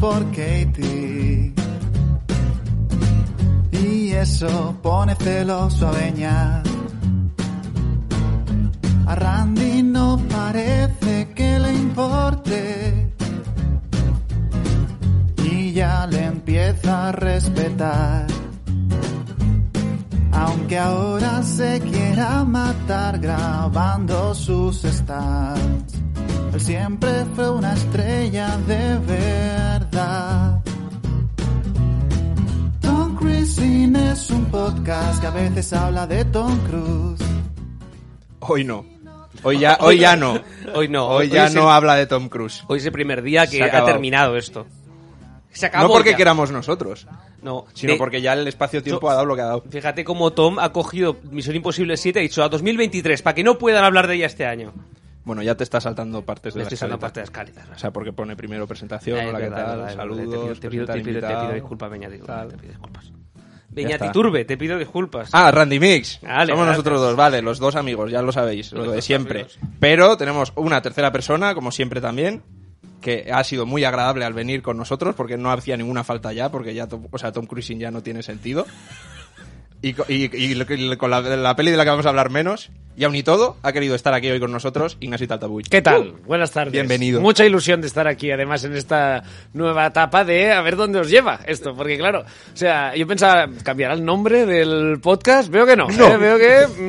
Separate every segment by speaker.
Speaker 1: por Katie. Y eso pone celoso a Beñat. A Randy no parece que le importe. Y ya le empieza a respetar. Aunque ahora se quiera matar grabando sus stands. Él siempre fue una estrella de verdad. Tom Cruising es un podcast que a veces habla de Tom Cruise.
Speaker 2: Hoy no. Hoy ya, hoy ya no.
Speaker 3: Hoy no.
Speaker 2: Hoy ya
Speaker 3: es
Speaker 2: no
Speaker 3: el-
Speaker 2: habla de Tom Cruise.
Speaker 3: Hoy es el primer día
Speaker 2: Se
Speaker 3: que
Speaker 2: ha
Speaker 3: ha,
Speaker 2: acabado.
Speaker 3: terminado esto. Se acabó
Speaker 2: No porque
Speaker 3: ya.
Speaker 2: queramos nosotros,
Speaker 3: No,
Speaker 2: sino
Speaker 3: de-
Speaker 2: porque ya el espacio-tiempo
Speaker 3: Yo-
Speaker 2: ha dado lo que ha dado.
Speaker 3: Fíjate cómo Tom ha cogido Misión Imposible 7 y ha dicho a 2023 para que no puedan hablar de ella este año.
Speaker 2: Bueno, ya te está saltando partes de
Speaker 3: Me
Speaker 2: la
Speaker 3: estoy
Speaker 2: escaleta.
Speaker 3: saltando parte de las caletas.
Speaker 2: O sea, porque pone primero presentación,
Speaker 3: Eh,
Speaker 2: hola, ¿qué
Speaker 3: verdad,
Speaker 2: tal?
Speaker 3: verdad,
Speaker 2: Saludos,
Speaker 3: verdad, Te pido, te pido,
Speaker 2: presentar
Speaker 3: te pido, te
Speaker 2: invitado,
Speaker 3: pido disculpas, Beñati.
Speaker 2: tal.
Speaker 3: Te pido disculpas.
Speaker 2: está.
Speaker 3: Beñati Turbe, te pido disculpas.
Speaker 2: Ah, Randy Mix.
Speaker 3: Vale,
Speaker 2: Somos
Speaker 3: gracias.
Speaker 2: nosotros dos, vale, los dos amigos, ya lo sabéis, lo de
Speaker 3: dos
Speaker 2: siempre.
Speaker 3: amigos.
Speaker 2: Pero tenemos una tercera persona, como siempre también, que ha sido muy agradable al venir con nosotros, porque no hacía ninguna falta ya, porque ya, Tom- o sea, Tom Cruising ya no tiene sentido. Y, co- y- y lo que- y con la, la peli de la que vamos a hablar menos, y aun y todo, ha querido estar aquí hoy con nosotros, Ignacio Taltabuy.
Speaker 4: ¿Qué tal?
Speaker 3: Uh,
Speaker 4: Uh, Buenas tardes.
Speaker 2: Bienvenido.
Speaker 4: Mucha ilusión de estar aquí, además, en esta nueva etapa de a ver dónde os lleva esto, porque claro, o sea, yo pensaba, ¿cambiará el nombre del podcast? Veo que no. ¿eh? Veo que...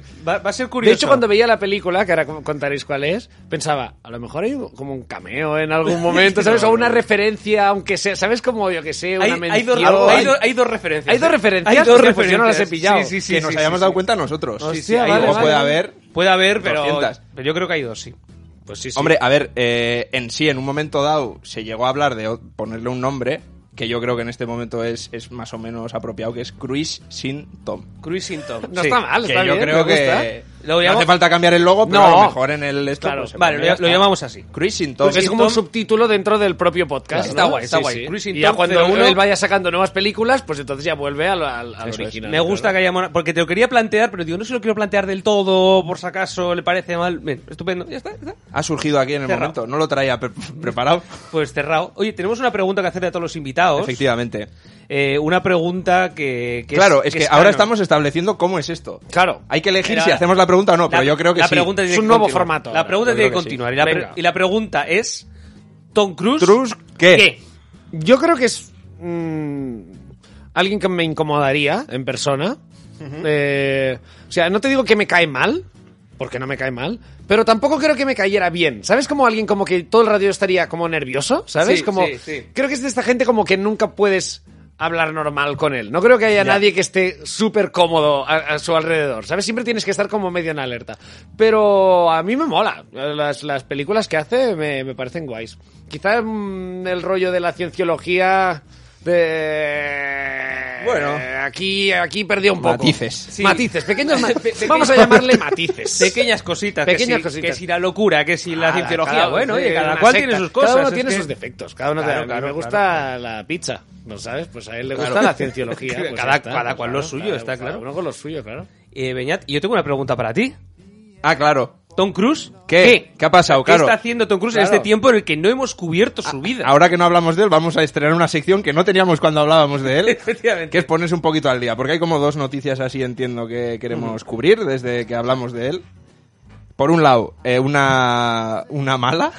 Speaker 4: mm,
Speaker 3: va, va a ser curioso.
Speaker 4: de hecho, cuando veía la película, que ahora co- contaréis cuál es, pensaba, a lo mejor hay como un cameo en algún momento, ¿sabes? O una referencia, aunque sea, ¿sabes? Como, yo que sé, una
Speaker 3: hay,
Speaker 4: mención.
Speaker 3: hay dos, hay dos- hay dos referencias. ¿eh?
Speaker 4: Hay dos referencias,
Speaker 3: Hay dos
Speaker 4: hostia, pues yo no las he
Speaker 3: referencias.
Speaker 4: pillado.
Speaker 3: Sí, sí, sí,
Speaker 2: que
Speaker 3: sí,
Speaker 2: nos
Speaker 3: sí,
Speaker 2: hayamos
Speaker 3: sí,
Speaker 2: dado
Speaker 3: sí.
Speaker 2: cuenta nosotros.
Speaker 4: Hostia,
Speaker 2: Sí, sí, ahí
Speaker 4: vale,
Speaker 2: luego
Speaker 4: vale.
Speaker 2: puede haber
Speaker 3: Puede haber, pero,
Speaker 2: 200.
Speaker 3: pero yo creo que hay dos, sí.
Speaker 4: Pues sí, sí.
Speaker 2: Hombre, a ver, eh, en sí, en un momento dado, se llegó a hablar de o- ponerle un nombre que yo creo que en este momento es, es más o menos apropiado, que es Cruise sin Tom.
Speaker 3: Cruising Tom.
Speaker 4: No
Speaker 3: sí.
Speaker 4: está mal,
Speaker 2: que
Speaker 4: está
Speaker 2: yo
Speaker 4: bien,
Speaker 2: creo
Speaker 4: me gusta.
Speaker 2: que
Speaker 3: Lo
Speaker 2: no
Speaker 3: llamo-
Speaker 2: hace falta cambiar el logo, pero
Speaker 4: No.
Speaker 2: a lo mejor en el esto,
Speaker 4: Claro.
Speaker 2: pues, se
Speaker 3: Vale,
Speaker 2: pone
Speaker 3: lo,
Speaker 2: ya
Speaker 3: lo
Speaker 2: está.
Speaker 3: llamamos así.
Speaker 2: Cruise sin Tom.
Speaker 4: Pues es como un subtítulo dentro del propio podcast.
Speaker 2: Claro,
Speaker 4: está
Speaker 2: ¿no?
Speaker 4: guay,
Speaker 3: Está
Speaker 4: sí,
Speaker 3: guay.
Speaker 4: sí.
Speaker 3: Cruising
Speaker 4: Y ya
Speaker 3: Top
Speaker 4: cuando
Speaker 3: 01.
Speaker 4: él vaya sacando nuevas películas, pues entonces ya vuelve al, al- al
Speaker 2: Eso es.
Speaker 4: original.
Speaker 3: Me gusta que hayamos... Porque te lo quería plantear, pero digo, no se lo quiero plantear del todo, por si acaso le parece mal. Bien, estupendo, ya está, ya está.
Speaker 2: Ha surgido aquí en el
Speaker 3: Cerrado.
Speaker 2: momento, no lo traía pre- preparado.
Speaker 3: Pues cerrado. Oye, tenemos una pregunta que hacerle a todos los invitados.
Speaker 2: Efectivamente.
Speaker 3: Eh, una pregunta que... que
Speaker 2: claro, es, que,
Speaker 3: es
Speaker 2: ahora
Speaker 3: canon.
Speaker 2: estamos estableciendo cómo es esto.
Speaker 4: Claro.
Speaker 2: Hay que elegir
Speaker 3: Pero
Speaker 2: si
Speaker 3: ahora-
Speaker 2: hacemos la pregunta o no, pero
Speaker 3: la-
Speaker 2: yo creo que
Speaker 3: la
Speaker 2: sí.
Speaker 3: pregunta tiene
Speaker 4: Es un
Speaker 3: que
Speaker 4: nuevo
Speaker 3: continuar.
Speaker 4: formato
Speaker 3: La
Speaker 4: ahora.
Speaker 3: pregunta
Speaker 2: Yo
Speaker 3: tiene que
Speaker 2: creo que sí.
Speaker 3: continuar. Y, la pre-
Speaker 4: Venga.
Speaker 3: y la pregunta es... ¿Tom Cruise?
Speaker 2: Cruz, ¿qué?
Speaker 4: ¿Qué? Yo creo que es mm, alguien que me incomodaría en persona. Eh, o sea, no te digo que me cae mal, porque no me cae mal, pero tampoco creo que me cayera bien. ¿Sabes como alguien como que todo el radio estaría como nervioso? ¿Sabes?
Speaker 3: Sí,
Speaker 4: como
Speaker 3: sí, sí.
Speaker 4: creo que es de esta gente como que nunca puedes hablar normal con él. No creo que haya nadie que esté súper cómodo a, a su alrededor. ¿Sabes? Siempre tienes que estar como medio en alerta. Pero a mí me mola. Las, las películas que hace me, me parecen guays. Quizá mm, el rollo de la cienciología... De...
Speaker 2: Bueno.
Speaker 4: Aquí, aquí perdió un poco.
Speaker 2: Matices.
Speaker 3: Sí.
Speaker 4: Matices, pequeños ma-
Speaker 3: Pe- pequeños-
Speaker 4: Vamos a llamarle matices.
Speaker 3: Pequeñas cositas.
Speaker 4: Pequeñas
Speaker 3: que si,
Speaker 4: cositas.
Speaker 3: Que si la locura, que si la
Speaker 4: Ah, Cada-
Speaker 3: cienciología.
Speaker 4: cada-
Speaker 3: bueno, oye,
Speaker 4: sí,
Speaker 3: cada
Speaker 4: una
Speaker 3: cual
Speaker 4: secta.
Speaker 3: tiene sus cosas.
Speaker 4: Cada uno
Speaker 3: es
Speaker 4: tiene
Speaker 3: que-
Speaker 4: sus defectos. Cada uno
Speaker 3: Claro,
Speaker 4: tiene- a mí
Speaker 3: claro,
Speaker 4: me gusta la pizza, ¿no sabes? Pues a él le gusta
Speaker 2: Claro.
Speaker 4: la cienciología. pues
Speaker 3: Cada-
Speaker 4: ya está,
Speaker 3: cada
Speaker 4: pues
Speaker 3: cual lo suyo, está
Speaker 4: pues
Speaker 3: claro.
Speaker 4: Cada uno con lo suyo, claro.
Speaker 3: Eh, Beñat, y yo tengo una pregunta para ti.
Speaker 2: Ah, claro.
Speaker 3: Tom Cruise,
Speaker 2: ¿Qué? ¿Qué ha pasado?
Speaker 3: ¿Qué
Speaker 2: Claro.
Speaker 3: está haciendo Tom Cruise en
Speaker 2: Claro.
Speaker 3: este tiempo en el que no hemos cubierto su vida?
Speaker 2: Ahora que no hablamos de él, vamos a estrenar una sección que no teníamos cuando hablábamos de él,
Speaker 3: Efectivamente.
Speaker 2: que es ponerse un poquito al día, porque hay como dos noticias así, entiendo, que queremos cubrir desde que hablamos de él. Por un lado, eh, una, una mala,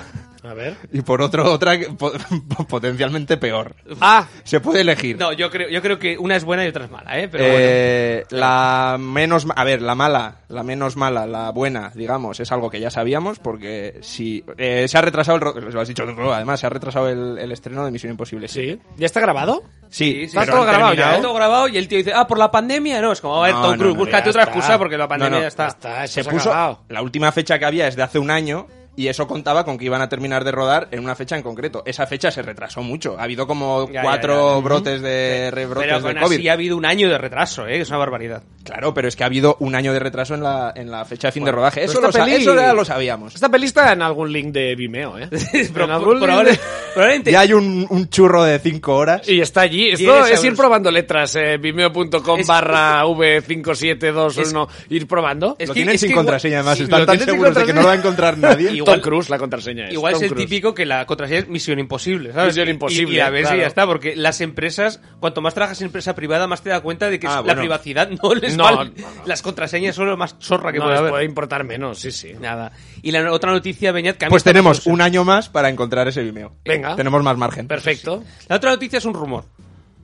Speaker 4: A ver.
Speaker 2: y por otro, otra que po- potencialmente peor.
Speaker 4: Ah,
Speaker 2: Se puede elegir.
Speaker 3: No, yo creo, yo creo que una es buena y otra es mala, ¿eh? Pero
Speaker 2: Eh, la menos ma- a ver la mala la menos mala la buena digamos es algo que ya sabíamos porque si eh, se ha retrasado el, ro- lo has dicho tú, además se ha retrasado el, el estreno de Misión Imposible sí
Speaker 4: sí. ¿Ya está grabado?
Speaker 2: Sí,
Speaker 3: sí,
Speaker 2: pero
Speaker 4: está todo
Speaker 2: han
Speaker 4: grabado ya,
Speaker 3: bueno,
Speaker 2: terminado.
Speaker 3: está todo grabado y el tío dice, ah, por la pandemia, no, es como, a ver,
Speaker 2: No,
Speaker 3: Tom
Speaker 2: no,
Speaker 3: Cruise,
Speaker 2: no,
Speaker 3: búscate
Speaker 4: ya
Speaker 3: otra
Speaker 4: está.
Speaker 3: excusa porque la pandemia
Speaker 2: No, no,
Speaker 3: ya está.
Speaker 4: Ya está, eso
Speaker 2: Se
Speaker 4: se
Speaker 2: puso-
Speaker 4: ha acabado.
Speaker 2: la última fecha que había es de hace un año y eso contaba con que iban a terminar de rodar en una fecha en concreto. Esa fecha se retrasó mucho. Ha habido como
Speaker 3: Ya, ya,
Speaker 2: cuatro
Speaker 3: ya.
Speaker 2: brotes de
Speaker 3: Pero
Speaker 2: rebrotes
Speaker 3: aún
Speaker 2: de
Speaker 3: así
Speaker 2: COVID.
Speaker 3: ha habido un año de retraso, ¿eh? Que Es una barbaridad.
Speaker 2: Claro, pero es que ha habido un año de retraso en la, en la fecha de fin de rodaje.
Speaker 4: Pero
Speaker 2: Eso,
Speaker 4: Pues esta
Speaker 2: lo, sa-
Speaker 4: peli-
Speaker 2: eso ya lo sabíamos.
Speaker 4: Esta peli está en algún link de Vimeo, ¿eh?
Speaker 3: Pero
Speaker 4: en algún link
Speaker 3: probable-
Speaker 4: de-
Speaker 3: probablemente
Speaker 2: Ya hay un, un churro de cinco horas.
Speaker 4: Y está allí.
Speaker 3: Y eres
Speaker 4: Esto es
Speaker 3: sabroso.
Speaker 4: ir probando letras. eh, Vimeo.com
Speaker 3: Es-
Speaker 4: barra V5721. Ir probando.
Speaker 3: es
Speaker 2: lo
Speaker 3: que-
Speaker 2: tienen
Speaker 3: es
Speaker 2: sin
Speaker 3: que igual-
Speaker 2: contraseña, además.
Speaker 3: sí,
Speaker 2: Están
Speaker 4: lo
Speaker 2: tan
Speaker 4: tienen sin
Speaker 2: seguros de que no lo va a encontrar nadie. Pues
Speaker 4: Tom Cruise la contraseña es.
Speaker 3: Igual es
Speaker 4: Tom
Speaker 3: el
Speaker 4: Cruise.
Speaker 3: típico que la contraseña es misión imposible, ¿sabes?
Speaker 4: Misión
Speaker 3: Y- y-
Speaker 4: imposible,
Speaker 3: Y, a ver
Speaker 4: claro.
Speaker 3: si ya está, porque las empresas, cuanto más trabajas en empresa privada, más te das cuenta de que
Speaker 2: Ah,
Speaker 3: la
Speaker 2: bueno.
Speaker 3: privacidad no les
Speaker 4: No,
Speaker 3: vale.
Speaker 4: no, no.
Speaker 3: Las contraseñas son lo más zorra que
Speaker 4: No,
Speaker 3: puede
Speaker 4: les
Speaker 3: haber.
Speaker 4: puede importar menos, sí, sí.
Speaker 3: Nada. Y la no- otra noticia, Beñat, que a mí
Speaker 2: Pues
Speaker 3: esta me
Speaker 2: tenemos
Speaker 3: gusta.
Speaker 2: un año más para encontrar ese Vimeo.
Speaker 4: Venga.
Speaker 3: Eh,
Speaker 2: Tenemos más margen.
Speaker 4: Perfecto.
Speaker 3: La otra noticia es un rumor.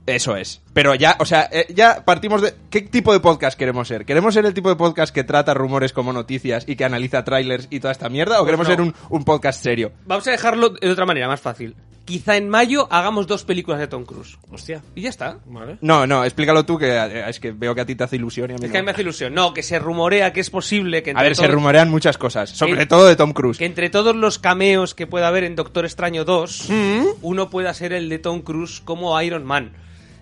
Speaker 2: Eso es. Pero ya, o sea, eh, ya partimos de... ¿Qué tipo de podcast queremos ser? ¿Queremos ser el tipo de podcast que trata rumores como noticias y que analiza trailers y toda esta mierda? ¿O queremos
Speaker 3: Pues no.
Speaker 2: ser un, un podcast serio?
Speaker 3: Vamos a dejarlo de otra manera, más fácil. Quizá en mayo hagamos dos películas de Tom Cruise.
Speaker 4: Hostia.
Speaker 3: Y ya está.
Speaker 4: Vale.
Speaker 2: No, no, explícalo tú, que eh, es que veo que a ti te hace ilusión y a mí
Speaker 3: Es que a
Speaker 2: no.
Speaker 3: mí me hace ilusión. No, que se rumorea que es posible
Speaker 2: A
Speaker 3: que... entre
Speaker 2: ver, se
Speaker 3: todos-
Speaker 2: rumorean muchas cosas, sobre
Speaker 3: Que-
Speaker 2: todo de Tom Cruise.
Speaker 3: Que entre todos los cameos que pueda haber en Doctor Extraño 2,
Speaker 2: Mm.
Speaker 3: uno pueda ser el de Tom Cruise como Iron Man.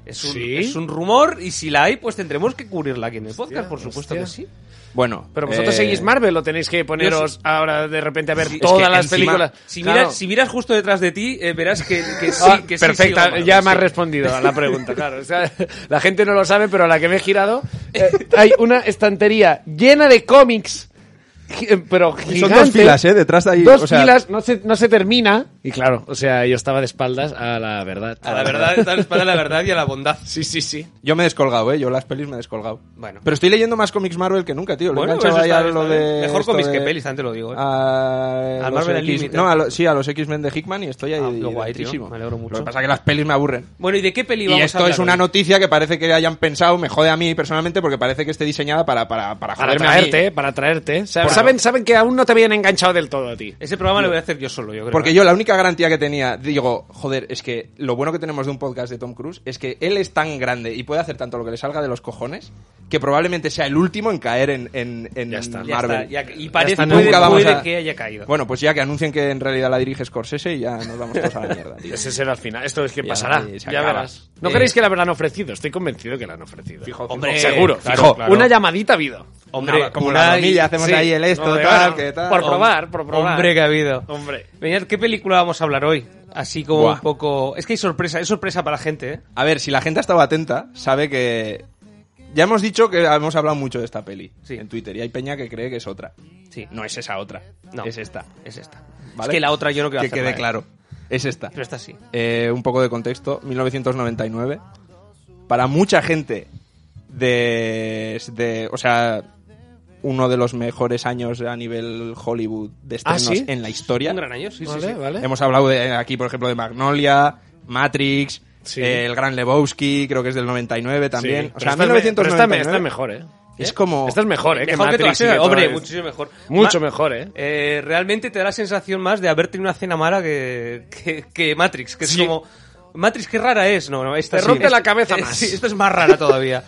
Speaker 3: Es un,
Speaker 4: Sí.
Speaker 3: es un rumor y si la hay, pues tendremos que cubrirla aquí en el podcast, por supuesto
Speaker 4: hostia.
Speaker 3: que sí.
Speaker 2: Bueno,
Speaker 4: Pero vosotros
Speaker 2: eh,
Speaker 4: seguís Marvel o tenéis que poneros
Speaker 3: Yo sí.
Speaker 4: ahora de repente a ver
Speaker 2: Sí, es
Speaker 4: todas
Speaker 2: que
Speaker 4: las
Speaker 2: encima-
Speaker 4: películas.
Speaker 3: Si,
Speaker 4: Claro.
Speaker 3: miras, si miras justo detrás de ti, eh, verás que, que sí,
Speaker 4: Ah,
Speaker 3: que sí.
Speaker 4: perfecta,
Speaker 3: sigo,
Speaker 4: ya
Speaker 3: sí.
Speaker 4: me has respondido a la pregunta, claro. O sea, la gente no lo sabe, pero a la que me he girado, eh, hay una estantería llena de cómics, gi- eh, pero
Speaker 2: dos
Speaker 4: gigantes.
Speaker 2: filas, eh, detrás de ahí,
Speaker 4: Dos
Speaker 2: o sea-
Speaker 4: filas, no se, no se termina. Y claro, o sea, yo estaba de espaldas a la verdad.
Speaker 3: A la verdad, está espada a la verdad y a la bondad.
Speaker 4: Sí, sí, sí.
Speaker 2: Yo me he descolgado, ¿eh? Yo las pelis me he descolgado.
Speaker 3: Bueno.
Speaker 2: Pero estoy leyendo más cómics Marvel que nunca, tío. Le he
Speaker 3: Bueno,
Speaker 2: enganchado
Speaker 3: eso
Speaker 2: ahí
Speaker 3: está-
Speaker 2: a lo
Speaker 3: está bien.
Speaker 2: de
Speaker 3: Mejor
Speaker 2: esto
Speaker 3: cómics
Speaker 2: de- Ah.
Speaker 3: que pelis, antes lo digo, ¿eh?
Speaker 2: A, los
Speaker 3: Al Marvel
Speaker 2: X-
Speaker 3: Unlimited.
Speaker 2: No, a lo- sí, a los X-Men de Hickman y estoy ahí.
Speaker 3: Ah, lo guay, tío.
Speaker 2: dentrísimo.
Speaker 3: Me alegro mucho.
Speaker 2: Lo que pasa es que las pelis me aburren.
Speaker 3: Bueno, ¿y de qué peli
Speaker 2: Y
Speaker 3: vamos a
Speaker 2: esto
Speaker 3: hablar
Speaker 2: es una
Speaker 3: hoy?
Speaker 2: noticia que parece que hayan pensado, me jode a mí personalmente, porque parece que esté diseñada para, para, para
Speaker 4: Para
Speaker 2: joderme a mí.
Speaker 4: traerte, para traerte. O sea,
Speaker 2: Claro.
Speaker 4: saben, saben que aún no te habían enganchado del todo a ti.
Speaker 3: Ese programa lo voy a hacer yo solo, yo creo.
Speaker 2: Porque yo la única garantía que tenía, digo, joder, es que lo bueno que tenemos de un podcast de Tom Cruise es que él es tan grande y puede hacer tanto lo que le salga de los cojones que probablemente sea el último en caer en, en, en
Speaker 4: Ya está.
Speaker 3: Ya
Speaker 2: Marvel.
Speaker 3: está, ya- y parece
Speaker 4: está,
Speaker 3: puede-
Speaker 4: nunca
Speaker 2: vamos
Speaker 3: puede
Speaker 2: a-
Speaker 3: que haya caído.
Speaker 2: Bueno, pues ya que anuncien que en realidad la dirige Scorsese y ya nos vamos todos a la mierda. tío.
Speaker 4: Ese será el final. Esto es que
Speaker 2: Ya,
Speaker 4: pasará.
Speaker 2: y se
Speaker 4: Ya
Speaker 2: acaba.
Speaker 4: verás. ¿No
Speaker 2: Eh,
Speaker 4: creéis que la habrán ofrecido? Estoy convencido que la han ofrecido.
Speaker 2: Fijo, fijo.
Speaker 4: Hombre, seguro.
Speaker 2: claro,
Speaker 4: fijo.
Speaker 2: claro.
Speaker 4: Una llamadita ha habido.
Speaker 3: Hombre,
Speaker 2: Una- como
Speaker 3: una
Speaker 2: la
Speaker 3: y-
Speaker 2: familia, hacemos
Speaker 4: sí.
Speaker 2: ahí el esto,
Speaker 4: Hombre,
Speaker 2: tal,
Speaker 4: claro.
Speaker 2: que tal.
Speaker 4: Por probar, por probar.
Speaker 3: Hombre, que ha habido.
Speaker 4: Hombre.
Speaker 3: Beñat, ¿qué película vamos a hablar hoy? Así como
Speaker 2: Buah.
Speaker 3: un poco... Es que hay sorpresa, es sorpresa para la gente, ¿eh?
Speaker 2: A ver, si la gente ha estado atenta, sabe que. Ya hemos dicho que hemos hablado mucho de esta peli
Speaker 3: Sí.
Speaker 2: en Twitter y hay peña que cree que es otra.
Speaker 3: Sí.
Speaker 2: No es esa otra,
Speaker 3: No.
Speaker 2: es esta.
Speaker 3: Es esta.
Speaker 2: ¿vale?
Speaker 3: Es que la otra yo no quiero
Speaker 2: Que
Speaker 3: hacerla,
Speaker 2: quede
Speaker 3: ¿eh?
Speaker 2: claro. Es esta.
Speaker 3: Pero esta sí.
Speaker 2: Eh, un poco de contexto, 1999. Para mucha gente de, de- o sea, uno de los mejores años a nivel Hollywood de
Speaker 4: ¿Ah,
Speaker 2: estrenos
Speaker 4: sí?
Speaker 2: en la historia.
Speaker 3: Un gran año, sí, sí,
Speaker 4: Vale,
Speaker 3: sí.
Speaker 4: vale.
Speaker 2: Hemos hablado de, aquí, por ejemplo, de Magnolia, Matrix,
Speaker 4: Sí.
Speaker 2: eh, el Gran Lebowski, creo que es del 99 también.
Speaker 4: Sí,
Speaker 2: o
Speaker 4: pero
Speaker 2: sea,
Speaker 4: esta es me-
Speaker 2: 1999
Speaker 4: pero esta, esta es mejor, ¿eh?
Speaker 2: Es como...
Speaker 4: Esta es mejor,
Speaker 3: Mejor
Speaker 4: ¿eh?
Speaker 3: que
Speaker 4: Matrix
Speaker 3: todas
Speaker 4: y que
Speaker 3: esas, hombre,
Speaker 4: todo es-
Speaker 3: muchísimo mejor.
Speaker 4: ¿eh? Mucho
Speaker 3: Ma-
Speaker 4: mejor, ¿eh?
Speaker 3: Eh, realmente te da la sensación más de haber tenido una cena mala que, que, que Matrix, que
Speaker 4: Sí.
Speaker 3: es como... Matrix, qué rara es, no, no, esta
Speaker 4: Te
Speaker 3: sí.
Speaker 4: rompe la
Speaker 3: Esta-
Speaker 4: cabeza
Speaker 3: eh,
Speaker 4: más.
Speaker 3: sí, esta es más rara todavía.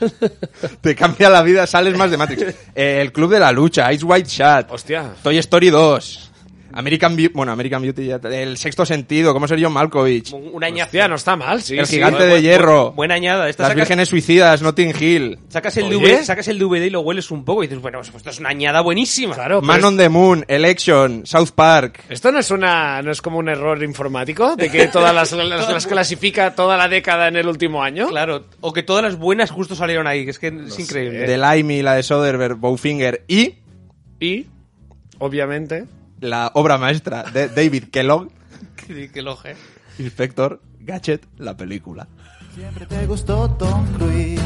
Speaker 2: Te cambia la vida, sales más de Matrix. Eh, el Club de la Lucha, Ice White Chat.
Speaker 4: Hostia.
Speaker 2: Toy Story 2. American Beauty. Bueno, American Beauty ya. El sexto sentido. ¿Cómo ser John Malkovich?
Speaker 3: Un- Una añaza.
Speaker 4: Hostia, no está mal, sí.
Speaker 2: el
Speaker 4: sí.
Speaker 2: gigante
Speaker 4: Bueno,
Speaker 2: de hierro.
Speaker 3: Buena añada. Esta
Speaker 2: Las
Speaker 3: sacas-
Speaker 2: vírgenes suicidas. Notting Hill.
Speaker 3: Sacas el,
Speaker 4: Oye.
Speaker 3: DVD, sacas el DVD y lo hueles un poco y dices, bueno, pues esto es una añada buenísima.
Speaker 4: Claro, pero
Speaker 2: Man
Speaker 4: es-
Speaker 2: on the Moon. Election. South Park.
Speaker 4: ¿Esto no es, una, no es como un error informático? ¿De que todas las, las- las clasifica toda la década en el último año?
Speaker 3: Claro, o que todas las buenas justo salieron ahí, que es que es increíble.
Speaker 2: The Limey, la de Soderbergh, Bowfinger y
Speaker 4: Y, obviamente...
Speaker 2: la obra maestra de David Kellogg,
Speaker 3: Qué- qué loje.
Speaker 2: Inspector Gadget, la película.
Speaker 1: Siempre te gustó Tom Cruise.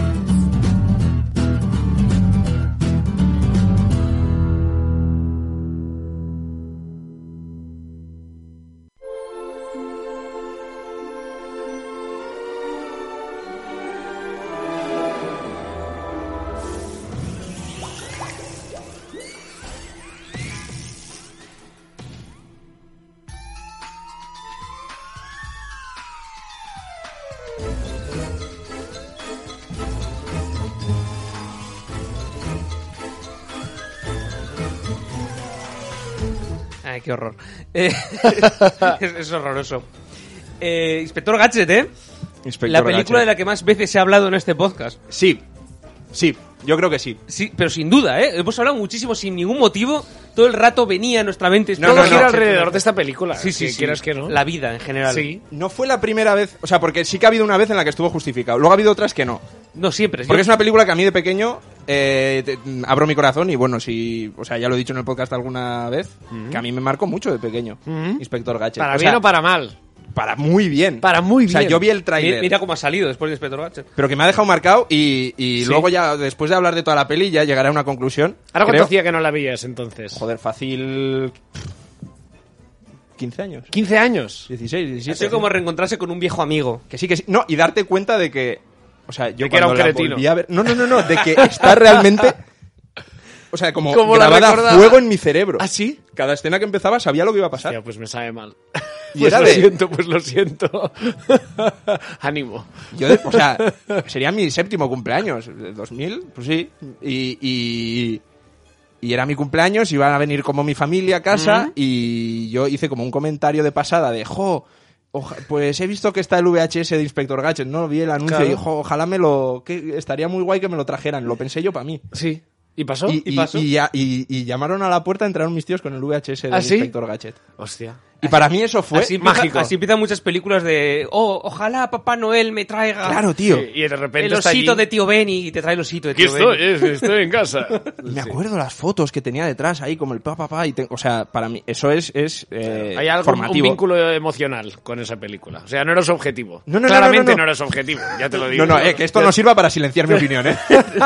Speaker 3: Ay, qué horror. Eh, es, es horroroso. Eh, Inspector Gadget, ¿eh?
Speaker 2: Inspector
Speaker 3: la película
Speaker 2: Gadget.
Speaker 3: de la que más veces se ha hablado en este podcast.
Speaker 2: Sí. Sí. Yo creo que sí.
Speaker 3: Sí, pero sin duda, ¿eh? Hemos hablado muchísimo sin ningún motivo. Todo el rato venía a nuestra mente.
Speaker 2: No,
Speaker 4: todo
Speaker 2: no, no.
Speaker 4: gira alrededor de esta película.
Speaker 3: Sí, sí,
Speaker 4: que
Speaker 3: sí.
Speaker 4: quieras que no.
Speaker 3: La vida en general.
Speaker 4: Sí.
Speaker 2: No fue la primera vez, o sea, porque sí que ha habido una vez en la que estuvo justificado. Luego ha habido otras que no.
Speaker 3: No siempre.
Speaker 2: Porque
Speaker 3: Yo-
Speaker 2: es una película que a mí de pequeño eh, te- mm, abro mi corazón y bueno, si, o sea, ya lo he dicho en el podcast alguna vez, que a mí me marcó mucho de pequeño, Inspector Gadget.
Speaker 4: Para
Speaker 2: O
Speaker 4: bien
Speaker 2: sea,
Speaker 4: o para mal.
Speaker 2: para muy bien.
Speaker 4: Para muy
Speaker 2: O sea,
Speaker 4: bien.
Speaker 2: yo vi el
Speaker 3: Mi-
Speaker 2: tráiler,
Speaker 3: Mira cómo ha salido después de Inspector Gadget.
Speaker 2: pero que me ha dejado marcado y, y luego ya, después de hablar de toda la peli, ya llegaré a una conclusión.
Speaker 4: Ahora cuánto
Speaker 2: creo.
Speaker 4: hacía que no la veías entonces.
Speaker 2: Joder, fácil... 15 años.
Speaker 4: 15 años.
Speaker 2: 16,
Speaker 3: Ha
Speaker 2: 17.
Speaker 3: sido como reencontrarse con un viejo amigo.
Speaker 2: Que sí, que sí. No, y darte cuenta de que. O sea, yo
Speaker 4: De que era
Speaker 2: cuando
Speaker 4: un
Speaker 2: la
Speaker 4: cretino.
Speaker 2: volví a ver- No, no, no, no. De que está realmente. O sea, como,
Speaker 4: Como la
Speaker 2: grabada a
Speaker 4: recordaba.
Speaker 2: fuego en mi cerebro.
Speaker 4: ¿Ah, sí?
Speaker 2: Cada escena que empezaba sabía lo que iba a pasar.
Speaker 4: Hostia, pues me sabe mal.
Speaker 2: Y
Speaker 4: Pues
Speaker 2: era
Speaker 4: lo
Speaker 2: de-
Speaker 4: siento, pues lo siento. Ánimo.
Speaker 2: Yo, de- o sea, sería mi séptimo cumpleaños. ¿de 2000, pues sí. Y, y, y era mi cumpleaños, iban a venir como mi familia a casa y yo hice como un comentario de pasada de, jo, oja- pues he visto que está el VHS de Inspector Gadget, ¿no? Vi el anuncio
Speaker 4: Claro.
Speaker 2: y, jo, ojalá me lo... que estaría muy guay que me lo trajeran. Lo pensé yo para mí.
Speaker 4: Sí. ¿Y pasó?
Speaker 2: Y, y- y ya- y- y llamaron a la puerta, entraron mis tíos con el VHS de
Speaker 4: ¿Ah, sí?
Speaker 2: Inspector Gadget.
Speaker 4: Hostia.
Speaker 2: Y para mí eso fue...
Speaker 3: así, empieza-
Speaker 4: mágico.
Speaker 3: así empiezan muchas películas de. Oh, ojalá Papá Noel me traiga.
Speaker 2: Claro, tío.
Speaker 4: Sí, Y de repente
Speaker 3: El
Speaker 4: está
Speaker 3: osito
Speaker 4: allí.
Speaker 3: de tío Benny y te trae el osito de
Speaker 4: Aquí
Speaker 3: tío
Speaker 4: estoy,
Speaker 3: Benny.
Speaker 4: eh, estoy en casa.
Speaker 2: Me
Speaker 4: Sí.
Speaker 2: acuerdo las fotos que tenía detrás ahí, como el papá, papá, y te- o sea, para mí eso es, es eh,
Speaker 4: Hay algo, un
Speaker 2: formativo.
Speaker 4: vínculo emocional con esa película. O sea, no era su objetivo.
Speaker 2: No, no, no,
Speaker 4: Claramente
Speaker 2: no, no, no.
Speaker 4: era su objetivo, ya te lo digo.
Speaker 2: no, no, eh, que esto no sirva para silenciar mi opinión, ¿eh?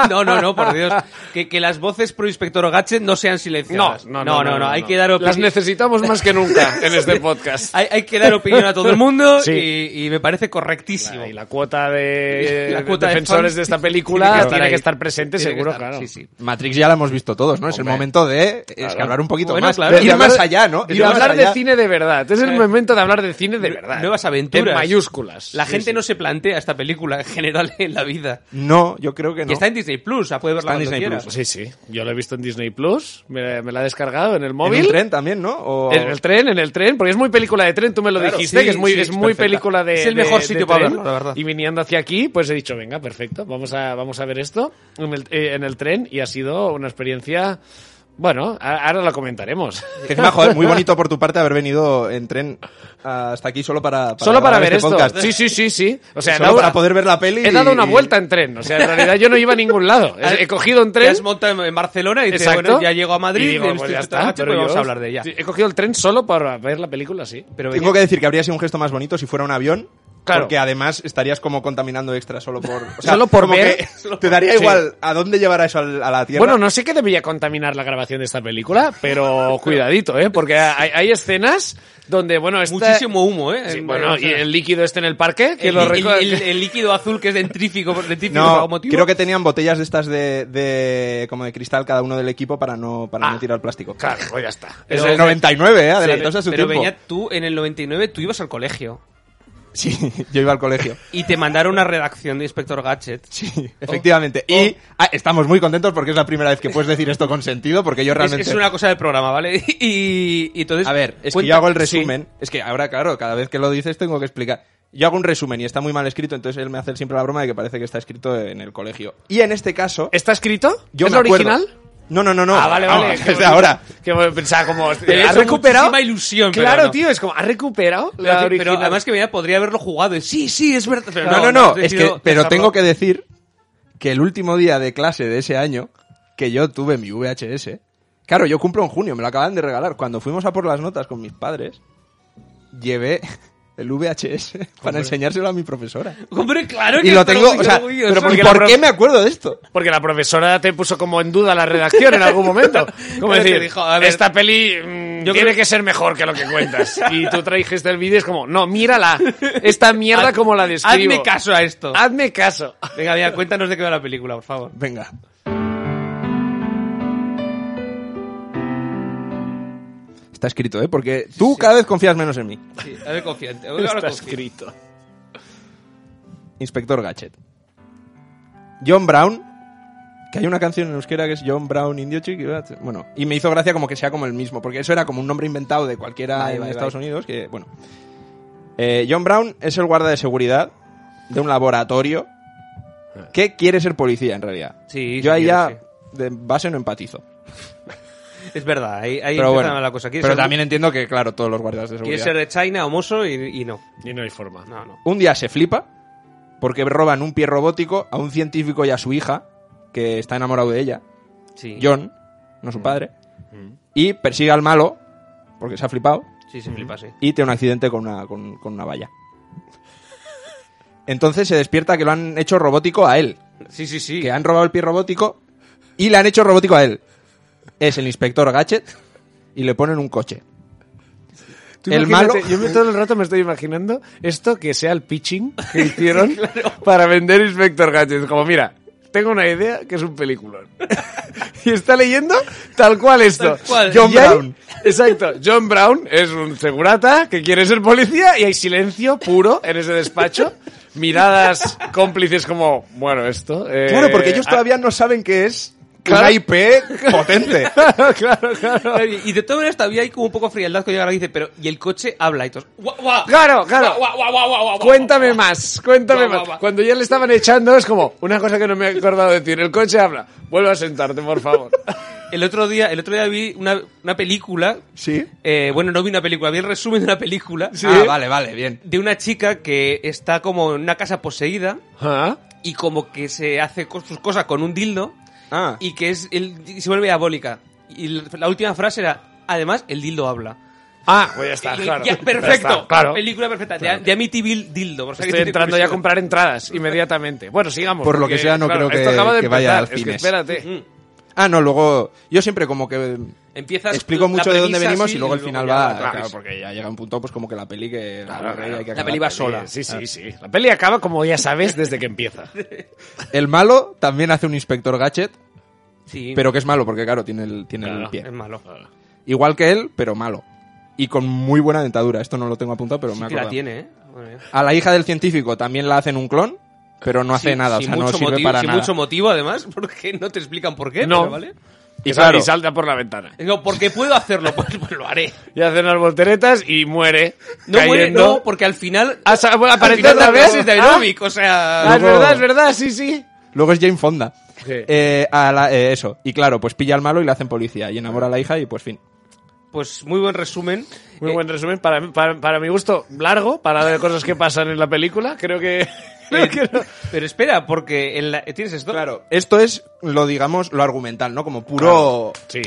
Speaker 3: No, no, no, por Dios. Que, que las voces pro Inspector Gadget no sean
Speaker 4: No,
Speaker 3: silenciadas.
Speaker 4: no, no, no, no,
Speaker 3: hay
Speaker 4: no.
Speaker 3: que dar
Speaker 4: Las
Speaker 3: opinión.
Speaker 4: necesitamos más que nunca en este podcast.
Speaker 3: Hay, hay que dar opinión a todo el mundo
Speaker 4: Sí.
Speaker 3: y, y me parece correctísimo.
Speaker 4: Y la cuota de
Speaker 3: La cuota de
Speaker 4: defensores
Speaker 3: fans
Speaker 4: de esta película
Speaker 3: tiene que
Speaker 4: tiene que,
Speaker 3: estar ahí.
Speaker 4: estar presente,
Speaker 3: Tiene que
Speaker 4: seguro,
Speaker 3: estar,
Speaker 4: claro.
Speaker 3: sí, sí.
Speaker 2: Matrix ya la hemos visto todos, ¿no? Es el
Speaker 4: Hombre.
Speaker 2: momento de escalar un poquito
Speaker 3: Bueno,
Speaker 2: más,
Speaker 3: claro.
Speaker 2: ir
Speaker 4: De
Speaker 2: más
Speaker 4: hablar-
Speaker 2: allá, ¿no?
Speaker 4: de
Speaker 2: Ir más
Speaker 4: hablar de
Speaker 2: allá.
Speaker 4: cine de verdad. Es el momento de hablar de cine de verdad.
Speaker 3: Nuevas aventuras.
Speaker 4: En mayúsculas.
Speaker 3: La
Speaker 4: Sí,
Speaker 3: gente
Speaker 4: sí.
Speaker 3: no se plantea esta película en general en la vida.
Speaker 2: No, yo creo que
Speaker 3: Y
Speaker 2: no.
Speaker 3: está en Disney Plus, la puede verla
Speaker 2: Está en
Speaker 3: cuando
Speaker 2: Disney
Speaker 3: quiera.
Speaker 2: Plus.
Speaker 4: Sí, sí. Yo lo he visto en Disney Plus. Me, me la he descargado en el
Speaker 2: En
Speaker 4: móvil.
Speaker 2: un tren también, ¿no? O-
Speaker 4: En el tren, en el tren, porque es muy película de tren, tú me lo
Speaker 2: Claro,
Speaker 4: dijiste,
Speaker 2: sí,
Speaker 4: que es muy,
Speaker 2: sí,
Speaker 4: es
Speaker 2: es
Speaker 4: muy
Speaker 2: perfecta.
Speaker 4: película de
Speaker 3: Es el mejor
Speaker 4: de-
Speaker 3: sitio
Speaker 4: de
Speaker 3: para
Speaker 4: tren.
Speaker 3: verlo, la verdad.
Speaker 4: Y viniendo hacia aquí, pues he dicho, venga, perfecto, vamos a, vamos a ver esto en el, eh, en el tren y ha sido una experiencia, bueno, a- ahora la comentaremos.
Speaker 2: Que encima, joder, muy bonito por tu parte haber venido en tren hasta aquí solo para,
Speaker 4: Solo para
Speaker 2: grabar
Speaker 4: ver
Speaker 2: este
Speaker 4: esto.
Speaker 2: podcast.
Speaker 4: Sí, sí, sí, sí. O sea, he
Speaker 2: Solo
Speaker 4: dado-
Speaker 2: para poder ver la peli
Speaker 4: He dado
Speaker 2: y-
Speaker 4: una vuelta en tren, o sea, en realidad yo no iba a ningún lado.
Speaker 3: Ah,
Speaker 4: He he cogido un
Speaker 3: Te
Speaker 4: tren
Speaker 3: has montado en Barcelona y dices,
Speaker 4: Exacto.
Speaker 3: bueno, ya llego a Madrid,
Speaker 4: Y digo,
Speaker 3: he
Speaker 4: pues
Speaker 3: visto
Speaker 4: ya
Speaker 3: esta
Speaker 4: está,
Speaker 3: noche,
Speaker 4: pero
Speaker 3: pues vamos
Speaker 4: yo-
Speaker 3: a hablar de ella.
Speaker 4: Sí, He cogido el tren solo para ver la película, sí.
Speaker 3: Pero
Speaker 2: Tengo que decir que habría sido un gesto más bonito si fuera un avión.
Speaker 4: Claro.
Speaker 2: Porque además estarías como contaminando extra solo por. o
Speaker 4: Solo por
Speaker 2: como
Speaker 4: ver.
Speaker 2: que Te daría
Speaker 4: Sí.
Speaker 2: igual a dónde llevará eso al- a la Tierra.
Speaker 4: Bueno, no sé qué debería contaminar la grabación de esta película, pero cuidadito, ¿eh? Porque hay, hay escenas donde, bueno, esta-
Speaker 3: Muchísimo humo, ¿eh?
Speaker 4: Sí,
Speaker 3: En-
Speaker 4: bueno,
Speaker 3: en-
Speaker 4: y el líquido este en el parque, que
Speaker 3: el,
Speaker 4: lo
Speaker 3: el-
Speaker 4: recuerda-
Speaker 3: el- el líquido azul que es dentrífico, dentrífico por
Speaker 2: No,
Speaker 3: algún motivo.
Speaker 2: creo que tenían botellas de estas de, de- como de cristal cada uno del equipo para no para
Speaker 4: Ah.
Speaker 2: no tirar plástico.
Speaker 4: Claro, pues ya está.
Speaker 2: Es
Speaker 3: Pero-
Speaker 2: el 99, ¿eh? adelantados a su
Speaker 3: Pero
Speaker 2: tiempo.
Speaker 3: Beñat, tú en el 99 tú ibas al colegio
Speaker 2: Sí, yo iba al colegio.
Speaker 3: y te mandaron una redacción de Inspector Gadget.
Speaker 2: Sí, efectivamente. Y ah, estamos muy contentos porque es la primera vez que puedes decir esto con sentido, porque yo
Speaker 3: Es,
Speaker 2: realmente.
Speaker 3: es una cosa del programa, ¿vale? Y, y entonces...
Speaker 2: A ver, es que
Speaker 3: cuenta-
Speaker 2: yo hago el
Speaker 3: Sí.
Speaker 2: resumen. Es que ahora, claro, cada vez que lo dices tengo que explicar. Yo hago un resumen y está muy mal escrito, entonces él me hace siempre la broma de que parece que está escrito en el colegio. Y en este caso,
Speaker 4: ¿Está escrito?
Speaker 2: yo
Speaker 4: ¿Es
Speaker 2: me acuerdo-
Speaker 4: original?
Speaker 2: No, no, no, no.
Speaker 4: Ah, vale, vale.
Speaker 2: Vamos,
Speaker 4: qué
Speaker 2: desde
Speaker 4: bonito.
Speaker 2: ahora.
Speaker 4: Que me pensaba como...
Speaker 3: Te
Speaker 4: ¿Ha
Speaker 3: hizo
Speaker 4: recuperado?
Speaker 3: muchísima ilusión, pero
Speaker 4: Claro,
Speaker 3: no.
Speaker 4: tío, es como... ¿Ha recuperado
Speaker 3: Pero,
Speaker 4: la
Speaker 3: que- pero
Speaker 4: original?
Speaker 3: además que Beñat podría haberlo jugado. y, Sí, sí, es verdad. Pero
Speaker 2: No, no, no.
Speaker 3: has
Speaker 2: Es que,
Speaker 3: decidido
Speaker 2: pero
Speaker 3: dejarlo.
Speaker 2: tengo que decir que el último día de clase de ese año, que yo tuve mi VHS, claro, yo cumplo en junio, me lo acaban de regalar. Cuando fuimos a por las notas con mis padres, llevé el VHS para enseñárselo a mi profesora.
Speaker 3: Hombre, claro que
Speaker 2: Y lo
Speaker 3: está
Speaker 2: tengo, o
Speaker 3: orgulloso,
Speaker 2: sea,
Speaker 3: orgulloso.
Speaker 2: pero
Speaker 4: porque
Speaker 2: ¿y
Speaker 4: la
Speaker 2: ¿por
Speaker 4: prof-
Speaker 2: qué me acuerdo de esto?
Speaker 4: Porque la profesora te puso como en duda la redacción en algún momento. Como
Speaker 3: Claro, te
Speaker 4: decir,
Speaker 3: dijo, a ver.
Speaker 4: esta peli mm,
Speaker 3: Yo
Speaker 4: tiene
Speaker 3: creo-
Speaker 4: que ser mejor que lo que cuentas. Y tú trajiste el vídeo y es como, no, mírala. Esta mierda
Speaker 3: Haz-
Speaker 4: como la describo.
Speaker 3: Hazme caso a esto.
Speaker 4: Hazme caso.
Speaker 3: Venga, venga, cuéntanos de qué va la película, por favor.
Speaker 2: Venga. Está escrito, ¿eh? Porque tú cada vez confías menos en mí.
Speaker 3: Sí, a ver, confiante. Ahora
Speaker 4: Está
Speaker 3: confío.
Speaker 4: escrito.
Speaker 2: Inspector Gadget. John Brown. Que hay una canción en euskera que es John Brown Indio Chick. Bueno, y me hizo gracia como que sea como el mismo, porque eso era como un nombre inventado de cualquiera
Speaker 3: Vale,
Speaker 2: en
Speaker 3: vale,
Speaker 2: Estados Unidos. Que, bueno. Eh, John Brown es el guarda de seguridad de un laboratorio
Speaker 3: Ah.
Speaker 2: que quiere ser policía en realidad.
Speaker 3: Sí,
Speaker 2: Yo ahí
Speaker 3: sí,
Speaker 2: ya
Speaker 3: sí.
Speaker 2: de base no empatizo.
Speaker 3: Es verdad, ahí, ahí
Speaker 2: Pero
Speaker 3: empieza
Speaker 2: bueno,
Speaker 3: la cosa. Quiere
Speaker 2: pero
Speaker 3: ser-
Speaker 2: también entiendo que, claro, todos los guardias de
Speaker 3: quiere
Speaker 2: seguridad.
Speaker 3: ser de China o Moso y, y no.
Speaker 4: Y no hay forma.
Speaker 3: No, no.
Speaker 2: Un día se flipa porque roban un pie robótico a un científico y a su hija que está enamorado de ella,
Speaker 3: Sí. Mm.
Speaker 2: John, no su padre, y persigue al malo, porque se ha flipado,
Speaker 3: Sí, se flipa, sí.
Speaker 2: y tiene un accidente con una, con, con una valla. Entonces se despierta que lo han hecho robótico a él,
Speaker 3: Sí, sí, sí.
Speaker 2: que han robado el pie robótico y le han hecho robótico a él. Es el inspector Gadget y le ponen un coche.
Speaker 4: Tú
Speaker 2: El
Speaker 4: imagínate,
Speaker 2: malo-
Speaker 4: Yo me- todo el rato me estoy imaginando esto que sea el pitching que hicieron para vender Inspector Gadget. Como, mira, tengo una idea que es un peliculón. y está leyendo tal cual esto.
Speaker 3: Tal cual.
Speaker 4: John
Speaker 2: Y hay-
Speaker 4: Brown. Exacto. John Brown es un segurata que quiere ser policía y hay silencio puro en ese despacho. Miradas cómplices como, bueno, esto... eh,
Speaker 2: Claro, porque ellos
Speaker 4: ah,
Speaker 2: todavía no saben que es
Speaker 4: Claro.
Speaker 2: una IP potente.
Speaker 4: claro, claro.
Speaker 3: Claro, Y y de todas maneras todavía hay como un poco frialdad que llega y dice, pero y el coche habla y todos. "Guau, guau".
Speaker 4: Claro, claro.
Speaker 3: Guau, guau, guau, guau, guau, guau,
Speaker 4: Cuéntame
Speaker 3: guau, guau.
Speaker 4: más, cuéntame
Speaker 3: Va, va,
Speaker 4: más.
Speaker 3: va.
Speaker 4: Cuando ya le estaban echando, es como, una cosa que no me he acordado de decir. El coche habla, vuelve a sentarte, por favor.
Speaker 3: El otro día, el otro día vi una, una película.
Speaker 2: Sí.
Speaker 3: eh, bueno, no vi una película, vi el resumen de una película.
Speaker 2: Ah, vale, vale, bien.
Speaker 3: De una chica que está como en una casa poseída
Speaker 4: ¿Ah?
Speaker 3: y como que se hace co- sus cosas con un dildo
Speaker 2: Ah.
Speaker 3: y que es el- y se vuelve diabólica. Y l- la última frase era, además, el dildo habla.
Speaker 4: Ah, pues ya está,
Speaker 3: Y-
Speaker 4: claro.
Speaker 3: ya, perfecto,
Speaker 4: Ya está, claro.
Speaker 3: película perfecta. De- De, Amityville dildo. por si
Speaker 4: Estoy
Speaker 3: alguien tiene
Speaker 4: entrando ya a
Speaker 3: curiosidad.
Speaker 4: comprar entradas inmediatamente. Bueno, sigamos.
Speaker 2: Por lo que sea, no creo que-
Speaker 4: esto acaba de
Speaker 2: que vaya
Speaker 4: empezar.
Speaker 2: al
Speaker 4: Es que
Speaker 2: cines.
Speaker 4: espérate.
Speaker 3: Mm.
Speaker 2: Ah, no, luego. Yo siempre como que.
Speaker 3: Empiezas
Speaker 2: explico
Speaker 3: la
Speaker 2: mucho de dónde
Speaker 3: premisa,
Speaker 2: venimos
Speaker 3: sí,
Speaker 2: y luego al
Speaker 3: y
Speaker 2: final
Speaker 3: luego ya
Speaker 2: va.
Speaker 3: la-
Speaker 2: Claro, porque ya llega un punto, pues como que la peli que. la, peli hay que
Speaker 3: La
Speaker 2: acabar. Ah.
Speaker 3: peli va sola.
Speaker 4: Sí, sí, sí. La peli acaba, como ya sabes, desde que empieza.
Speaker 2: El malo también hace un inspector Gadget,
Speaker 3: Sí,
Speaker 2: pero que es malo porque, claro, tiene el, tiene el
Speaker 4: Claro.
Speaker 2: pie.
Speaker 3: es malo.
Speaker 2: Igual que él, pero malo. Y con muy buena dentadura. Esto no lo tengo apuntado, pero me
Speaker 3: Sí que
Speaker 2: acuerdo.
Speaker 3: la tiene, ¿eh? Madre mía.
Speaker 2: A la hija del científico también la hacen un clon, pero no hace
Speaker 3: Sin-
Speaker 2: nada, o
Speaker 3: sin
Speaker 2: sea, no
Speaker 3: mucho
Speaker 2: sirve
Speaker 3: motivo,
Speaker 2: para
Speaker 3: sin
Speaker 2: nada.
Speaker 3: mucho motivo, además, porque no te explican por qué,
Speaker 4: No.
Speaker 3: pero ¿vale?
Speaker 4: Y,
Speaker 2: Y
Speaker 4: sal-
Speaker 2: claro.
Speaker 4: y salta por la ventana.
Speaker 3: No, porque puedo hacerlo, pues, pues lo haré.
Speaker 4: Y hace unas volteretas y muere.
Speaker 3: No muere,
Speaker 4: cayendo.
Speaker 3: no, porque al final...
Speaker 4: Ah, sa- bueno,
Speaker 3: al
Speaker 4: aparece
Speaker 3: final
Speaker 4: otra
Speaker 3: da
Speaker 4: vez.
Speaker 3: clases de
Speaker 4: Ah,
Speaker 3: aeróbic, o sea...
Speaker 4: Ah, es
Speaker 2: Luego-
Speaker 4: verdad, es verdad, sí, sí.
Speaker 2: Luego es Jane Fonda.
Speaker 4: Sí.
Speaker 2: Eh, a la- eh, eso. Y claro, pues pilla al malo y le hacen policía. Y enamora a la hija y pues fin.
Speaker 3: Pues muy buen resumen.
Speaker 4: Muy
Speaker 3: Eh,
Speaker 4: buen resumen. Para, mí- para, para mi gusto, largo, para de cosas que pasan en la película. Creo que. creo
Speaker 3: eh,
Speaker 4: que no.
Speaker 3: Pero espera, porque en la- ¿tienes esto?
Speaker 2: Claro, esto es lo digamos, lo argumental, ¿no? Como puro,
Speaker 4: Sí.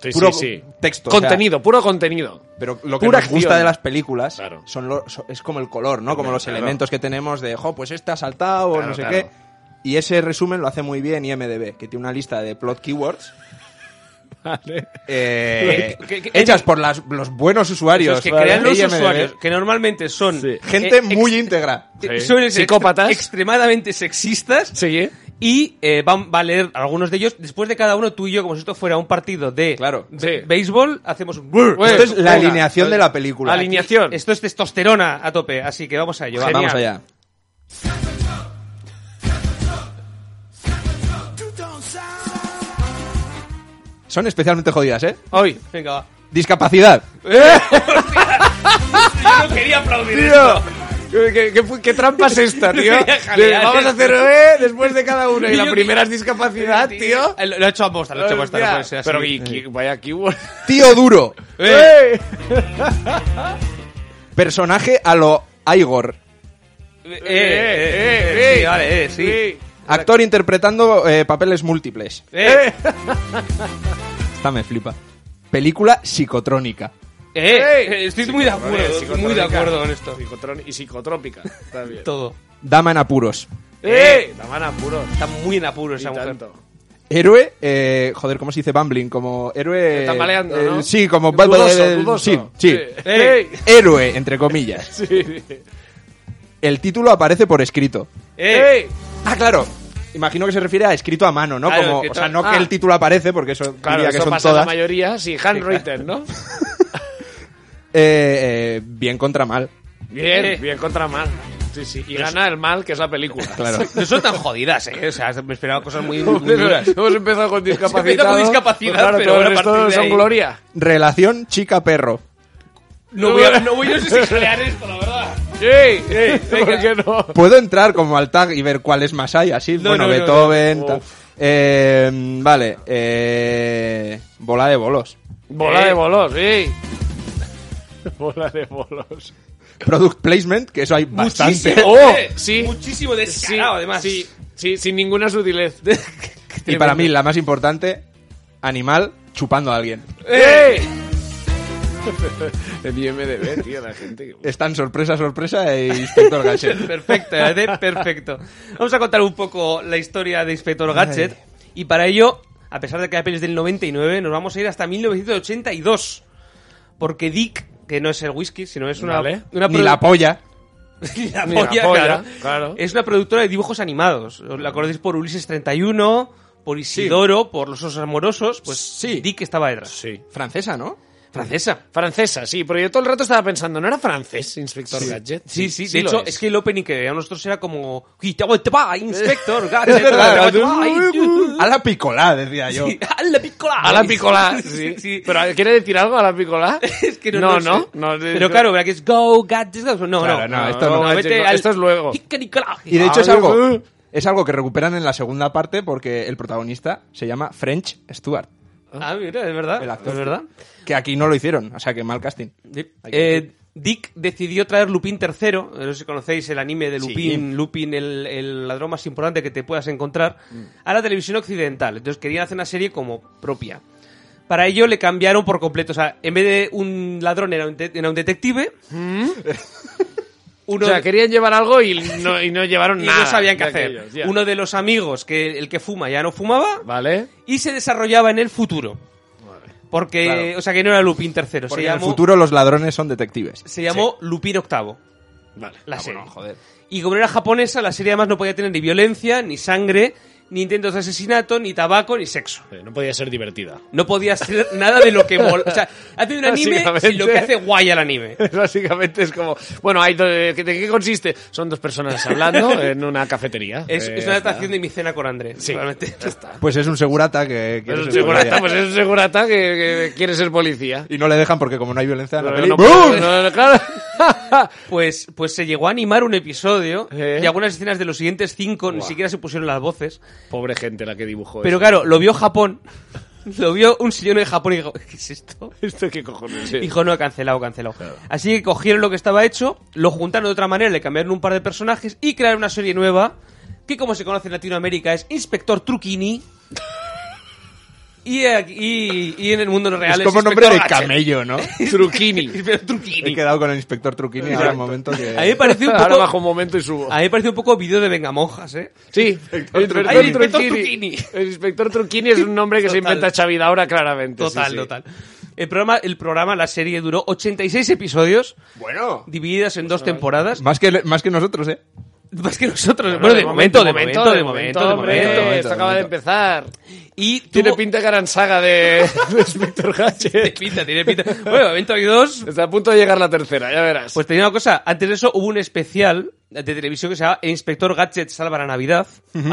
Speaker 4: Sí,
Speaker 2: puro
Speaker 4: sí, sí.
Speaker 2: texto. o sea,
Speaker 4: Contenido, puro contenido.
Speaker 2: pero lo que
Speaker 4: Pura
Speaker 2: nos
Speaker 4: acción.
Speaker 2: gusta de las películas
Speaker 4: Claro.
Speaker 2: son lo- so- es como el color, ¿no? Como los
Speaker 4: Claro.
Speaker 2: elementos que tenemos de, jo, pues este ha saltado o
Speaker 4: Claro,
Speaker 2: no sé
Speaker 4: claro.
Speaker 2: qué. Y ese resumen lo hace muy bien IMDB, que tiene una lista de plot keywords
Speaker 4: Vale.
Speaker 2: eh,
Speaker 3: ¿Qué- qué-
Speaker 2: hechas por las- los buenos usuarios.
Speaker 3: Los que
Speaker 2: ¿vale?
Speaker 3: crean los
Speaker 2: IMDb.
Speaker 3: usuarios, que normalmente son...
Speaker 4: Sí.
Speaker 2: Gente
Speaker 3: eh, ex-
Speaker 2: muy íntegra.
Speaker 3: eh,
Speaker 4: Sí.
Speaker 3: suelen ser
Speaker 4: Psicópatas.
Speaker 3: Extremadamente sexistas.
Speaker 4: Sí, ¿eh?
Speaker 3: Y eh, van, va a leer algunos de ellos. Después de cada uno, tú y yo, como si esto fuera un partido de
Speaker 2: Claro,
Speaker 3: be-
Speaker 4: sí.
Speaker 3: béisbol, hacemos un...
Speaker 4: Bueno,
Speaker 2: Esto es la
Speaker 4: Pues, venga.
Speaker 2: alineación de la película.
Speaker 4: Alineación.
Speaker 3: Esto es testosterona a tope, así que vamos a ello. va.
Speaker 4: Genial.
Speaker 2: Vamos allá. Son especialmente jodidas, ¿eh?
Speaker 4: Hoy.
Speaker 3: Venga, va.
Speaker 2: Discapacidad.
Speaker 3: Ah, Yo no quería aplaudir.
Speaker 4: Tío. ¿Qué, qué- qué fu- qué trampa es esta, tío?
Speaker 3: Quería jalear.
Speaker 4: De- Vamos a hacer eh, después de cada uno. Y
Speaker 3: Y
Speaker 4: la
Speaker 3: yo
Speaker 4: primera
Speaker 3: que-
Speaker 4: es discapacidad, tío.
Speaker 3: Eh, Lo, lo he hecho a posta, lo he hecho a posta, no
Speaker 4: Hostia.
Speaker 3: puede ser así.
Speaker 4: Pero y, qui- vaya keyword.
Speaker 2: Tío duro.
Speaker 3: Eh,
Speaker 4: ¡Eh!
Speaker 2: Personaje a lo Igor.
Speaker 3: eh, eh, eh, sí, vale, eh, sí.
Speaker 4: Sí.
Speaker 2: Actor interpretando eh, papeles múltiples.
Speaker 3: Eh,
Speaker 2: Esta me flipa. Película psicotrónica.
Speaker 3: eh,
Speaker 4: Eh.
Speaker 3: eh, estoy muy de acuerdo,
Speaker 4: Psicotrónica,
Speaker 3: estoy muy de acuerdo con esto.
Speaker 4: Psicotron- Y psicotrópica. Está bien.
Speaker 3: Todo.
Speaker 2: Dama en apuros.
Speaker 4: ¡Eh! La mano puro.
Speaker 3: Está muy en apuro esa
Speaker 4: Y
Speaker 3: mujer.
Speaker 4: tanto.
Speaker 2: Héroe, eh, joder, ¿cómo se dice bumbling? Como héroe.
Speaker 4: Tambaleando,
Speaker 2: eh,
Speaker 4: ¿no?
Speaker 2: Sí, como.
Speaker 4: Dudoso, dudoso.
Speaker 2: Sí, sí.
Speaker 4: ¡Eh!
Speaker 2: Héroe, entre comillas.
Speaker 4: Sí.
Speaker 2: El título aparece por escrito.
Speaker 3: Eh,
Speaker 4: ¡Eh!
Speaker 2: Ah, claro. Imagino que se refiere a escrito a mano, ¿no?
Speaker 3: Claro,
Speaker 2: Como,
Speaker 3: escrito
Speaker 2: o sea,
Speaker 3: a-
Speaker 2: no
Speaker 4: ah.
Speaker 2: que el título aparece, porque eso
Speaker 4: Claro,
Speaker 2: diría
Speaker 4: eso
Speaker 2: que son
Speaker 4: pasa en la
Speaker 2: todas.
Speaker 4: mayoría, sí, handwritten, ¿no?
Speaker 2: Eh, eh, bien contra mal.
Speaker 4: Bien,
Speaker 3: Eh.
Speaker 4: bien contra mal. Sí, sí. Y gana el mal, que es la película.
Speaker 2: Claro.
Speaker 3: No son tan jodidas, eh. O sea, me esperaba cosas muy, muy duras.
Speaker 4: Hemos empezado con discapacidad.
Speaker 3: con discapacidad, Pues pero
Speaker 4: todo
Speaker 3: ahora
Speaker 4: el
Speaker 3: a
Speaker 4: resto
Speaker 3: partir de
Speaker 4: son
Speaker 3: ahí-
Speaker 4: gloria.
Speaker 2: Relación chica-perro.
Speaker 3: No voy a, no voy a jalear esto, la verdad.
Speaker 4: ¡Ey! ey,
Speaker 3: Venga.
Speaker 4: ¿Por qué no?
Speaker 2: Puedo entrar como al tag y ver cuáles más hay, así.
Speaker 3: No,
Speaker 2: bueno,
Speaker 3: no, no,
Speaker 2: Beethoven.
Speaker 4: no.
Speaker 2: tal.
Speaker 4: Uf.
Speaker 2: Eh, vale. Eh, bola de bolos.
Speaker 4: Bola de
Speaker 3: Eh.
Speaker 4: bolos, sí. Bola de bolos.
Speaker 2: Product placement, que eso hay bastante.
Speaker 3: Muchísimo,
Speaker 4: Oh,
Speaker 3: eh,
Speaker 4: sí.
Speaker 3: Muchísimo descarado, además.
Speaker 4: Sí, sí, sin ninguna sutileza.
Speaker 2: Y para mí, la más importante, animal chupando a alguien.
Speaker 4: ¡Eh! El IMDB, tío, la gente.
Speaker 2: Están sorpresa, sorpresa e inspector Gadget.
Speaker 3: Perfecto, Ede, perfecto. Vamos a contar un poco la historia de Inspector Gadget. Y para ello, a pesar de que la peli es del 99, nos vamos a ir hasta 1982. Porque Dick, que no es el whisky, sino es una...
Speaker 4: Vale.
Speaker 3: una
Speaker 2: Ni la polla.
Speaker 3: Ni la
Speaker 4: Ni la
Speaker 3: polla,
Speaker 4: polla,
Speaker 3: claro.
Speaker 4: claro.
Speaker 3: Es una productora de dibujos animados. Os la acordáis por Ulises 31, por Isidoro, por Los Osos Amorosos. Pues
Speaker 2: Sí.
Speaker 3: Dick estaba detrás.
Speaker 4: Sí.
Speaker 2: Francesa, ¿no?
Speaker 3: Francesa.
Speaker 4: Francesa, sí, pero yo todo el rato estaba pensando, ¿no era francés, Inspector Gadget?
Speaker 3: Sí, sí, de
Speaker 4: lo
Speaker 3: hecho, es. que el opening que veíamos nosotros era como... "Y te voy, te va, Inspector Gadget,
Speaker 2: Es verdad.
Speaker 3: te va, te va".
Speaker 2: A la picolá, decía yo.
Speaker 3: Sí, a la picola.
Speaker 4: A la picolá,
Speaker 3: Sí,
Speaker 4: sí.
Speaker 3: sí.
Speaker 4: ¿Pero quiere decir algo a la picolá?
Speaker 3: es que no, lo
Speaker 4: no, no,
Speaker 3: sé.
Speaker 4: no,
Speaker 3: Pero claro, ¿verdad que es go, gadgets, no, no,
Speaker 2: Claro,
Speaker 3: no,
Speaker 2: no, esto no.
Speaker 3: vete
Speaker 4: No,
Speaker 3: al-
Speaker 4: esto es luego.
Speaker 3: Icaricola.
Speaker 2: Y de hecho es
Speaker 4: Ay,
Speaker 2: algo,
Speaker 4: eh.
Speaker 2: es algo que recuperan en la segunda parte porque el protagonista se llama French Stewart.
Speaker 3: Ah, mira, es verdad,
Speaker 2: El actor.
Speaker 3: es verdad.
Speaker 2: Que aquí no lo hicieron, o sea que mal casting.
Speaker 3: Eh, Dick decidió traer Lupin III, no sé si conocéis el anime de Lupin, Lupin el, el ladrón más importante que te puedas encontrar, a la televisión occidental. Entonces querían hacer una serie como propia. Para ello le cambiaron por completo. O sea, en vez de un ladrón era un, de- era un detective.
Speaker 4: O
Speaker 3: Uno
Speaker 4: sea, querían llevar algo y no, y no llevaron
Speaker 3: y
Speaker 4: nada.
Speaker 3: no sabían qué
Speaker 4: de
Speaker 3: hacer.
Speaker 4: aquellos, ya.
Speaker 3: Uno de los amigos, que el que fuma ya no fumaba,
Speaker 4: ¿Vale?
Speaker 3: y se desarrollaba en el futuro. Porque, o sea, que no era Lupin III, se
Speaker 2: Porque en el
Speaker 3: llamó,
Speaker 2: futuro los ladrones son detectives.
Speaker 3: se llamó Lupin VIII,
Speaker 4: Vale.
Speaker 3: la
Speaker 2: Ah,
Speaker 3: serie.
Speaker 2: bueno, joder.
Speaker 3: y como no era japonesa, la serie además no podía tener ni violencia, ni sangre, ni intentos de asesinato, ni tabaco, ni sexo.
Speaker 4: Eh, No podía ser divertida.
Speaker 3: No podía ser nada de lo que mola. O sea, hace un anime
Speaker 4: Básicamente.
Speaker 3: sin lo que hace guay al anime.
Speaker 4: Básicamente es como, bueno, hay do- eh, ¿de qué consiste? Son dos personas hablando en una cafetería. Eh,
Speaker 3: Es, es una adaptación de mi cena con André.
Speaker 4: Sí.
Speaker 3: realmente.
Speaker 2: Pues es un segurata que quiere
Speaker 4: Es un
Speaker 2: ser
Speaker 4: segurata,
Speaker 2: policía.
Speaker 4: pues es un segurata que, que quiere ser policía.
Speaker 2: Y no le dejan porque como no hay violencia en la
Speaker 4: Pero
Speaker 2: peli,
Speaker 4: no
Speaker 2: ¡boom!
Speaker 4: puede, no, no, claro.
Speaker 3: Pues, pues se llegó a animar un episodio
Speaker 4: ¿Eh?
Speaker 3: y algunas escenas de los siguientes cinco ni siquiera se pusieron las voces.
Speaker 4: Pobre gente la que dibujó
Speaker 3: Pero
Speaker 4: eso.
Speaker 3: claro, lo vio Japón. Lo vio un señor de Japón y dijo, ¿qué es esto?
Speaker 4: ¿Esto qué cojones es?
Speaker 3: Dijo, no, cancelado, cancelado. Así que cogieron lo que estaba hecho, lo juntaron de otra manera, le cambiaron un par de personajes y crearon una serie nueva que, como se conoce en Latinoamérica, es Inspector Truquini. Y, aquí- y, y en el mundo real
Speaker 2: es como nombre de
Speaker 3: Inspector Gadget.
Speaker 2: camello, ¿no?
Speaker 4: Truquini.
Speaker 3: Inspector
Speaker 2: He
Speaker 3: Truquini.
Speaker 2: quedado con el inspector Truquini ahora un momento
Speaker 3: A mí me
Speaker 2: que...
Speaker 3: parece un
Speaker 4: Ahora
Speaker 3: poco...
Speaker 4: bajo un momento y subo.
Speaker 3: A mí me parece un poco vídeo de Vengamonjas, ¿eh?
Speaker 4: Sí, el
Speaker 2: Truquini.
Speaker 3: Ay, el inspector
Speaker 4: Truquini.
Speaker 3: Truquini.
Speaker 4: El inspector Truquini es un nombre que se
Speaker 3: Total.
Speaker 4: inventa Xavi ahora claramente. sí,
Speaker 3: Total,
Speaker 4: sí.
Speaker 3: total. El programa, el programa, la serie duró 86 episodios,
Speaker 2: Bueno...
Speaker 3: divididas en dos temporadas.
Speaker 2: Más que, más que nosotros, ¿eh?
Speaker 3: Más que nosotros. Bueno, de momento, de momento, de momento, de
Speaker 4: hombre,
Speaker 3: momento.
Speaker 2: de
Speaker 4: Esto
Speaker 2: momento.
Speaker 4: acaba de empezar.
Speaker 3: Y
Speaker 4: Tiene
Speaker 3: tuvo-
Speaker 4: pinta que harán saga de, de Inspector
Speaker 3: Tiene
Speaker 4: Gadget.
Speaker 3: pinta, tiene pinta. Bueno, de momento hay dos.
Speaker 4: Está a punto de llegar la tercera, ya verás.
Speaker 3: Pues tenía una cosa. Antes de eso hubo un especial de televisión que se llama El Inspector Gadget salva la Navidad.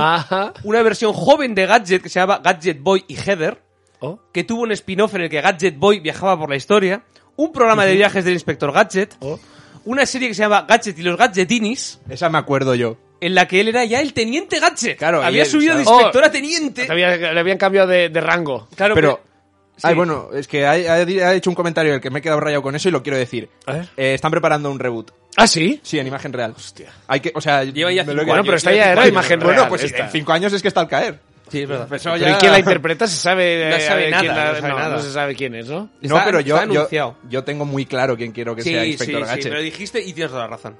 Speaker 4: Ajá.
Speaker 3: Una versión joven de Gadget que se llamaba Gadget Boy y Heather.
Speaker 4: Oh.
Speaker 3: que tuvo un spin-off en el que Gadget Boy viajaba por la historia, un programa de viajes del Inspector Gadget,
Speaker 4: Oh.
Speaker 3: una serie que se llama Gadget y los Gadgetinis,
Speaker 2: Esa me acuerdo yo.
Speaker 3: en la que él era ya el teniente Gadget.
Speaker 2: Claro,
Speaker 3: había
Speaker 2: ahí,
Speaker 3: subido de
Speaker 4: ¿sabes?
Speaker 3: inspector
Speaker 4: Oh.
Speaker 3: a teniente.
Speaker 4: Le habían, le habían cambiado de, de rango.
Speaker 3: Claro,
Speaker 2: pero...
Speaker 3: pues, sí.
Speaker 2: Ay, bueno, es que ha, ha- ha hecho un comentario el que me he quedado rayado con eso y lo quiero decir.
Speaker 4: A ver.
Speaker 2: Eh, están preparando un reboot.
Speaker 4: ¿Ah, sí?
Speaker 2: Sí, en imagen real. Hostia. Hay que, o sea,
Speaker 3: Lleva ya
Speaker 2: me lo he
Speaker 3: cinco
Speaker 2: quedado-
Speaker 3: años,
Speaker 4: pero esta
Speaker 3: lleva
Speaker 4: ya
Speaker 3: cinco
Speaker 4: era
Speaker 3: años.
Speaker 4: imagen
Speaker 2: Bueno,
Speaker 4: real,
Speaker 2: pues
Speaker 4: esta.
Speaker 2: en cinco años es que está al caer.
Speaker 3: Sí, es verdad.
Speaker 2: Eso
Speaker 4: Pero ¿y
Speaker 2: ya-
Speaker 4: quién la interpreta? Se sabe...
Speaker 3: No
Speaker 4: eh,
Speaker 3: sabe
Speaker 4: quién
Speaker 3: nada,
Speaker 4: la-
Speaker 3: no sabe
Speaker 4: no,
Speaker 3: nada.
Speaker 4: no se sabe quién es, ¿no?
Speaker 2: No,
Speaker 3: Está-
Speaker 2: pero yo,
Speaker 3: está
Speaker 2: yo,
Speaker 3: anunciado.
Speaker 2: yo tengo muy claro quién quiero que
Speaker 3: Sí,
Speaker 2: sea
Speaker 3: sí,
Speaker 2: Inspector
Speaker 3: sí,
Speaker 2: Gadget.
Speaker 3: me lo dijiste y tienes toda la razón.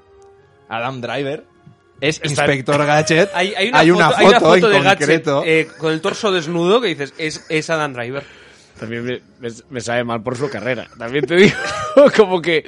Speaker 2: Adam Driver es
Speaker 4: Está-
Speaker 2: Inspector Gadget.
Speaker 3: Hay, hay una,
Speaker 2: foto,
Speaker 3: foto, hay una foto
Speaker 2: en
Speaker 3: de
Speaker 2: concreto.
Speaker 3: Gadget eh, con el torso desnudo que dices, es, es Adam Driver.
Speaker 4: También me, me- me sabe mal por su carrera. También te digo, como que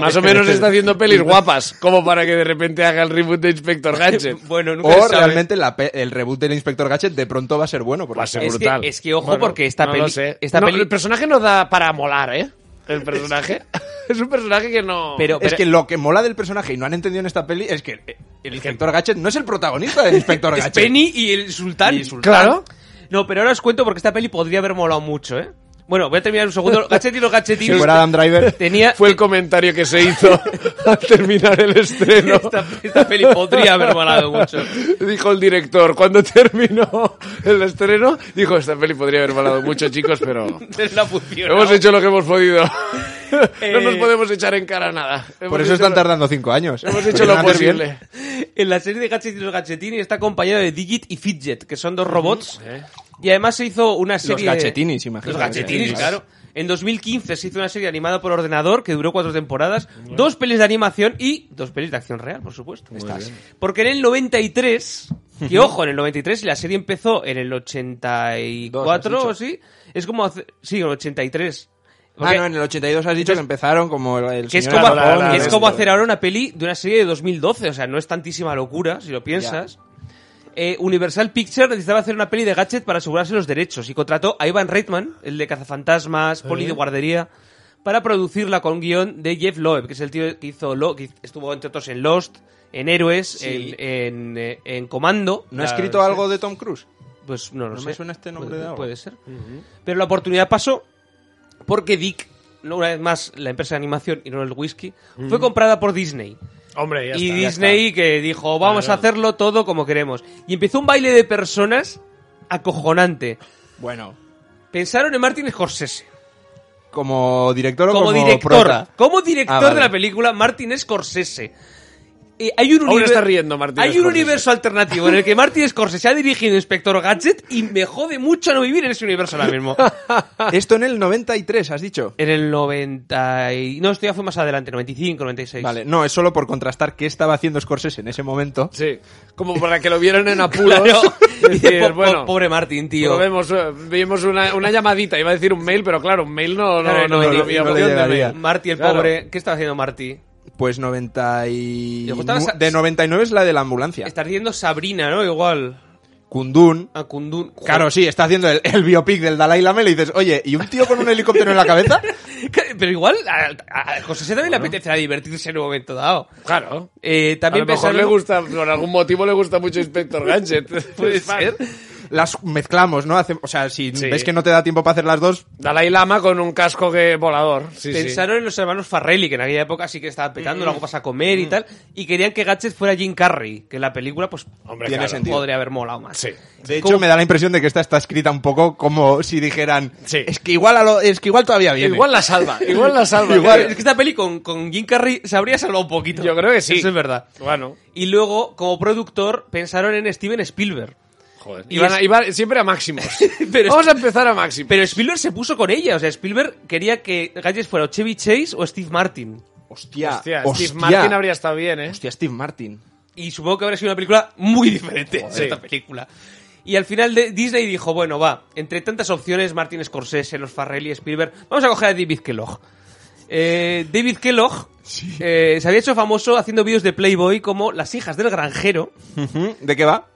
Speaker 4: más o menos está haciendo pelis guapas, como para que de repente haga el reboot de Inspector Gadget.
Speaker 3: Bueno, nunca se
Speaker 2: o
Speaker 3: sabe.
Speaker 2: realmente la pe- el reboot del Inspector Gadget de pronto va a ser bueno. Porque
Speaker 4: Va a ser
Speaker 3: Es que-
Speaker 4: brutal.
Speaker 3: es que ojo, porque esta
Speaker 4: no
Speaker 3: peli-
Speaker 4: lo sé.
Speaker 3: esta
Speaker 4: No,
Speaker 3: peli-
Speaker 4: El personaje no da para molar, ¿eh? El personaje. es un personaje que no.
Speaker 3: Pero-
Speaker 2: es que lo que mola del personaje y no han entendido en esta peli es que eh, el Inspector Gadget no es el protagonista del Inspector
Speaker 3: Es
Speaker 2: Gadget.
Speaker 3: Penny y el sultán.
Speaker 2: Y el sultán.
Speaker 4: Claro.
Speaker 3: No, pero ahora os cuento porque esta peli podría haber molado mucho, ¿eh? Bueno, voy a terminar un segundo. Gadget y los
Speaker 2: Si
Speaker 3: Gadgetinis
Speaker 2: fuera Adam Driver,
Speaker 3: tenía...
Speaker 4: Fue el comentario que se hizo al terminar el estreno.
Speaker 3: Esta, esta peli podría haber molado mucho.
Speaker 4: Dijo el director cuando terminó el estreno. Dijo, esta peli podría haber molado mucho, chicos, pero...
Speaker 3: Es la función.
Speaker 4: Hemos hecho lo que hemos podido. no
Speaker 3: Eh,
Speaker 4: Eh, nos podemos echar en cara nada. Hemos
Speaker 2: por eso
Speaker 4: hecho
Speaker 2: están
Speaker 4: lo-
Speaker 2: tardando cinco años.
Speaker 4: Hemos
Speaker 2: Porque
Speaker 4: hecho
Speaker 2: no
Speaker 4: lo
Speaker 2: haces bien.
Speaker 4: posible.
Speaker 3: en la serie de Gadget y los Gachetini está acompañado de Digit y Fidget, que son dos robots.
Speaker 2: eh.
Speaker 3: Y además se hizo una serie...
Speaker 2: Gachetinis, imagino.
Speaker 3: Los Gachetinis,
Speaker 2: Sí.
Speaker 3: claro. En 2015 se hizo una serie animada por ordenador que duró cuatro temporadas, dos pelis de animación y dos pelis de acción real, por supuesto. Estás. Porque en el 93, que ojo, en el 93 la serie empezó en el 84
Speaker 2: Dos,
Speaker 3: o
Speaker 2: has
Speaker 3: sí, es como hace- sí, en el
Speaker 2: Ah,
Speaker 3: 83. Porque-
Speaker 2: no, en el 82 has dicho que empezaron como el, el
Speaker 3: que es
Speaker 2: señor
Speaker 3: como,
Speaker 2: Aragón,
Speaker 4: la- la-
Speaker 3: que
Speaker 2: el
Speaker 3: es
Speaker 4: la-
Speaker 3: como
Speaker 2: resto.
Speaker 3: hacer ahora una peli de una serie de 2012, o sea, no es tantísima locura si lo piensas. Eh, Universal Pictures necesitaba hacer una peli de Gadget para asegurarse los derechos y contrató a Ivan Reitman, el de Cazafantasmas, Poli de Guardería, para producirla con guión de Jeff Loeb, que es el tío que hizo Lo que estuvo entre otros en Lost, en Héroes,
Speaker 2: Sí.
Speaker 3: en, en, eh, en Comando.
Speaker 2: ¿No ha
Speaker 3: La-
Speaker 2: escrito algo de Tom Cruise?
Speaker 3: Pues no lo
Speaker 2: No
Speaker 3: sé.
Speaker 2: me suena este nombre
Speaker 3: puede,
Speaker 2: de algo.
Speaker 3: Puede ser. Pero la oportunidad pasó porque Dick, no, una vez más, la empresa de animación y no el whisky, fue comprada por Disney.
Speaker 4: Hombre, ya
Speaker 3: y
Speaker 4: está.
Speaker 3: Disney que dijo, vamos
Speaker 4: Claro.
Speaker 3: a hacerlo todo como queremos. Y empezó un baile de personas acojonante.
Speaker 2: Bueno,
Speaker 3: Pensaron en Martin Scorsese.
Speaker 2: como director o
Speaker 3: Como,
Speaker 2: como,
Speaker 3: director.
Speaker 2: prota?
Speaker 3: Como director
Speaker 2: Ah, vale.
Speaker 3: de la película, Martin Scorsese. Eh, hay un
Speaker 4: Aún
Speaker 3: univer-
Speaker 4: está riendo Martin
Speaker 3: Hay un
Speaker 4: Scorsese.
Speaker 3: universo alternativo en el que Martin Scorsese ha dirigido Inspector Gadget y me jode mucho no vivir en ese universo ahora mismo. Ah.
Speaker 2: Esto en el 93, has dicho.
Speaker 3: En el 90. y- No, esto ya fue más adelante, 95, 96.
Speaker 2: Vale, no, es solo por contrastar qué estaba haciendo Scorsese en ese momento.
Speaker 4: Sí, como para que lo vieron en apuros.
Speaker 3: Claro. Dice,
Speaker 4: Decir,
Speaker 3: "Po- po-
Speaker 4: bueno,
Speaker 3: pobre Martín, tío.
Speaker 4: lo vemos, eh, vimos una, una llamadita, iba a decir un mail, pero claro, un mail no, no,
Speaker 3: Claro, no,
Speaker 4: no, no
Speaker 3: no,
Speaker 4: había
Speaker 2: no le
Speaker 4: opción de
Speaker 2: llegaría.
Speaker 4: mail.
Speaker 3: Martí, el
Speaker 4: Claro.
Speaker 3: pobre. ¿Qué estaba haciendo Martí?
Speaker 2: Pues 90 y...
Speaker 3: Le gustaba esa-
Speaker 2: De 99 es la de la ambulancia.
Speaker 3: Está haciendo Sabrina, ¿no? Igual.
Speaker 2: Kundun.
Speaker 4: Ah,
Speaker 3: A Kundun. Joder.
Speaker 2: Claro, sí, está haciendo el, el biopic del Dalai Lama y le dices, oye, ¿y un tío con un helicóptero en la cabeza?
Speaker 3: Pero igual a, a José también le apetecerá divertirse en un momento dado.
Speaker 4: Claro.
Speaker 3: Eh,
Speaker 4: A
Speaker 3: también
Speaker 4: lo mejor
Speaker 3: pensaron-
Speaker 4: le gusta, por algún motivo le gusta mucho Inspector Gadget. Pues
Speaker 3: Puede
Speaker 4: Es fan.
Speaker 3: ser.
Speaker 2: Las mezclamos, ¿no? Hace- o sea, si
Speaker 4: Sí.
Speaker 2: ves que no te da tiempo para hacer las dos,
Speaker 4: Dalai Lama con un casco que volador. Sí, sí.
Speaker 3: Pensaron en los hermanos Farrelly, que en aquella época sí que estaban petando, luego vas a comer y tal. Y querían que Gadget fuera Jim Carrey, que en la película, pues,
Speaker 4: Hombre,
Speaker 2: tiene
Speaker 4: claro.
Speaker 2: sentido.
Speaker 3: podría haber molado más.
Speaker 4: Sí.
Speaker 2: De hecho, me da la impresión de que esta está escrita un poco como si dijeran,
Speaker 4: Sí.
Speaker 2: es que igual, a lo- es que igual todavía viene.
Speaker 4: Igual la salva, igual la salva. eh.
Speaker 2: Igual.
Speaker 3: Es que esta peli con, con Jim Carrey se habría salvado un poquito.
Speaker 4: Yo creo que sí.
Speaker 3: Eso es verdad.
Speaker 4: Bueno,
Speaker 3: Y luego, como productor, pensaron en Steven Spielberg.
Speaker 4: joder.
Speaker 3: Y
Speaker 4: Iban a-
Speaker 3: es-
Speaker 4: iban- siempre a máximos.
Speaker 3: Pero-
Speaker 4: Vamos a empezar a máximos.
Speaker 3: Pero Spielberg se puso con ella. O sea, Spielberg quería que Gadget fuera o Chevy Chase o Steve Martin.
Speaker 2: Hostia,
Speaker 4: Hostia,
Speaker 2: hostia.
Speaker 4: Steve Martin habría estado bien, ¿eh?
Speaker 2: Hostia, Steve Martin.
Speaker 3: Y supongo que habría sido una película muy diferente
Speaker 4: Joder.
Speaker 3: esta película. Y al final de Disney dijo, bueno, va, entre tantas opciones, Martin Scorsese, los Farrelly, Spielberg, vamos a coger a David Kellogg. Eh, David Kellogg eh, se había hecho famoso haciendo vídeos de Playboy como Las hijas del granjero.
Speaker 2: Ujú, ¿De qué va?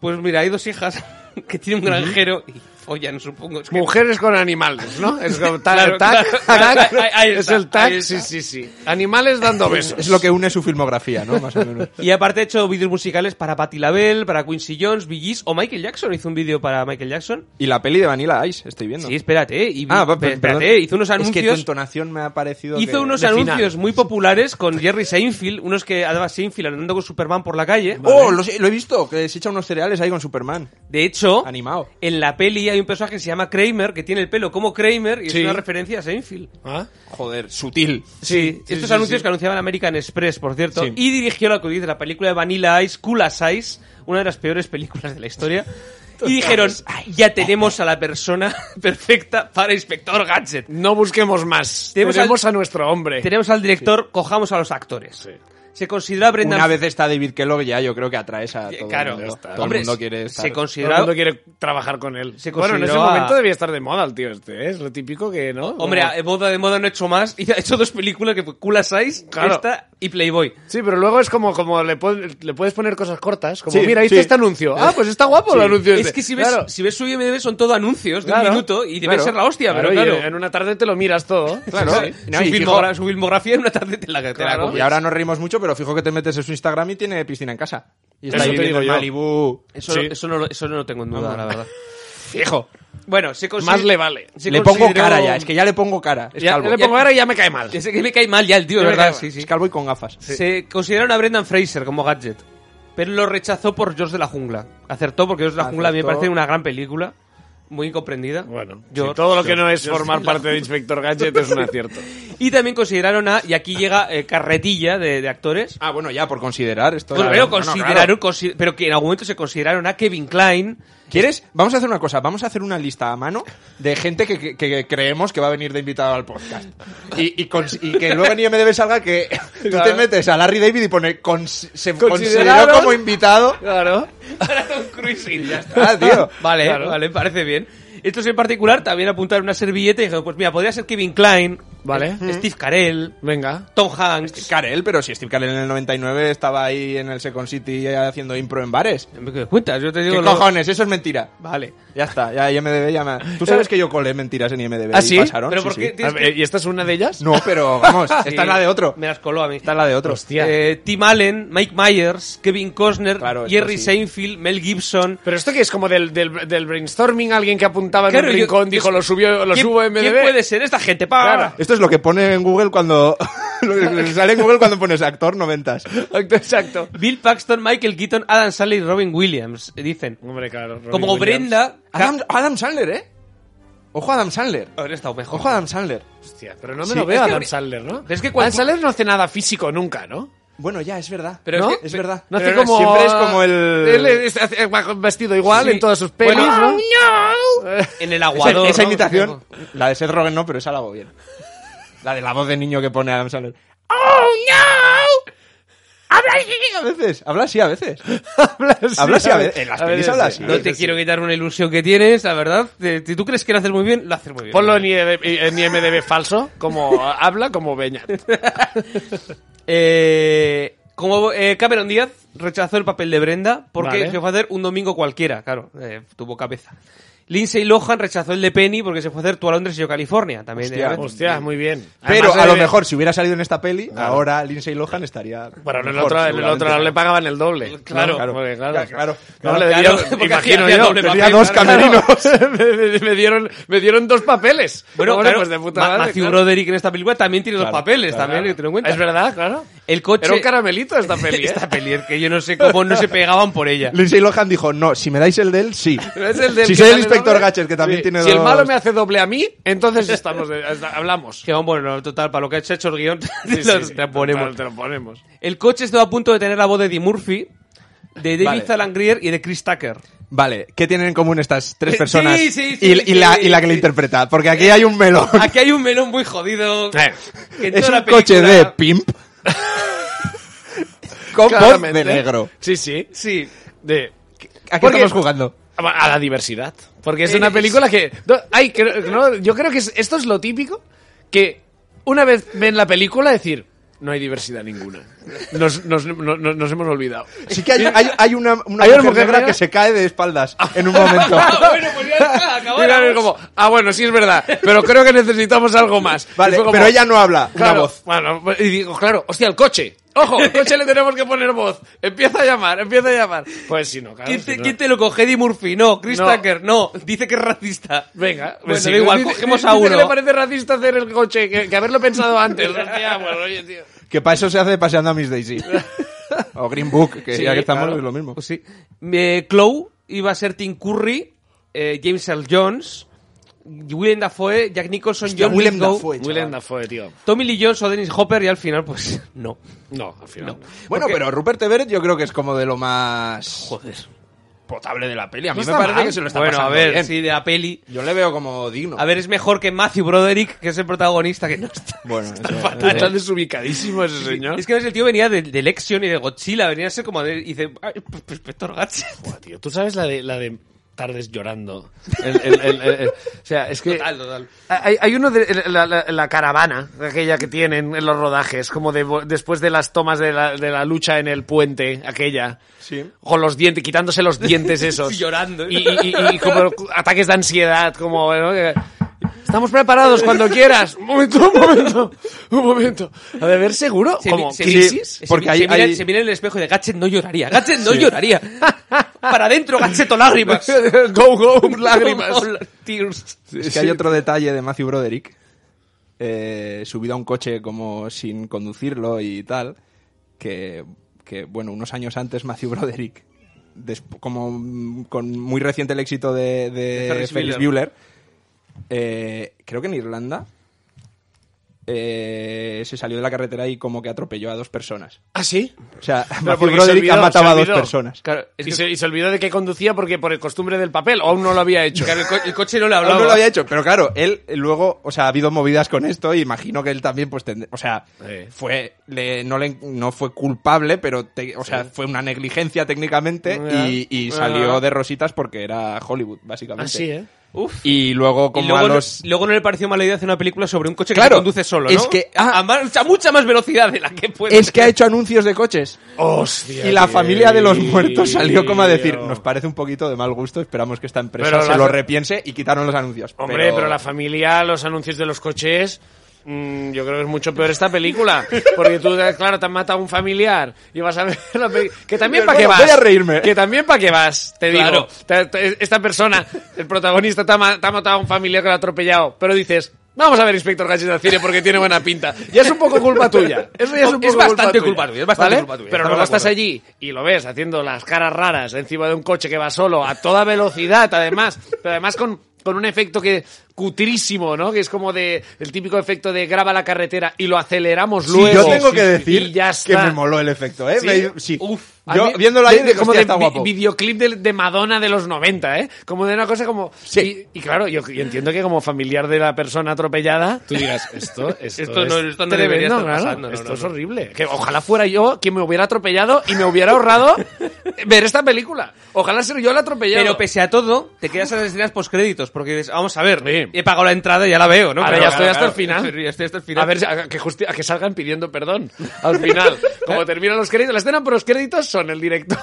Speaker 3: Pues mira, hay dos hijas que tienen un granjero y follan, supongo. Es que-
Speaker 4: Mujeres con animales, ¿no? Es como tac,
Speaker 3: Claro,
Speaker 4: tac,
Speaker 3: claro,
Speaker 4: tac.
Speaker 3: claro, ahí- ahí
Speaker 4: es
Speaker 3: está,
Speaker 4: el tac,
Speaker 3: ahí
Speaker 4: sí,
Speaker 3: está.
Speaker 4: sí, sí. Animales dando besos.
Speaker 2: Es lo que une su filmografía, ¿no? Más o menos.
Speaker 3: Y aparte ha hecho vídeos musicales para Patti LaBelle, para Quincy Jones, Bee Gees o Michael Jackson. Hizo un vídeo para Michael Jackson.
Speaker 2: Y la peli de Vanilla Ice, estoy viendo.
Speaker 3: Sí, espérate. eh, Y,
Speaker 2: ah, va, per-
Speaker 3: espérate, eh,
Speaker 2: perdón.
Speaker 3: hizo
Speaker 2: Es
Speaker 3: unos
Speaker 2: que tu
Speaker 3: anuncios.
Speaker 2: entonación me ha parecido que-
Speaker 3: Hizo unos
Speaker 4: de final.
Speaker 3: anuncios muy populares con Jerry Seinfeld, unos que además Seinfeld andando con Superman por la calle.
Speaker 2: ¡Oh! Lo, sé- lo he visto, que se echa unos cereales ahí con Superman.
Speaker 3: De hecho,
Speaker 2: Animado.
Speaker 3: en la peli hay un personaje que se llama Kramer, que tiene el pelo como Kramer y
Speaker 4: Sí.
Speaker 3: es una referencia a Seinfeld.
Speaker 4: ¿Ah?
Speaker 2: Joder, sutil.
Speaker 3: Sí,
Speaker 4: sí,
Speaker 3: estos
Speaker 4: sí,
Speaker 3: anuncios
Speaker 4: sí.
Speaker 3: que anunciaban American Express, por cierto,
Speaker 2: Sí.
Speaker 3: y dirigió la que dice la película de Vanilla Ice, Cool as Ice, una de las peores películas de la historia. Y dijeron, "Ay, ya tenemos a la persona perfecta para Inspector Gadget.
Speaker 4: No busquemos más.
Speaker 3: Tenemos
Speaker 4: Tenemos,
Speaker 3: al-
Speaker 4: a nuestro hombre.
Speaker 3: Tenemos al director, cojamos a los actores.
Speaker 4: Sí.
Speaker 3: Se considera Brendan...
Speaker 2: Una vez está David Kellogg, ya yo creo que atraes a todo
Speaker 3: claro,
Speaker 2: el
Speaker 3: ya
Speaker 2: mundo.
Speaker 3: está.
Speaker 2: Todo
Speaker 3: Hombre,
Speaker 2: el mundo quiere estar...
Speaker 3: se
Speaker 4: Todo el
Speaker 3: considera...
Speaker 4: mundo quiere trabajar con él.
Speaker 3: Se
Speaker 4: bueno, en ese
Speaker 3: consideró a-
Speaker 4: momento debía estar de moda el tío este, ¿eh? Es lo típico que, ¿no?
Speaker 3: Hombre,
Speaker 4: Como-
Speaker 3: a- moda de moda no ha hecho más. Y ha hecho dos películas que fue Cool as Ice,
Speaker 4: Claro.
Speaker 3: esta y Playboy.
Speaker 4: Sí, pero luego es como, como le, pon- le puedes poner cosas cortas. Como,
Speaker 2: Sí,
Speaker 4: mira, ahí está
Speaker 2: sí.
Speaker 4: este anuncio. Ah, pues está guapo el anuncio este.
Speaker 3: Es que si ves,
Speaker 4: Claro,
Speaker 3: si ves su IMDb son todo anuncios de
Speaker 4: claro,
Speaker 3: un minuto y debe
Speaker 4: claro.
Speaker 3: ser la hostia, pero
Speaker 4: Claro, y
Speaker 3: claro.
Speaker 4: en una tarde te lo miras todo.
Speaker 2: Claro.
Speaker 4: Sí, sí.
Speaker 2: No,
Speaker 3: su,
Speaker 2: y fijo-
Speaker 3: filmogra- su filmografía en una tarde te la, te la
Speaker 4: Claro.
Speaker 3: comes.
Speaker 2: Y ahora nos reímos mucho, pero fijo que te metes en su Instagram y tiene piscina en casa. Y está
Speaker 4: Eso te
Speaker 2: viviendo
Speaker 4: digo
Speaker 2: en
Speaker 4: yo.
Speaker 2: Malibu.
Speaker 3: Eso,
Speaker 4: Sí.
Speaker 3: no- eso, no, lo- eso no lo tengo en duda, la verdad.
Speaker 4: Fijo.
Speaker 3: Bueno, se consi-
Speaker 4: Más le vale.
Speaker 3: se
Speaker 2: le pongo
Speaker 3: consideró-
Speaker 2: cara ya, es que ya le pongo cara. Es
Speaker 4: Ya-
Speaker 2: calvo.
Speaker 4: le pongo ahora y ya me cae mal.
Speaker 3: Es que me cae mal ya el tío,
Speaker 4: Ya me
Speaker 3: ¿verdad?
Speaker 4: cae mal.
Speaker 3: Sí, sí.
Speaker 2: Es calvo y con gafas.
Speaker 3: Se consideraron a Brendan Fraser como Gadget, pero lo rechazó por George de la Jungla. Acertó porque George de la Jungla a mí me
Speaker 2: Acertó.
Speaker 3: parece una gran película. muy incomprendida.
Speaker 4: Bueno,
Speaker 3: Yo-
Speaker 4: si todo lo que
Speaker 3: yo-
Speaker 4: no es
Speaker 3: yo-
Speaker 4: formar parte de Inspector Gadget es un acierto.
Speaker 3: Y también consideraron a, y aquí llega eh, carretilla de, de actores.
Speaker 2: Ah, bueno, ya, por considerar esto.
Speaker 3: Bueno,
Speaker 2: Claro.
Speaker 3: pero
Speaker 2: No, no, claro.
Speaker 3: consideraron, consi- pero que en algún momento se consideraron a Kevin Klein.
Speaker 2: ¿Quieres? Vamos a hacer una cosa. Vamos a hacer una lista a mano de gente que, que- que creemos que va a venir de invitado al podcast. Y, y cons- y que luego en IMDB salga que tú te
Speaker 4: Claro.
Speaker 2: metes a Larry David y pone cons- se consideró
Speaker 4: Consideraron-
Speaker 2: como invitado.
Speaker 4: Claro.
Speaker 2: Ah, tío.
Speaker 3: Vale,
Speaker 4: Claro.
Speaker 3: vale, parece bien. Estos en particular también apuntaron una servilleta y dijeron, pues mira, podría ser Kevin Klein,
Speaker 4: Vale.
Speaker 3: Steve Carell,
Speaker 4: Venga.
Speaker 3: Tom Hanks.
Speaker 2: Carell, pero si Steve Carell en el 99 estaba ahí en el Second City haciendo impro en bares.
Speaker 3: Me doy cuenta, yo te
Speaker 2: ¿Qué
Speaker 3: digo lo-
Speaker 2: cojones? Eso es mentira.
Speaker 3: Vale.
Speaker 2: Ya está, ya IMDB ya me- Tú sabes que yo colé mentiras en IMDB.
Speaker 4: ¿Ah,
Speaker 2: y
Speaker 4: sí?
Speaker 2: Pasaron,
Speaker 3: Eh, Pero
Speaker 2: sí,
Speaker 3: ¿por qué
Speaker 2: sí.
Speaker 3: tienes
Speaker 4: A
Speaker 3: que-
Speaker 4: ver, ¿Y esta es una de ellas?
Speaker 2: No, pero vamos,
Speaker 3: Sí,
Speaker 2: Ah, esta es la de otro.
Speaker 3: Me las coló a mí.
Speaker 2: Esta es la de otro.
Speaker 4: Hostia.
Speaker 3: Eh, Tim Allen, Mike Myers, Kevin Costner,
Speaker 2: Claro, esto
Speaker 3: Jerry
Speaker 2: sí.
Speaker 3: Seinfeld, Mel Gibson.
Speaker 4: Pero esto que es como del, del, del brainstorming, alguien que apuntaba en
Speaker 3: Claro,
Speaker 4: un
Speaker 3: yo-
Speaker 4: rincón
Speaker 3: yo-
Speaker 4: dijo lo subió, lo
Speaker 3: ¿Quién-
Speaker 4: subo en
Speaker 3: ¿Quién
Speaker 4: MDB".
Speaker 3: puede ser esta gente? Pa,
Speaker 4: Claro.
Speaker 3: pa, pa.
Speaker 2: Esto es lo que pone en Google cuando. lo que sale en Google cuando pones actor noventas.
Speaker 4: Exacto.
Speaker 3: Bill Paxton, Michael Keaton, Adam Sally y Robin Williams, eh, dicen.
Speaker 4: Hombre, claro. Robin
Speaker 3: Como
Speaker 4: Williams.
Speaker 3: Brenda...
Speaker 2: Ah, Adam, Adam Sandler, ¿eh? Ojo a Adam Sandler.
Speaker 3: Habría estado
Speaker 4: Oh.
Speaker 3: mejor.
Speaker 2: Ojo a Adam Sandler.
Speaker 4: Hostia, pero no me
Speaker 2: Sí,
Speaker 4: lo
Speaker 2: es
Speaker 4: veo
Speaker 2: que
Speaker 4: a Adam
Speaker 2: habría-
Speaker 4: Sandler, ¿no?
Speaker 3: Es que cuando-
Speaker 4: Adam Sandler no hace nada físico nunca, ¿no?
Speaker 2: Bueno, ya, es verdad.
Speaker 3: Pero
Speaker 2: ¿No?
Speaker 3: es que-
Speaker 2: es verdad.
Speaker 4: No hace
Speaker 2: Pero
Speaker 4: como...
Speaker 2: Siempre es como el.
Speaker 4: Él es- hace- va vestido igual
Speaker 3: Sí.
Speaker 4: en todas sus pelis,
Speaker 3: Bueno,
Speaker 4: ¿no?
Speaker 3: En el
Speaker 2: Esa-
Speaker 3: aguador.
Speaker 2: esa
Speaker 3: ¿no?
Speaker 2: imitación, la de Seth Rogen no, pero esa la hago bien. La de la voz de niño que pone Adam Sandler. ¡Oh, no! Habla así a veces. Habla así a veces.
Speaker 4: Habla así,
Speaker 2: Habla así a
Speaker 4: a
Speaker 2: veces.
Speaker 4: ver-
Speaker 2: En las
Speaker 4: a ver, eh,
Speaker 2: pelis
Speaker 4: sí.
Speaker 2: habla así.
Speaker 3: No te quiero quitar una ilusión que tienes, la verdad. Te- Si tú crees que lo haces muy bien, lo haces muy bien.
Speaker 4: Ponlo en IMDb, en IMDb falso, como habla, como Beñat.
Speaker 3: Eh, como eh, Cameron Díaz rechazó el papel de Brenda porque
Speaker 4: Vale.
Speaker 3: se fue a hacer un domingo cualquiera, claro, eh, tuvo cabeza. Lindsay Lohan rechazó el de Penny porque se fue a hacer tú a Londres y yo a California. También
Speaker 2: Hostia.
Speaker 3: eh,
Speaker 4: Hostia, muy bien.
Speaker 2: Pero
Speaker 4: Además,
Speaker 2: a lo
Speaker 4: eh,
Speaker 2: mejor, si hubiera salido en esta peli, ahora Lindsay Lohan estaría.
Speaker 4: Bueno, en el
Speaker 2: mejor,
Speaker 4: otro, en el
Speaker 2: seguramente.
Speaker 4: otro lado le pagaban el doble.
Speaker 3: Claro,
Speaker 4: claro. porque, claro.
Speaker 2: Ya, claro.
Speaker 4: No,
Speaker 2: Claro,
Speaker 4: le
Speaker 3: claro,
Speaker 4: dieron,
Speaker 3: porque
Speaker 4: imagino
Speaker 3: hacía- hacía
Speaker 4: yo,
Speaker 3: doble
Speaker 4: tenía
Speaker 2: papel,
Speaker 4: dos
Speaker 2: claro.
Speaker 4: camerinos. me, me dieron, me dieron dos papeles.
Speaker 3: Bueno,
Speaker 4: Hombre,
Speaker 3: claro,
Speaker 4: pues de puta
Speaker 3: Ma-
Speaker 4: madre,
Speaker 3: Matthew
Speaker 4: claro.
Speaker 3: Broderick en esta película también tiene
Speaker 2: Claro,
Speaker 3: dos papeles,
Speaker 2: claro.
Speaker 3: también, tenlo en cuenta.
Speaker 4: Es verdad, claro.
Speaker 3: El coche...
Speaker 4: Era un caramelito esta peli, ¿eh?
Speaker 3: esta peli, es que yo no sé cómo no se pegaban por ella.
Speaker 2: Lindsay Lohan dijo: No, si me dais el de él, sí.
Speaker 4: Pero es el del
Speaker 2: si
Speaker 4: que
Speaker 2: soy el
Speaker 4: sale
Speaker 2: inspector
Speaker 4: doble.
Speaker 2: Gatchet, que también
Speaker 4: Sí.
Speaker 2: tiene
Speaker 4: Si el
Speaker 2: dos-
Speaker 4: malo me hace doble a mí, entonces estamos de- hasta- hablamos.
Speaker 3: Que bueno, total, para lo que ha hecho el guión,
Speaker 4: Sí, sí,
Speaker 3: te lo-
Speaker 4: sí.
Speaker 3: te lo ponemos.
Speaker 4: Te lo ponemos.
Speaker 3: El coche estuvo a punto de tener la voz de Eddie Murphy, de David
Speaker 2: Vale.
Speaker 3: Alan Grier y de Chris Tucker.
Speaker 2: Vale, ¿qué tienen en común estas tres
Speaker 3: Sí,
Speaker 2: personas?
Speaker 3: sí, sí,
Speaker 2: y,
Speaker 3: sí,
Speaker 2: y la,
Speaker 3: sí,
Speaker 2: y la que le
Speaker 3: sí.
Speaker 2: interpreta. Porque aquí hay un melón.
Speaker 3: Aquí hay un melón muy jodido.
Speaker 4: Eh.
Speaker 3: que en
Speaker 2: es
Speaker 3: toda
Speaker 2: un
Speaker 3: la
Speaker 2: coche
Speaker 3: película-
Speaker 2: de pimp. con voz de
Speaker 4: Claramente.
Speaker 2: negro.
Speaker 4: Sí, sí.
Speaker 3: Sí.
Speaker 4: De...
Speaker 2: ¿A qué
Speaker 4: Porque-
Speaker 2: estamos jugando?
Speaker 4: A la diversidad. Porque es una
Speaker 3: Es-
Speaker 4: película que. no, ay, creo- no, yo creo que es- esto es lo típico que una vez ven la película decir. No hay diversidad ninguna. Nos, nos- no- no- nos hemos olvidado.
Speaker 2: Sí que hay, hay- hay una, una
Speaker 4: Hay una
Speaker 2: mujer
Speaker 4: mujer
Speaker 2: negra
Speaker 4: negra.
Speaker 2: que se cae de espaldas en un momento.
Speaker 3: Ah, bueno, pues ya está,
Speaker 4: Y era
Speaker 3: acabamos.
Speaker 4: como, ah, bueno, sí es verdad, pero creo que necesitamos algo más. Y
Speaker 2: vale,
Speaker 4: fue como,
Speaker 2: pero ella no habla, una
Speaker 4: claro,
Speaker 2: voz.
Speaker 4: Bueno, y digo, claro, hostia, el coche. Ojo, el coche le tenemos que poner voz. Empieza a llamar, empieza a llamar. Pues si no, claro.
Speaker 3: ¿Quién
Speaker 4: si
Speaker 3: te,
Speaker 4: no.
Speaker 3: quién te lo coge? Eddie Murphy, no. Chris
Speaker 4: No.
Speaker 3: Tucker, no. Dice que es racista.
Speaker 4: Venga,
Speaker 3: Bueno,
Speaker 4: pues sí.
Speaker 3: da igual,
Speaker 4: Dice-
Speaker 3: cogemos
Speaker 4: dice
Speaker 3: a
Speaker 4: que
Speaker 3: uno.
Speaker 4: le parece racista hacer el coche, que, que haberlo pensado antes. Hostia, bueno, oye, tío.
Speaker 2: Que para eso se hace paseando a Miss Daisy. o Green Book, que
Speaker 4: Sí,
Speaker 2: ya que estamos
Speaker 4: claro.
Speaker 2: es lo mismo.
Speaker 3: Pues sí. Eh, Chloe iba a ser Tim Curry, eh, James Earl Jones, Willem Dafoe, Jack Nicholson,
Speaker 2: Hostia,
Speaker 3: John
Speaker 2: Willem
Speaker 3: Lithgow,
Speaker 2: Dafoe.
Speaker 4: Willem Dafoe, tío.
Speaker 3: Tommy Lee Jones o Dennis Hopper y al final, pues, no.
Speaker 4: No, al final.
Speaker 2: Bueno, pero Rupert Everett yo creo que es como de lo más
Speaker 3: Joder.
Speaker 2: potable de la peli. A
Speaker 4: No
Speaker 2: mí me
Speaker 4: está
Speaker 2: parece
Speaker 4: mal.
Speaker 2: que se lo está
Speaker 3: bueno, a
Speaker 2: pasando
Speaker 3: ver,
Speaker 2: bien.
Speaker 3: sí, de la peli.
Speaker 2: Yo le veo como digno.
Speaker 3: A ver, es mejor que Matthew Broderick, que es el protagonista que no está.
Speaker 2: bueno, eso-
Speaker 4: Está desubicadísimo ese señor.
Speaker 3: Es que ves, el tío venía de, de Lexion y de Godzilla, venía a ser como de. Y dice, "Ay, pues, pues, Inspector Gadget.
Speaker 4: Buah, tío, Tú sabes la de, la de tardes llorando. El- el- el- el- el- o sea, es que.
Speaker 3: Total, total.
Speaker 4: Hay, hay uno de la, la- la caravana, aquella que tienen en los rodajes, como de, vo- después de las tomas de la, de la lucha en el puente, aquella.
Speaker 2: Sí.
Speaker 4: Con los dientes, quitándose los dientes esos.
Speaker 3: Sí, llorando.
Speaker 4: Y, y- y- y como ataques de ansiedad, como... ¿no? Que- Estamos preparados cuando quieras. Un momento, un momento, un momento. A ver, a ver, seguro,
Speaker 3: Se
Speaker 4: como
Speaker 3: mi- se-
Speaker 4: crisis.
Speaker 3: se-
Speaker 2: porque
Speaker 3: se,
Speaker 2: hay-
Speaker 3: mira,
Speaker 2: hay-
Speaker 3: se mira en el espejo y de Gadget no lloraría. Gadget no lloraría. Para adentro, Gadget o lágrimas.
Speaker 4: go, go, lágrimas.
Speaker 3: Tears.
Speaker 2: Es que hay otro detalle de Matthew Broderick, eh, subido a un coche como sin conducirlo y tal, que, que, bueno, unos años antes Matthew Broderick des- como mm, con muy reciente el éxito de, de
Speaker 3: De Ferris
Speaker 2: Ferris
Speaker 3: Bueller.
Speaker 2: Bueller, eh, creo que en Irlanda eh, se salió de la carretera y como que atropelló a dos personas.
Speaker 4: ¿Ah, sí?
Speaker 2: O sea, Matthew
Speaker 4: porque se
Speaker 2: Broderick
Speaker 4: olvidó,
Speaker 2: ha matado
Speaker 4: se
Speaker 2: a dos
Speaker 4: olvidó.
Speaker 2: personas.
Speaker 3: Claro, es
Speaker 4: Y
Speaker 3: que-
Speaker 4: se, y se olvidó de que conducía porque por el costumbre del papel, o aún no lo había hecho.
Speaker 3: claro, el, co- el coche no le
Speaker 2: Aún
Speaker 3: hablaba.
Speaker 2: no lo había hecho, pero claro, él eh, luego, o sea, ha habido movidas con esto y imagino que él también, pues, tendrá- o sea,
Speaker 4: Sí.
Speaker 2: fue, le- no, le, no fue culpable, pero, te- o sea, fue una negligencia técnicamente
Speaker 3: Ya.
Speaker 2: y, y
Speaker 3: Ya.
Speaker 2: salió de rositas porque era Hollywood, básicamente.
Speaker 4: Ah, sí, ¿eh?
Speaker 3: Uf.
Speaker 2: Y luego, como
Speaker 3: y luego,
Speaker 2: a
Speaker 3: no-
Speaker 2: los...
Speaker 3: luego no le pareció mala idea hacer una película sobre un coche que
Speaker 2: Claro,
Speaker 3: se conduce solo, ¿no?
Speaker 2: es que- ah.
Speaker 3: a, más- a mucha más velocidad de la que puede.
Speaker 2: Es que ha hecho anuncios de coches.
Speaker 4: Hostia.
Speaker 2: Y la
Speaker 4: tío.
Speaker 2: familia de los muertos salió como a decir, nos parece un poquito de mal gusto, esperamos que esta empresa
Speaker 4: Pero
Speaker 2: se
Speaker 4: la-
Speaker 2: lo repiense y quitaron los anuncios.
Speaker 4: Hombre, pero... la familia, los anuncios de los coches. mm, yo creo que es mucho peor esta película. Porque tú, claro, te han matado a un familiar y vas a ver la peli- Que también
Speaker 2: Bueno,
Speaker 4: para qué vas.
Speaker 2: voy a reírme.
Speaker 4: Que también para qué vas, te
Speaker 3: Claro.
Speaker 4: digo. Te- te- Esta persona, el protagonista, te ha, ma- te ha matado a un familiar que lo ha atropellado. Pero dices. Vamos a ver Inspector Gadget al cine porque tiene buena pinta. Ya es un poco culpa tuya. Eso ya es un
Speaker 3: Es
Speaker 4: poco
Speaker 3: bastante
Speaker 4: tuya.
Speaker 3: culpa tuya, es bastante
Speaker 4: ¿Vale?
Speaker 3: culpa tuya,
Speaker 4: Pero
Speaker 3: estamos
Speaker 4: luego
Speaker 3: de
Speaker 4: estás
Speaker 3: acuerdo.
Speaker 4: allí y lo ves haciendo las caras raras encima de un coche que va solo a toda velocidad, además, pero además con, con un efecto que cutrísimo, ¿no? Que es como de el típico efecto de graba la carretera y lo aceleramos
Speaker 2: Sí,
Speaker 4: luego.
Speaker 2: yo tengo
Speaker 4: Sí,
Speaker 2: que
Speaker 4: sí,
Speaker 2: decir
Speaker 4: y ya está.
Speaker 2: que me moló el efecto, ¿eh?
Speaker 4: Sí.
Speaker 2: Me- sí.
Speaker 4: Uf.
Speaker 2: yo
Speaker 4: A mí-
Speaker 2: viéndolo ahí,
Speaker 4: de- de-
Speaker 2: digo,
Speaker 4: como
Speaker 2: "Hostia,
Speaker 4: de
Speaker 2: está
Speaker 4: vi-
Speaker 2: guapo.
Speaker 4: videoclip de, de Madonna de los 90, ¿eh? Como de una cosa como...
Speaker 2: Sí.
Speaker 4: Y, y claro, yo, yo entiendo que como familiar de la persona atropellada, tú digas, esto, esto,
Speaker 3: Esto
Speaker 4: es
Speaker 3: no- esto no
Speaker 4: tremendo,
Speaker 3: debería estar
Speaker 4: claro,
Speaker 3: pasando, no,
Speaker 4: esto
Speaker 3: no,
Speaker 4: es
Speaker 3: no.
Speaker 4: horrible. Que ojalá fuera yo quien me hubiera atropellado y me hubiera ahorrado ver esta película. Ojalá ser yo el atropellado.
Speaker 3: Pero pese a todo, te quedas a las escenas postcréditos, porque dices, vamos a ver,
Speaker 4: Sí.
Speaker 3: he pagado la entrada y ya la veo, ¿no?
Speaker 4: Ahora ya estoy hasta el final.
Speaker 3: Ya estoy hasta el final.
Speaker 4: a ver, a que, justi- a que salgan pidiendo perdón al final. Como terminan los créditos, la escena por los créditos son el director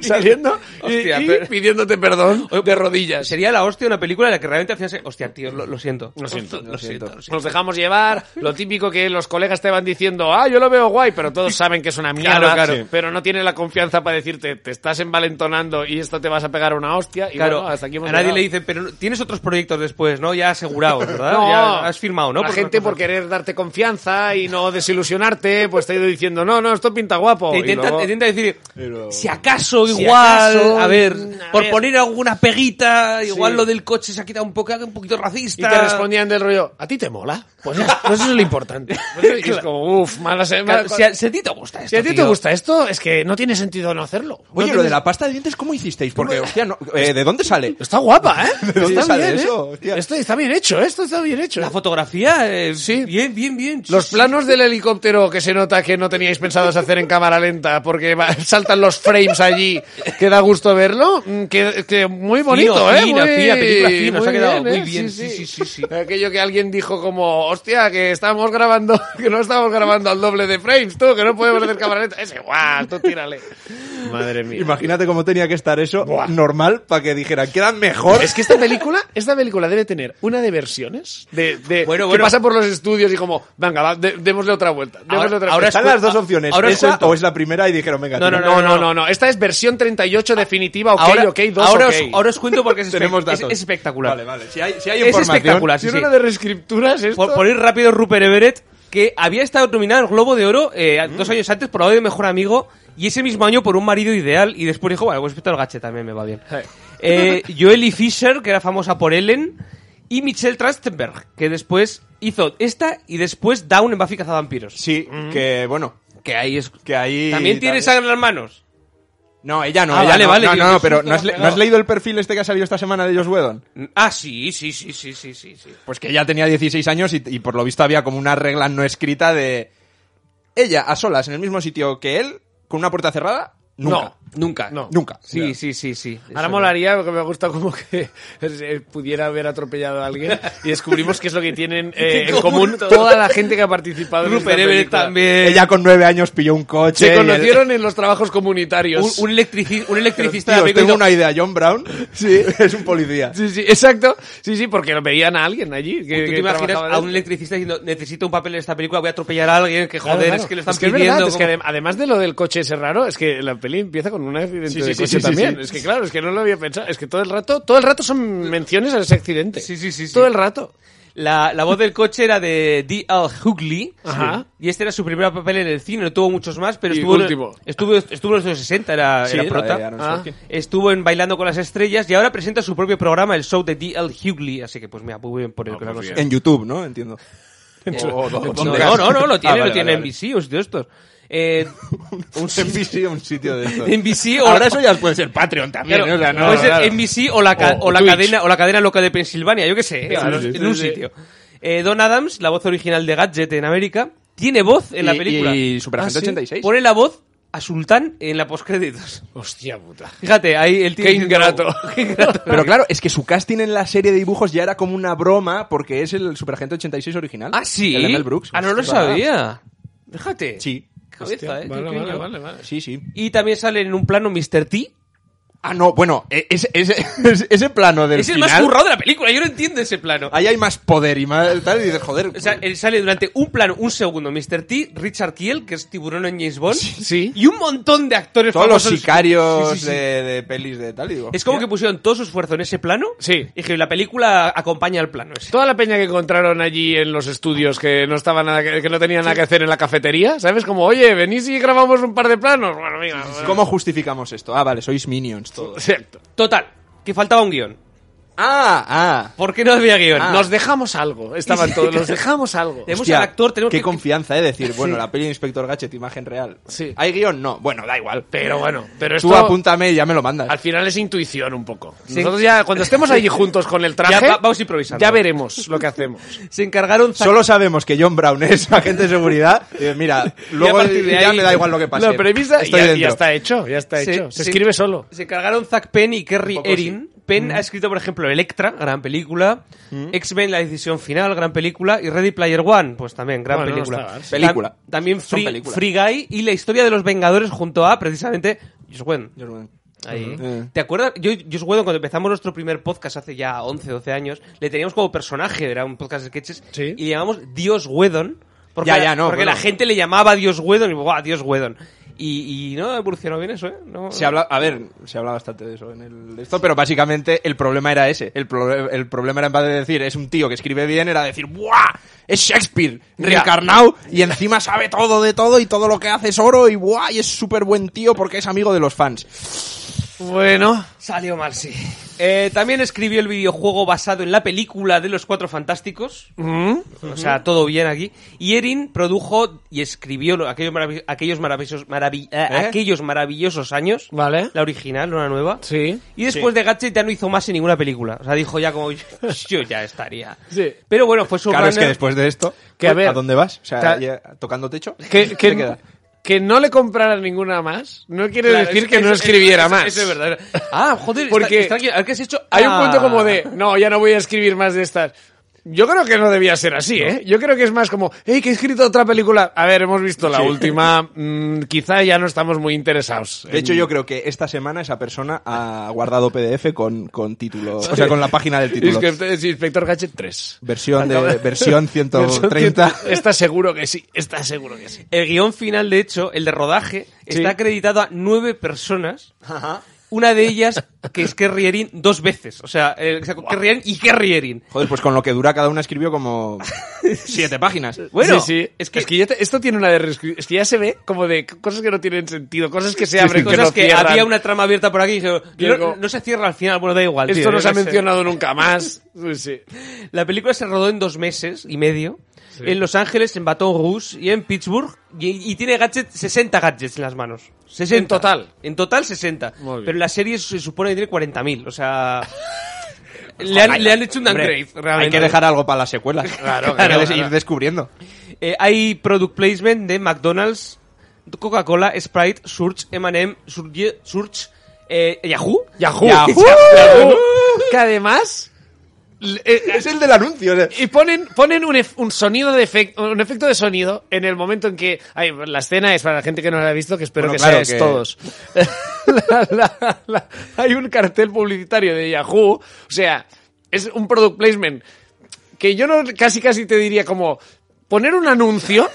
Speaker 4: saliendo y,
Speaker 3: Hostia,
Speaker 4: y
Speaker 3: pero-
Speaker 4: pidiéndote perdón de rodillas.
Speaker 3: Sería la hostia una película en la que realmente al final se... Hostia, tío, lo, lo siento.
Speaker 4: Lo siento,
Speaker 3: lo siento. lo siento.
Speaker 4: Nos dejamos llevar, lo típico que los colegas te van diciendo, ah, yo lo veo guay, pero todos saben que es una mierda,
Speaker 3: Claro, claro. Sí.
Speaker 4: pero no tienen la confianza para decirte, te estás envalentonando y esto te vas a pegar una hostia, y
Speaker 3: Claro,
Speaker 4: bueno, hasta aquí hemos
Speaker 3: a nadie
Speaker 4: llegado.
Speaker 3: le dicen, pero tienes otros proyectos después, ¿no? Ya asegurados, ¿verdad?
Speaker 4: No,
Speaker 3: ya has firmado, ¿no?
Speaker 4: La
Speaker 3: Por
Speaker 4: gente
Speaker 3: una cosa.
Speaker 4: por querer darte confianza y no desilusionarte, pues te ha ido diciendo, no, no, esto pinta guapo.
Speaker 3: Te
Speaker 4: Y
Speaker 3: intenta,
Speaker 4: luego-
Speaker 3: te intenta decir,
Speaker 2: luego-
Speaker 3: si acaso,
Speaker 4: Si
Speaker 3: igual,
Speaker 4: acaso, mm,
Speaker 3: a ver,
Speaker 4: a
Speaker 3: por
Speaker 4: ver.
Speaker 3: poner alguna peguita, igual
Speaker 4: Sí.
Speaker 3: lo del coche se ha quitado un, poco, un poquito
Speaker 4: Y
Speaker 3: racista.
Speaker 4: te respondían del rollo, ¿a ti te mola? Pues ya, pues eso es lo importante. Pues y es como, uff, mala semana.
Speaker 3: Claro, Si a, si a ti te gusta esto,
Speaker 4: Si a ti te
Speaker 3: tío.
Speaker 4: gusta esto, es que no tiene sentido no hacerlo. No
Speaker 2: Oye, lo
Speaker 4: tienes-
Speaker 2: de la pasta de dientes, ¿cómo hicisteis? Porque, hostia, no- eh, ¿de dónde sale?
Speaker 4: Está guapa, ¿eh?
Speaker 2: dónde
Speaker 4: está
Speaker 2: sale
Speaker 4: bien, ¿eh?
Speaker 2: eso, hostia?
Speaker 4: Esto está bien hecho, ¿eh? esto está bien hecho.
Speaker 3: La
Speaker 4: ¿eh?
Speaker 3: fotografía, eh,
Speaker 4: Sí.
Speaker 3: bien, bien, bien. Sí,
Speaker 4: Los
Speaker 3: sí.
Speaker 4: planos del helicóptero que se nota que no teníais pensados hacer en cámara lenta porque va- saltan los frames allí, que da gusto verlo, mm, que, que muy bonito,
Speaker 3: Fino,
Speaker 4: ¿eh?
Speaker 3: fino,
Speaker 4: muy,
Speaker 3: fino, película fino, se ha quedado muy
Speaker 4: ¿eh?
Speaker 3: bien, sí, sí, sí, sí.
Speaker 4: Aquello que alguien dijo como, hostia, que estamos grabando, que no estamos grabando al doble de frames, tú, que no podemos hacer cámara lenta. Es igual, tú tírale. Madre mía.
Speaker 2: Imagínate cómo tenía que estar eso
Speaker 4: Buah.
Speaker 2: normal para que dijeran que era mejor.
Speaker 4: Es que esta película, esta película debe tener una de versiones de, de
Speaker 3: Bueno,
Speaker 4: que
Speaker 3: bueno.
Speaker 4: pasa por los estudios y como, venga, va, de- démosle otra vuelta. démosle
Speaker 3: Ahora-
Speaker 4: otra
Speaker 3: ahora
Speaker 4: vuelta.
Speaker 2: Están
Speaker 3: cu-
Speaker 2: las dos
Speaker 3: a-
Speaker 2: opciones,
Speaker 3: ahora os
Speaker 2: esa
Speaker 3: cuento.
Speaker 2: o es la primera y dijeron, venga,
Speaker 3: No, Ah,
Speaker 2: tío,
Speaker 4: No, no, no, no, no. Esta es versión 38 definitiva, ok,
Speaker 3: ahora,
Speaker 4: ok, 2,
Speaker 3: ahora,
Speaker 4: ok.
Speaker 3: os, ahora os cuento porque es, espe-
Speaker 2: tenemos
Speaker 3: es-
Speaker 2: datos.
Speaker 3: es espectacular.
Speaker 2: Vale, vale, si hay, si hay
Speaker 3: Es
Speaker 2: información.
Speaker 3: espectacular, sí,
Speaker 4: ¿Tiene
Speaker 3: sí.
Speaker 4: una de reescripturas esto?
Speaker 3: Por, por ir rápido, Rupert Everett, que había estado nominado al Globo de Oro eh, dos años antes por la de Mejor Amigo y ese mismo año por Un Marido Ideal y después dijo, bueno, pues Peter Gache también me va bien. Eh, Joely Fisher, que era famosa por Ellen, y Michelle Trastenberg, que después hizo esta y después Down en Buffy Cazavampiros.
Speaker 2: Sí, que bueno,
Speaker 3: Que ahí es...
Speaker 2: que ahí...
Speaker 3: También tiene sangre en las manos.
Speaker 2: No, ella no,
Speaker 3: Ah,
Speaker 2: ella
Speaker 3: vale,
Speaker 2: no,
Speaker 3: vale,
Speaker 2: no,
Speaker 3: yo-
Speaker 2: no,
Speaker 3: yo
Speaker 2: pero
Speaker 3: justo
Speaker 2: ¿no has,
Speaker 3: me
Speaker 2: le-
Speaker 3: he
Speaker 2: ¿no has
Speaker 3: pegado.
Speaker 2: leído el perfil este que ha salido esta semana de Joss Whedon?
Speaker 3: Ah, sí, sí, sí, sí, sí, sí, sí.
Speaker 2: Pues que ella tenía 16 años y, y por lo visto había como una regla no escrita de... Ella a solas en el mismo sitio que él, con una puerta cerrada, nunca.
Speaker 3: Nunca.
Speaker 4: No.
Speaker 2: Nunca.
Speaker 3: Sí, sí, sí, sí.
Speaker 4: Ahora
Speaker 3: Eso.
Speaker 4: molaría, porque me gusta como que eh, pudiera haber atropellado a alguien y descubrimos qué es lo que tienen eh, en común toda la gente que ha participado en esta
Speaker 3: Rupert Everett
Speaker 4: película.
Speaker 3: también. eh.
Speaker 2: Ella con 9 años pilló un coche.
Speaker 4: Se
Speaker 2: y el-
Speaker 4: conocieron en los trabajos
Speaker 3: un,
Speaker 4: comunitarios.
Speaker 3: un electrici- un electricista
Speaker 2: Tío,
Speaker 3: de
Speaker 2: tengo
Speaker 3: América-
Speaker 2: una idea, John Brown. Sí, es un policía.
Speaker 4: Sí, sí, exacto. Sí, sí, porque lo veían a alguien allí. Que,
Speaker 3: ¿Tú
Speaker 4: que
Speaker 3: te imaginas
Speaker 4: trabajaba de
Speaker 3: a un
Speaker 4: esto.
Speaker 3: electricista diciendo necesito un papel en esta película, voy a atropellar a alguien, que joder,
Speaker 4: Claro, claro.
Speaker 3: es que le están
Speaker 4: es verdad,
Speaker 3: pidiendo...
Speaker 4: es que
Speaker 3: como-
Speaker 4: adem- además de lo del coche ese raro, es que la peli empieza con con un accidente
Speaker 2: Sí,
Speaker 4: de
Speaker 2: sí, sí,
Speaker 4: coche
Speaker 2: sí, sí,
Speaker 4: también.
Speaker 2: sí.
Speaker 4: Es que claro, es que no lo había pensado. Es que todo el rato, todo el rato son menciones a ese accidente.
Speaker 3: Sí, sí, sí, sí.
Speaker 4: Todo el rato.
Speaker 3: La, la voz del coche era de D. L. Hughley.
Speaker 4: Ajá.
Speaker 3: Y este era su primer papel en el cine. No tuvo muchos más, pero
Speaker 4: Y
Speaker 3: estuvo, en-
Speaker 4: último.
Speaker 3: estuvo, estuvo en los años 60, era,
Speaker 2: Sí,
Speaker 3: era
Speaker 2: la
Speaker 3: prota.
Speaker 2: de Aaron
Speaker 4: Ah.
Speaker 2: Sorkin.
Speaker 3: Estuvo en Bailando con las Estrellas y ahora presenta su propio programa, el show de D.L. Hughley. Así que, pues mira, muy bien por el que la cosa.
Speaker 2: En YouTube, ¿no? Entiendo. O- o-
Speaker 3: No,
Speaker 2: podcast.
Speaker 3: no, no, no, lo tiene,
Speaker 2: Ah, vale,
Speaker 3: lo tiene
Speaker 2: vale,
Speaker 3: NBC o sitio de estos. Eh, un
Speaker 2: vale. NBC, un sitio de estos.
Speaker 3: NBC o
Speaker 2: Ahora eso ya puede ser Patreon también,
Speaker 3: Claro,
Speaker 2: ¿eh?
Speaker 3: pues,
Speaker 2: O sea, no,
Speaker 3: puede ser
Speaker 2: claro.
Speaker 3: NBC o la, ca-
Speaker 4: O-
Speaker 3: o la
Speaker 4: Twitch.
Speaker 3: cadena, o la cadena loca de Pensilvania, yo qué sé,
Speaker 4: Claro,
Speaker 3: eh,
Speaker 4: sí,
Speaker 3: en
Speaker 4: sí,
Speaker 3: un
Speaker 4: sí.
Speaker 3: sitio. Eh, Don Adams, la voz original de Gadget en América, tiene voz en la
Speaker 2: Y-
Speaker 3: película.
Speaker 2: Y, Superagente
Speaker 4: Ah, ¿sí?
Speaker 2: 86.
Speaker 3: Pone la voz a Sultán en la postcréditos.
Speaker 4: Hostia puta.
Speaker 3: Fíjate, ahí el tío...
Speaker 4: Qué
Speaker 3: diciendo,
Speaker 4: ingrato.
Speaker 3: Qué ingrato.
Speaker 2: Pero claro, es que su casting en la serie de dibujos ya era como una broma porque es el Superagente 86 original.
Speaker 3: Ah, sí.
Speaker 2: El de Mel Brooks.
Speaker 3: Ah, no lo
Speaker 2: Es verdad.
Speaker 3: sabía. Fíjate.
Speaker 2: Sí.
Speaker 3: Cabeza, eh, qué
Speaker 4: vale, vale,
Speaker 3: increíble.
Speaker 4: vale, vale.
Speaker 2: Sí, sí.
Speaker 3: Y también sale en un plano Mr. T.
Speaker 2: Ah, no, bueno, e- ese, ese- ese- ese plano del
Speaker 3: es el
Speaker 2: final...
Speaker 3: más currado de la película, yo no entiendo ese plano.
Speaker 2: Ahí hay más poder y más tal, y dices, joder...
Speaker 3: O sea, eh, él sale durante un plano, un segundo, Mr. T, Richard Kiel, que es tiburón en James Bond,
Speaker 4: Sí.
Speaker 3: y un montón de actores
Speaker 2: todos los
Speaker 3: famosos.
Speaker 2: sicarios
Speaker 3: Sí, sí, sí.
Speaker 2: De, de pelis de tal, y digo...
Speaker 3: Es como
Speaker 2: hostia.
Speaker 3: que pusieron todo su esfuerzo en ese plano,
Speaker 4: Sí.
Speaker 3: y que la película acompaña al plano ese.
Speaker 4: Toda la peña que encontraron allí en los estudios que no estaba nada que, que no tenía nada que hacer en la cafetería, ¿sabes? Como, oye, venís y grabamos un par de planos. Bueno, venga, bueno.
Speaker 2: ¿Cómo justificamos esto? Ah, vale, sois minions todos.
Speaker 4: Exacto.
Speaker 3: Total, que faltaba un guión.
Speaker 2: Ah, ah.
Speaker 3: ¿Por qué no había guión?
Speaker 2: Ah.
Speaker 4: Nos dejamos algo. Estaban
Speaker 3: Sí,
Speaker 4: todos,
Speaker 3: claro.
Speaker 4: nos dejamos algo.
Speaker 3: Tenemos al actor, tenemos
Speaker 2: qué
Speaker 3: que-
Speaker 2: confianza, ¿eh? Decir, bueno, la peli de Inspector Gadget, imagen real.
Speaker 4: Sí.
Speaker 2: ¿Hay guión? No. Bueno, da igual.
Speaker 4: Pero bueno, pero esto
Speaker 2: Tú apúntame y ya me lo mandas.
Speaker 4: al final es intuición un poco.
Speaker 3: Sí.
Speaker 4: Nosotros ya, cuando estemos allí juntos con el traje,
Speaker 3: Ya va- vamos improvisando.
Speaker 4: ya veremos lo que hacemos.
Speaker 3: Se encargaron... Zac-
Speaker 2: Solo sabemos que John Brown es agente de seguridad. Y dices, mira, luego
Speaker 3: partir de
Speaker 2: ya
Speaker 3: ahí-
Speaker 2: me da igual lo que pase.
Speaker 4: La premisa
Speaker 2: Estoy
Speaker 4: ya, ya
Speaker 2: dentro.
Speaker 4: está hecho, ya está
Speaker 3: Sí,
Speaker 4: hecho. Se
Speaker 3: sí.
Speaker 4: escribe solo.
Speaker 3: Se encargaron Zack Penn y Kerry
Speaker 2: Un poco Mm.
Speaker 3: Erin. Penn ha escrito, por ejemplo, Electra, gran película. X-Men, La Decisión Final, gran película. Y Ready Player One, pues también, gran
Speaker 4: Bueno, no
Speaker 3: película.
Speaker 4: está mal.
Speaker 3: Tam-
Speaker 2: Película.
Speaker 3: también
Speaker 2: Son
Speaker 3: Free,
Speaker 2: películas.
Speaker 3: Free Guy y La Historia de los Vengadores junto a, precisamente, Joss Whedon. Ahí.
Speaker 2: Eh.
Speaker 3: ¿Te acuerdas? Yo, Joss Whedon, cuando empezamos nuestro primer podcast hace ya 11, 12 años, le teníamos como personaje, era un podcast de sketches,
Speaker 4: Sí.
Speaker 3: y le llamamos Dios Whedon. Porque,
Speaker 2: Ya, ya, no,
Speaker 3: porque
Speaker 2: bueno.
Speaker 3: la gente le llamaba Dios Whedon y, ¡buah, Dios Whedon! Y, y no evolucionó bien eso, ¿eh? No,
Speaker 2: Se habla, a ver, se habla bastante de eso en el de esto, pero básicamente el problema era ese. El, pro- el problema era en vez de decir, es un tío que escribe bien, era decir, ¡buah! Es Shakespeare, reencarnado, y encima sabe todo de todo, y todo lo que hace es oro, y ¡buah! Y es súper buen tío porque es amigo de los fans.
Speaker 4: Bueno,
Speaker 3: Salió mal, sí. Eh, también escribió el videojuego basado en la película de los Cuatro Fantásticos. O sea, todo bien aquí. Y Erin produjo y escribió lo- aquellos, maravi- aquellos, maravillosos, maravi- eh,
Speaker 2: ¿Eh?
Speaker 3: aquellos maravillosos años.
Speaker 4: Vale.
Speaker 3: La original, no la nueva.
Speaker 4: Sí.
Speaker 3: Y después de Gadget ya no hizo más en ninguna película. O sea, dijo ya como yo, yo ya estaría.
Speaker 4: Sí.
Speaker 3: Pero bueno, fue su
Speaker 2: Claro, es que
Speaker 3: runner.
Speaker 2: después de esto,
Speaker 4: Que a ver,
Speaker 2: dónde vas? O sea,
Speaker 4: ta-
Speaker 2: ya- ¿tocando techo?
Speaker 4: que,
Speaker 2: Te
Speaker 4: que,
Speaker 2: queda.
Speaker 4: que no le comprara ninguna más no quiere
Speaker 3: Claro,
Speaker 4: decir
Speaker 3: es-
Speaker 4: que no
Speaker 3: eso-
Speaker 4: escribiera
Speaker 3: eso-
Speaker 4: más.
Speaker 3: eso es verdad. Ah, joder,
Speaker 4: Porque
Speaker 3: está- está aquí. A ver, ¿qué has hecho?
Speaker 4: Hay un
Speaker 3: Ah.
Speaker 4: punto como de, no, ya no voy a escribir más de estas. Yo creo que no debía ser así, ¿eh? Yo creo que es más como, hey, que he escrito otra película. A ver, hemos visto la última, mm, quizá ya no estamos muy interesados.
Speaker 2: De hecho, yo creo que esta semana esa persona ha guardado PDF con, con título, o sea, con la página del título.
Speaker 4: Inspector, es Inspector Gadget 3.
Speaker 2: Versión, de, versión 130.
Speaker 4: Está seguro que sí, está seguro que sí.
Speaker 3: El guión final, de hecho, el de rodaje,
Speaker 4: Sí.
Speaker 3: está acreditado a nueve personas. Una de ellas, que es Kerry Erin, dos veces. O sea, eh, o sea, Kerry Erin y Kerry Erin.
Speaker 2: Joder, pues con lo que dura cada una escribió como siete páginas.
Speaker 3: Bueno,
Speaker 4: Sí, sí.
Speaker 3: es que,
Speaker 4: ya te- esto tiene una de reescri- es que ya se ve como de c- cosas que no tienen sentido, cosas que se abren,
Speaker 3: cosas
Speaker 4: que no
Speaker 3: que
Speaker 4: cierran.
Speaker 3: había una trama abierta por aquí. y dije,
Speaker 4: Yo
Speaker 3: no,
Speaker 4: digo,
Speaker 3: no se cierra al final, bueno, da igual. tío,
Speaker 4: Esto no
Speaker 3: yo
Speaker 4: se ha
Speaker 3: qué sé.
Speaker 4: mencionado nunca más. Sí, sí.
Speaker 3: La película se rodó en dos meses y medio. En Los Ángeles, en Baton Rouge y en Pittsburgh. Y, y tiene gadgets, 60 gadgets en las manos. 60.
Speaker 4: En total.
Speaker 3: En total 60.
Speaker 4: Muy bien.
Speaker 3: Pero la serie se supone que tiene 40.000. O sea... le, han, le han hecho un downgrade, realmente.
Speaker 2: Hay que dejar algo para las secuelas. Claro,
Speaker 3: claro,
Speaker 2: Hay que
Speaker 3: claro.
Speaker 2: ir descubriendo.
Speaker 3: Eh, hay product placement de McDonald's, Coca-Cola, Sprite, Surge, M&M, Surge, Surge, eh, Yahoo.
Speaker 4: Yahoo.
Speaker 2: Yahoo.
Speaker 4: Yahoo. Que además l- eh,
Speaker 2: Es el del anuncio. o sea,
Speaker 4: y ponen, ponen un, ef- un sonido de efecto, un efecto de sonido en el momento en que ay, la escena es para la gente que no la ha visto, que espero
Speaker 2: Bueno,
Speaker 4: que
Speaker 2: claro
Speaker 4: seáis
Speaker 2: que-
Speaker 4: todos. La- la- la- hay un cartel publicitario de Yahoo, o sea, es un product placement que yo no casi casi te diría como poner un anuncio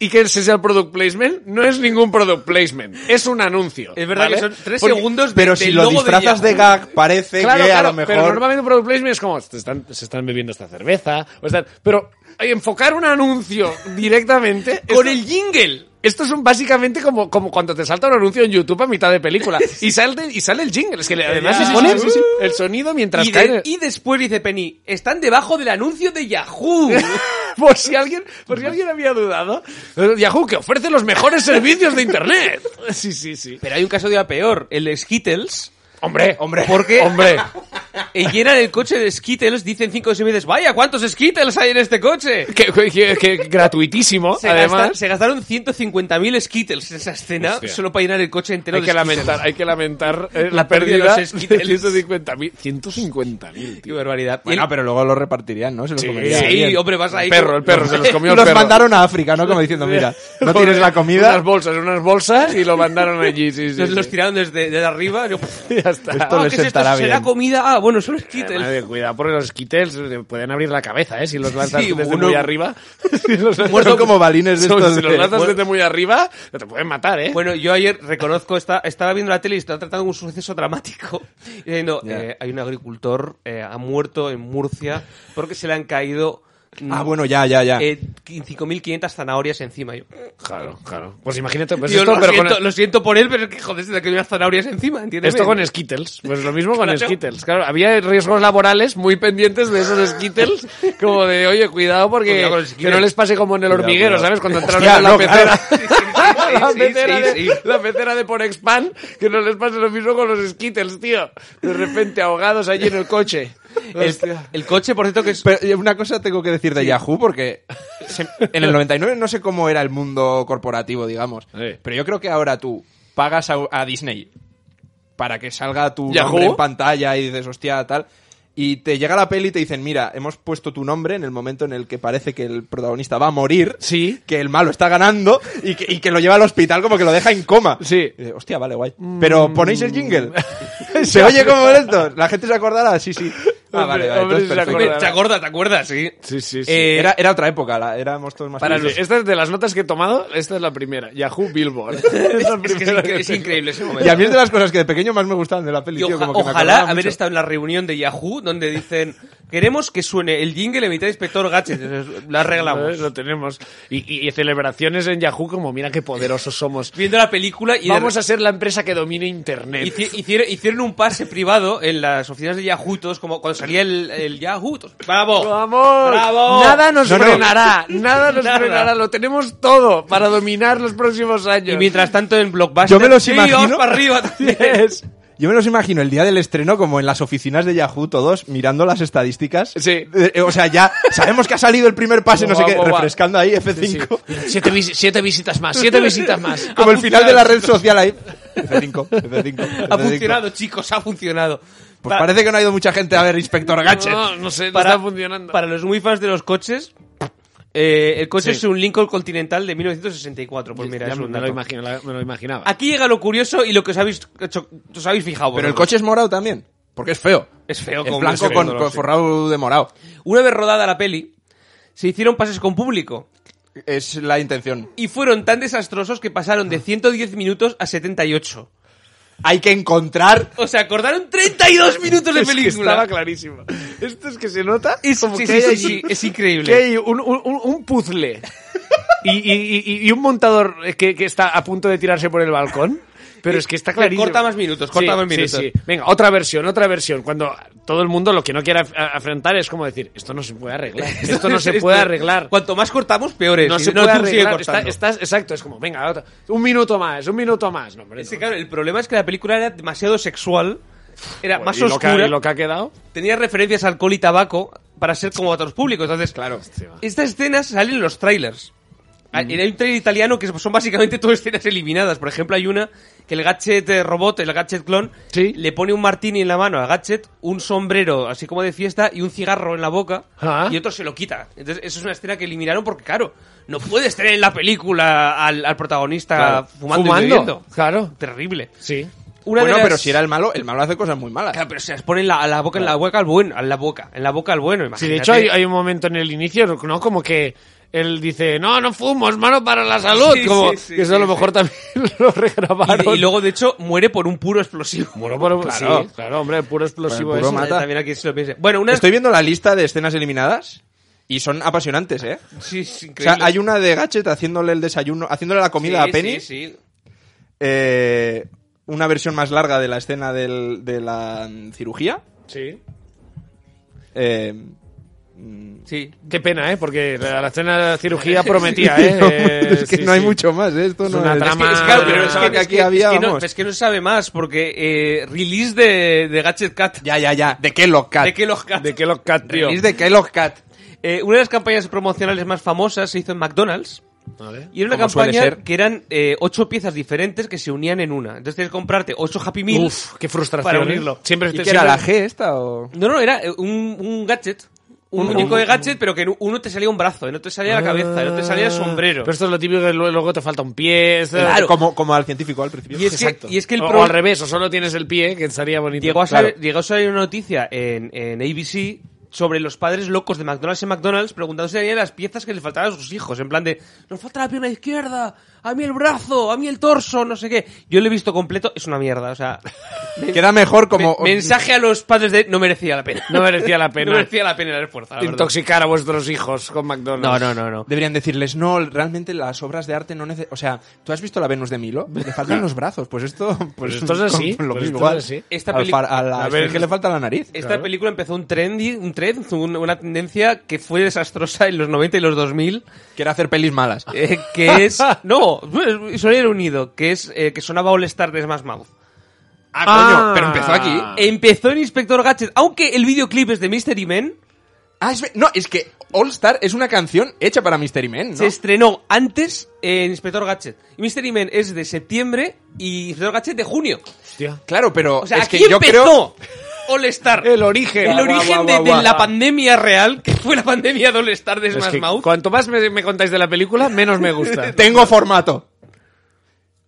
Speaker 4: y que ese sea el product placement, no es ningún product placement, es un anuncio.
Speaker 3: Es verdad
Speaker 4: ¿vale?
Speaker 3: que son tres
Speaker 4: Porque-
Speaker 3: segundos de
Speaker 2: Pero
Speaker 3: del
Speaker 2: si lo
Speaker 3: logo de
Speaker 2: disfrazas de,
Speaker 3: Yahoo.
Speaker 2: gag, parece
Speaker 4: Claro,
Speaker 2: que
Speaker 4: claro,
Speaker 2: a lo
Speaker 4: pero
Speaker 2: mejor.
Speaker 4: normalmente un product placement es como, se están, se están bebiendo esta cerveza, o están- pero ay, enfocar un anuncio directamente...
Speaker 3: Con
Speaker 4: esto-
Speaker 3: el jingle.
Speaker 4: Esto es un- básicamente como, como cuando te salta un anuncio en YouTube a mitad de película y sale, y sale el jingle. Es que le- además
Speaker 3: Ya,
Speaker 4: se
Speaker 3: sí,
Speaker 4: pone
Speaker 3: sí, sí, sí.
Speaker 4: el sonido mientras
Speaker 3: Y, de-
Speaker 4: cae. en el-
Speaker 3: y después dice Penny, están debajo del anuncio de Yahoo.
Speaker 4: por si alguien, por si alguien había dudado, eh, Yahoo que ofrece los mejores servicios de internet. Sí, sí, sí.
Speaker 3: Pero hay un caso de peor, el de Skittles.
Speaker 4: Hombre,
Speaker 2: Hombre.
Speaker 3: Porque
Speaker 4: hombre.
Speaker 3: eh, llenan el coche de Skittles, dicen cinco o seis veces, vaya, ¿cuántos Skittles hay en este coche?
Speaker 4: Que, que- que gratuitísimo,
Speaker 3: Se, gastan-
Speaker 4: además.
Speaker 3: se gastaron 150.000 Skittles en esa escena
Speaker 4: Hostia.
Speaker 3: solo para llenar el coche entero
Speaker 4: Hay
Speaker 3: de
Speaker 4: que
Speaker 3: Skittles.
Speaker 4: lamentar, hay que lamentar eh,
Speaker 3: La
Speaker 4: la
Speaker 3: pérdida de
Speaker 4: pérdida de
Speaker 3: los Skittles.
Speaker 4: 150.000. 150.000,
Speaker 3: Qué
Speaker 4: tío.
Speaker 3: barbaridad. Y
Speaker 2: Bueno,
Speaker 3: el-
Speaker 2: pero luego lo repartirían, ¿no? Se los comería
Speaker 3: sí,
Speaker 2: alguien.
Speaker 3: hombre, vas ahí
Speaker 4: El perro, el perro, se los comió el
Speaker 2: Los
Speaker 4: perro.
Speaker 2: mandaron a África, ¿no? Como diciendo, mira, no tienes la
Speaker 4: Unas
Speaker 2: comida.
Speaker 4: bolsas, unas bolsas y lo mandaron allí, sí, sí.
Speaker 3: los,
Speaker 4: sí.
Speaker 3: los tiraron desde, desde arriba. yo,
Speaker 4: Ya
Speaker 2: Esto
Speaker 4: está.
Speaker 3: "Ah,
Speaker 2: les
Speaker 3: ¿qué es
Speaker 2: sentará
Speaker 3: ¿Será
Speaker 2: bien".
Speaker 3: comida? Ah, bueno, son Skittles.
Speaker 4: Madre, cuidado, porque los Skittles eh, pueden abrir la cabeza, ¿eh? Si los lanzas
Speaker 3: Sí,
Speaker 4: desde
Speaker 3: uno-
Speaker 4: muy arriba. Si los lanzas-
Speaker 2: Son como balines de
Speaker 4: Son-
Speaker 2: estos.
Speaker 4: Si los
Speaker 2: de-
Speaker 4: lanzas
Speaker 2: Bueno,
Speaker 4: desde muy arriba, te pueden matar, ¿eh?
Speaker 3: Bueno, yo ayer reconozco, esta- estaba viendo la tele y estaba tratando un suceso dramático. Y diciendo,
Speaker 2: Ya.
Speaker 3: eh, hay un agricultor, eh, ha muerto en Murcia porque se le han caído mm,
Speaker 2: Ah, bueno, ya, ya, ya.
Speaker 3: eh, 5.500 zanahorias encima. Yo,
Speaker 4: Claro, claro. Pues imagínate, pues
Speaker 3: Tío,
Speaker 4: esto,
Speaker 3: lo,
Speaker 4: pero
Speaker 3: siento,
Speaker 4: con,
Speaker 3: lo siento por él, pero es que joder, se le caído unas zanahorias encima, ¿entiendes?
Speaker 4: esto con Skittles. Pues lo mismo con
Speaker 3: Claro.
Speaker 4: Skittles. Claro, había riesgos laborales muy pendientes de esos Skittles, como de, oye, cuidado porque
Speaker 3: Cuidado con el
Speaker 4: que
Speaker 3: Skittles.
Speaker 4: no les pase como en el
Speaker 2: Cuidado,
Speaker 4: hormiguero,
Speaker 2: cuidado.
Speaker 4: ¿sabes? Cuando entraron
Speaker 2: Hostia,
Speaker 4: en la
Speaker 2: no,
Speaker 4: pecera.
Speaker 3: sí,
Speaker 4: la,
Speaker 3: sí,
Speaker 4: pecera
Speaker 3: sí,
Speaker 4: de,
Speaker 3: sí.
Speaker 4: la pecera de Porexpan, que no les pase lo mismo con los Skittles, tío. De repente ahogados allí en el coche.
Speaker 3: El,
Speaker 4: Hostia.
Speaker 3: el coche, por cierto, que es...
Speaker 2: Pero, eh, una cosa tengo que decir de Yahoo, porque se- en el 99 no sé cómo era el mundo corporativo, digamos.
Speaker 4: Sí.
Speaker 2: Pero yo creo que ahora tú pagas a, a Disney para que salga tu
Speaker 4: ¿Yahoo?
Speaker 2: nombre en pantalla y dices, hostia, tal. Y te llega la peli y te dicen, mira, hemos puesto tu nombre en el momento en el que parece que el protagonista va a morir,
Speaker 4: Sí.
Speaker 2: que el malo está ganando y que, y que lo lleva al hospital como que lo deja en coma.
Speaker 4: Sí.
Speaker 2: Y dices, hostia, vale, guay. Pero ponéis el jingle. ¿Se oye como esto? ¿La gente se acordará? Sí, sí. Ah, vale,
Speaker 4: Hombre,
Speaker 2: vale.
Speaker 4: hombre,
Speaker 2: entonces,
Speaker 4: se
Speaker 2: perfecto.
Speaker 3: Hombre,
Speaker 4: acordará.
Speaker 3: ¿Te acuerdas? ¿Te acuerdas? Sí.
Speaker 4: Sí, sí, sí.
Speaker 2: Eh, era, era otra época, la- éramos todos más
Speaker 4: Para
Speaker 2: felices.
Speaker 4: los- esta es de las notas que he tomado, esta es la primera. Yahoo Billboard. es, la
Speaker 3: Es, que es,
Speaker 4: primera
Speaker 3: incre-
Speaker 4: que
Speaker 3: es
Speaker 4: tengo.
Speaker 3: increíble ese momento.
Speaker 2: Y a mí es de las cosas que de pequeño más me gustaban de la peli.
Speaker 3: Y
Speaker 2: tío,
Speaker 3: oja-
Speaker 2: como que me
Speaker 3: ojalá
Speaker 2: acordaba
Speaker 3: haber
Speaker 2: mucho.
Speaker 3: estado en la reunión de Yahoo donde dicen queremos que suene el jingle mitad Inspector Gadget. La
Speaker 4: Eh,
Speaker 3: arreglamos.
Speaker 4: Lo tenemos. Y, y- y celebraciones en Yahoo como mira qué poderosos somos.
Speaker 3: Viendo la película y de-
Speaker 4: Vamos a ser la empresa que domine Internet.
Speaker 3: hici- hicieron, hicieron un pase privado en las oficinas de Yahoo, todos como cuando salía el, el Yahoo. todos, ¡Bravo!
Speaker 4: ¡Vamos!
Speaker 3: ¡Bravo!
Speaker 4: Nada nos
Speaker 2: No, no.
Speaker 4: frenará, nada nos
Speaker 3: Nada.
Speaker 4: frenará, lo tenemos todo para dominar los próximos años.
Speaker 3: Y mientras tanto en Blockbuster.
Speaker 2: Yo me los
Speaker 3: "Sí,
Speaker 2: imagino".
Speaker 3: vamos para arriba también".
Speaker 4: Yes.
Speaker 2: Yo me los imagino el día del estreno como en las oficinas de Yahoo todos mirando las estadísticas.
Speaker 4: Sí.
Speaker 2: Eh, eh, o sea, ya sabemos que ha salido el primer pase, no sé
Speaker 4: Buah,
Speaker 2: qué,
Speaker 4: buah, buah.
Speaker 2: refrescando ahí
Speaker 4: Sí, sí.
Speaker 2: F5.
Speaker 4: Siete, visi- siete visitas más, siete visitas más.
Speaker 2: Como el final de la red social ahí. F5, F5.
Speaker 3: Ha funcionado, chicos, ha funcionado.
Speaker 2: Pues
Speaker 3: Pa-
Speaker 2: parece que no ha ido mucha gente a ver Inspector Gadget.
Speaker 4: Ah, pues, No, no sé, no
Speaker 3: para,
Speaker 4: está funcionando.
Speaker 3: para los muy fans de los coches, eh, el coche
Speaker 4: Sí.
Speaker 3: es un Lincoln Continental de 1964. Pues mira,
Speaker 4: Ya
Speaker 3: es
Speaker 4: me,
Speaker 3: un
Speaker 4: me lo
Speaker 3: dato.
Speaker 4: imagino, la- me lo imaginaba.
Speaker 3: Aquí llega lo curioso y lo que os habéis, hecho- os habéis fijado.
Speaker 2: Pero el
Speaker 3: vosotros.
Speaker 2: coche es morado también. Porque es feo.
Speaker 3: es feo.
Speaker 2: Es
Speaker 3: como
Speaker 2: blanco
Speaker 3: ese
Speaker 2: con,
Speaker 3: color,
Speaker 2: con
Speaker 3: sí.
Speaker 2: forrado de morado.
Speaker 3: Una vez rodada la peli, se hicieron pases con público.
Speaker 2: Es la intención.
Speaker 3: Y fueron tan desastrosos que pasaron de 110 minutos a 78.
Speaker 2: Hay que encontrar
Speaker 3: O sea, acordaron 32 minutos de
Speaker 4: Es que
Speaker 3: película.
Speaker 4: estaba clarísimo. Esto es que se nota
Speaker 3: Es,
Speaker 4: como
Speaker 3: sí,
Speaker 4: que
Speaker 3: sí,
Speaker 4: hay
Speaker 3: sí,
Speaker 4: ahí-
Speaker 3: sí, es increíble.
Speaker 4: que hay un, un- un- un puzzle y, y- y- y un montador que, que está a punto de tirarse por el balcón. Pero es que está clarísimo.
Speaker 3: Corta más minutos, corta
Speaker 4: Sí,
Speaker 3: más
Speaker 4: sí,
Speaker 3: minutos.
Speaker 4: sí. Venga, otra versión, otra versión. Cuando todo el mundo lo que no quiera af- afrontar es como decir, esto no se puede arreglar, esto no se puede arreglar.
Speaker 3: este, Cuanto más cortamos, peor es.
Speaker 4: No
Speaker 3: Y
Speaker 4: se puede
Speaker 3: tú sigue
Speaker 4: arreglar. Está-
Speaker 3: cortando.
Speaker 4: estás- exacto, es como, venga, otra. Un minuto más, un minuto más. No, hombre,
Speaker 3: Es que,
Speaker 4: no.
Speaker 3: claro, el problema es que la película era demasiado sexual, era
Speaker 4: Joder,
Speaker 3: más
Speaker 4: y lo que ha-
Speaker 3: oscura,
Speaker 4: y lo que ha quedado.
Speaker 3: tenía referencias a alcohol y tabaco para ser como otros públicos. Entonces, claro, estas escenas salen en los trailers. Hay hay un trailer italiano que son básicamente todas escenas eliminadas. Por ejemplo, hay una que el gadget eh, robot, el gadget clon,
Speaker 4: Sí.
Speaker 3: le pone un martini en la mano al gadget, un sombrero así como de fiesta y un cigarro en la boca
Speaker 4: Ah.
Speaker 3: y otro se lo quita. Entonces, eso es una escena que eliminaron porque, claro, no puedes tener en la película al, al protagonista
Speaker 4: Claro.
Speaker 3: fumando, y
Speaker 4: Fumando,
Speaker 3: bebiendo.
Speaker 4: claro.
Speaker 3: Terrible.
Speaker 4: Sí.
Speaker 3: Una
Speaker 2: bueno,
Speaker 3: de las-
Speaker 2: pero si era el malo, el malo hace cosas muy malas.
Speaker 3: Claro, pero se las pone en la, a la boca, en la boca al bueno, en la boca, en la boca al bueno,
Speaker 4: Sí,
Speaker 3: imagínate.
Speaker 4: de hecho hay, hay un momento en el inicio, ¿no? Como que él dice, no, no fumo, es malo para la salud.
Speaker 3: Sí,
Speaker 4: como
Speaker 3: sí, sí,
Speaker 4: que eso
Speaker 3: sí,
Speaker 4: a lo
Speaker 3: sí.
Speaker 4: mejor también lo regrabaron.
Speaker 3: Y, y luego, de hecho, muere por un puro explosivo.
Speaker 4: Bueno, pero-
Speaker 3: Claro.
Speaker 4: sí, claro, hombre, puro explosivo
Speaker 2: Por el puro
Speaker 4: ese.
Speaker 2: mata.
Speaker 3: También aquí se lo piensa. Bueno, una...
Speaker 2: Estoy viendo la lista de escenas eliminadas y son apasionantes, ¿eh?
Speaker 3: Sí, es
Speaker 2: O sea,
Speaker 3: increíble.
Speaker 2: hay una de Gadget haciéndole el desayuno, haciéndole la comida
Speaker 3: Sí,
Speaker 2: a Penny.
Speaker 3: Sí, sí.
Speaker 2: Eh, una versión más larga de la escena del- de la mm, cirugía.
Speaker 4: Sí.
Speaker 2: Eh, mm,
Speaker 3: sí.
Speaker 4: Qué pena, ¿eh? Porque la, la escena de la cirugía prometía, ¿eh? Eh,
Speaker 2: es que
Speaker 4: sí,
Speaker 2: no hay
Speaker 4: sí.
Speaker 2: mucho más, ¿eh? esto
Speaker 4: Es
Speaker 2: no
Speaker 4: una
Speaker 2: es...
Speaker 3: Es que,
Speaker 4: trama-
Speaker 3: es que, claro, pero es
Speaker 2: Pensaba
Speaker 3: que,
Speaker 2: que
Speaker 3: es
Speaker 2: aquí
Speaker 3: que- es
Speaker 2: había,
Speaker 3: que no, pues,
Speaker 2: vamos.
Speaker 3: es que no se sabe más, porque eh, release de, de Gadget Cat.
Speaker 2: Ya, ya, ya. ¿De qué Cat?
Speaker 3: De que los Cat.
Speaker 4: De que los cat, tío.
Speaker 2: Release de Kellogg Cat.
Speaker 3: Eh, una de las campañas promocionales más famosas se hizo en McDonald's.
Speaker 4: Vale.
Speaker 3: Y era una
Speaker 2: Como suele
Speaker 3: campaña
Speaker 2: ser.
Speaker 3: que eran eh, ocho piezas diferentes que se unían en una. Entonces tienes que comprarte ocho Happy Meals.
Speaker 4: Uf, qué frustración.
Speaker 3: Para
Speaker 4: ¿eh?
Speaker 3: unirlo.
Speaker 4: Siempre
Speaker 2: ¿Y
Speaker 4: estoy-
Speaker 2: qué era la
Speaker 4: siempre-
Speaker 2: G esta o...?
Speaker 3: No, no, era eh, un, un gadget. Un muñeco de gadget, pero que en uno te salía un brazo, en otro te salía la cabeza, en otro te salía el sombrero.
Speaker 4: Ah, Pero esto es lo típico que luego luego te falta un pie. esto-
Speaker 3: Claro.
Speaker 2: Como, como al científico al principio.
Speaker 3: Y es que,
Speaker 4: Exacto.
Speaker 3: y es que el
Speaker 4: o,
Speaker 3: pro-
Speaker 4: o al revés, o solo tienes el pie, que estaría bonito.
Speaker 3: llegó, a salir,
Speaker 4: Claro.
Speaker 3: llegó a salir una noticia en, en ABC sobre los padres locos de McDonald's en McDonald's preguntándose a ella las piezas que le faltaban a sus hijos. En plan de, nos falta la pierna izquierda, a mí el brazo, a mí el torso, no sé qué. Yo lo he visto completo, es una mierda, o sea...
Speaker 2: Queda mejor como...
Speaker 3: me- mensaje a los padres de, no merecía la pena.
Speaker 4: No merecía la pena.
Speaker 3: no merecía la pena el esfuerzo, la verdad.
Speaker 4: Intoxicar a vuestros hijos con
Speaker 3: No,
Speaker 4: McDonald's.
Speaker 3: no, no, no.
Speaker 2: Deberían decirles, no, realmente las obras de arte no necesitan... O sea, ¿tú has visto la Venus de Milo? Le faltan los brazos. Pues esto... Pues,
Speaker 4: esto es así,
Speaker 2: con- con lo
Speaker 4: pues
Speaker 2: mismo,
Speaker 4: esto es
Speaker 2: igual.
Speaker 4: así.
Speaker 3: Esta
Speaker 2: Al
Speaker 3: peli-
Speaker 2: far- a la-
Speaker 3: A
Speaker 2: es
Speaker 3: ver.
Speaker 2: que le falta la nariz. Eh,
Speaker 3: Esta película empezó un trendy, un trend, un- una tendencia que fue desastrosa en los 90 y los 2000,
Speaker 2: Quiere hacer pelis malas.
Speaker 3: eh, que es... no, Sonido Unido, que es eh, que sonaba All Star de Smash Mouth.
Speaker 2: Ah, coño,
Speaker 4: Ah.
Speaker 2: pero empezó aquí.
Speaker 3: Empezó en Inspector Gadget, aunque el videoclip es de Mystery Men,
Speaker 2: Ah, es ve- no, es que All Star es una canción hecha para Mystery Men, ¿no?
Speaker 3: se estrenó antes en Inspector Gadget. Y Mystery Men es de septiembre y Inspector Gadget de junio.
Speaker 4: Hostia.
Speaker 2: Claro, pero
Speaker 3: O sea,
Speaker 2: es
Speaker 3: aquí
Speaker 2: que yo creo...
Speaker 3: empezó All Star.
Speaker 4: El origen.
Speaker 3: El
Speaker 2: Guau,
Speaker 3: origen
Speaker 2: guau,
Speaker 3: de,
Speaker 2: guau,
Speaker 3: de
Speaker 2: guau.
Speaker 3: la pandemia real, que fue la pandemia de All Star de
Speaker 4: Es
Speaker 3: Smash
Speaker 4: que
Speaker 3: Mouth.
Speaker 4: cuanto más me, me contáis de la película, menos me gusta.
Speaker 2: Tengo formato.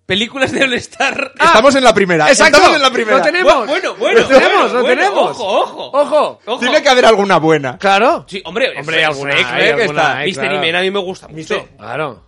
Speaker 3: Películas de All Star.
Speaker 2: Estamos en la primera.
Speaker 4: Exacto.
Speaker 2: Estamos en la primera.
Speaker 4: Lo tenemos.
Speaker 3: Bueno, bueno,
Speaker 4: lo tenemos,
Speaker 3: bueno,
Speaker 4: lo
Speaker 3: bueno,
Speaker 4: tenemos.
Speaker 3: ojo, ojo.
Speaker 4: Ojo.
Speaker 3: Ojo.
Speaker 2: Tiene que haber alguna buena.
Speaker 4: Claro.
Speaker 3: Sí, hombre,
Speaker 4: Hombre,
Speaker 3: Fre-
Speaker 4: alguna
Speaker 3: Freck,
Speaker 4: hay,
Speaker 3: Freck
Speaker 4: alguna
Speaker 3: está.
Speaker 4: hay,
Speaker 3: Mystery
Speaker 4: claro.
Speaker 3: Man a mí me gusta mucho.
Speaker 4: Claro.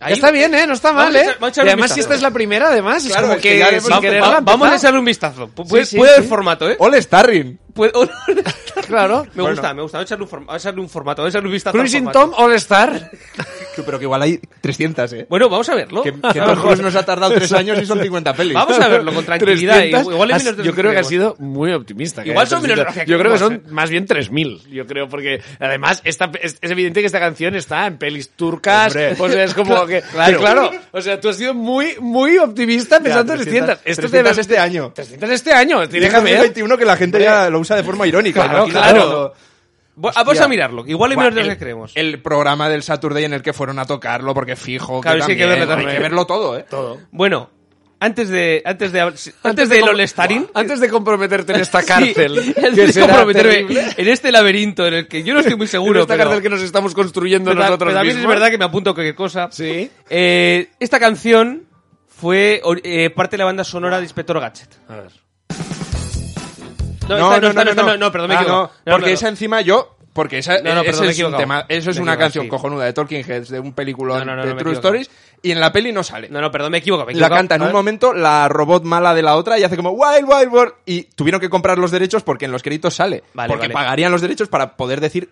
Speaker 3: Ahí-
Speaker 4: está bien, ¿eh? No está
Speaker 3: Vamos
Speaker 4: mal,
Speaker 3: a
Speaker 4: ¿eh?
Speaker 3: echar- vamos a echarle un
Speaker 4: y además,
Speaker 3: vistazo.
Speaker 4: si esta es la primera, además, es
Speaker 2: Claro,
Speaker 4: como
Speaker 2: es
Speaker 4: que,
Speaker 2: que ya hemos-
Speaker 4: sin
Speaker 3: Va-
Speaker 4: querer
Speaker 3: va-
Speaker 4: la han
Speaker 3: vamos a
Speaker 4: petado.
Speaker 3: echarle un vistazo. Pu- Puede,
Speaker 4: sí,
Speaker 3: puede
Speaker 4: sí.
Speaker 3: haber formato, ¿eh?
Speaker 2: All Starring.
Speaker 3: Puede-
Speaker 4: Claro.
Speaker 3: me gusta, me gusta. Vamos a echarle un, form- vamos a echarle un formato, vamos a echarle un vistazo. al
Speaker 4: Cruising
Speaker 3: formato.
Speaker 4: Tom All Star.
Speaker 2: Que- Pero que igual hay 300, ¿eh?
Speaker 3: Bueno, vamos a verlo.
Speaker 2: Que, que Tom Cruise nos ha tardado 3 años y son 50 pelis.
Speaker 3: Vamos a verlo con tranquilidad.
Speaker 4: 300.
Speaker 3: Igual es
Speaker 4: Has-
Speaker 3: menos de lo
Speaker 4: Yo
Speaker 3: que
Speaker 4: creo que ha
Speaker 3: creemos.
Speaker 4: sido muy optimista. que
Speaker 3: Igual
Speaker 4: haya
Speaker 3: son menos de lo que
Speaker 4: 300. Yo creo que son
Speaker 3: creemos,
Speaker 4: más bien 3.000. Yo creo, porque además esta, es, es evidente que esta canción está en pelis turcas.
Speaker 2: Hombre.
Speaker 4: O sea, es como que. Claro. claro. O sea, tú has sido muy, muy optimista pensando en 300. Esto
Speaker 2: 300
Speaker 4: te-
Speaker 2: este año.
Speaker 4: 300 este año.
Speaker 2: Y
Speaker 4: Déjame ver.
Speaker 2: 21 que la gente ya lo usa de forma irónica.
Speaker 4: Claro,
Speaker 2: imagínate
Speaker 4: claro.
Speaker 2: lo-
Speaker 3: Bu- ah, Vamos
Speaker 2: Hostia.
Speaker 3: a mirarlo. que Igual hay
Speaker 2: Buah,
Speaker 3: menos de lo
Speaker 2: el-
Speaker 3: que creemos.
Speaker 2: El programa del Saturday en el que fueron a tocarlo, porque fijo
Speaker 3: Claro,
Speaker 2: que,
Speaker 3: sí, hay que
Speaker 2: también,
Speaker 3: verlo también.
Speaker 2: hay que verlo todo, ¿eh?
Speaker 4: Todo.
Speaker 3: Bueno, antes de antes de antes,
Speaker 4: de
Speaker 3: del
Speaker 4: com-
Speaker 3: All Starin,
Speaker 4: Antes de comprometerte en esta
Speaker 3: Sí,
Speaker 4: cárcel.
Speaker 3: antes
Speaker 4: que
Speaker 3: de
Speaker 4: será
Speaker 3: comprometerme
Speaker 4: terrible,
Speaker 3: en este laberinto en el que yo no estoy muy
Speaker 4: En
Speaker 3: seguro.
Speaker 4: esta
Speaker 3: pero-
Speaker 4: cárcel que nos estamos construyendo
Speaker 3: pero-
Speaker 4: nosotros
Speaker 3: pero también
Speaker 4: mismos.
Speaker 3: es verdad que me apunto a cualquier cosa.
Speaker 4: Sí.
Speaker 3: Eh, esta canción fue or- eh, parte de la banda sonora de Inspector Gadget.
Speaker 4: A ver.
Speaker 3: No, esta- no, esta- no, esta- no, no, perdón, me
Speaker 2: Ah, no,
Speaker 3: equivoco. No,
Speaker 2: porque
Speaker 3: no, no.
Speaker 2: esa encima yo. Porque esa,
Speaker 3: No, no,
Speaker 2: ese
Speaker 3: perdón, me he
Speaker 2: es un
Speaker 3: equivocado.
Speaker 2: tema. Eso es
Speaker 3: Me he
Speaker 2: una
Speaker 3: equivocado,
Speaker 2: canción
Speaker 3: sí.
Speaker 2: cojonuda de Talking Heads, de un peliculón
Speaker 3: No, no, no,
Speaker 2: de
Speaker 3: no, me he
Speaker 2: True
Speaker 3: equivocado.
Speaker 2: Stories. Y en la peli no sale.
Speaker 3: No, no, perdón, me equivoco.
Speaker 2: La
Speaker 3: me equivoco.
Speaker 2: canta en
Speaker 3: A
Speaker 2: un
Speaker 3: ver.
Speaker 2: momento la robot mala de la otra y hace como Wild Wild World. Y tuvieron que comprar los derechos porque en los créditos sale.
Speaker 3: Vale,
Speaker 2: porque
Speaker 3: vale.
Speaker 2: pagarían los derechos para poder decir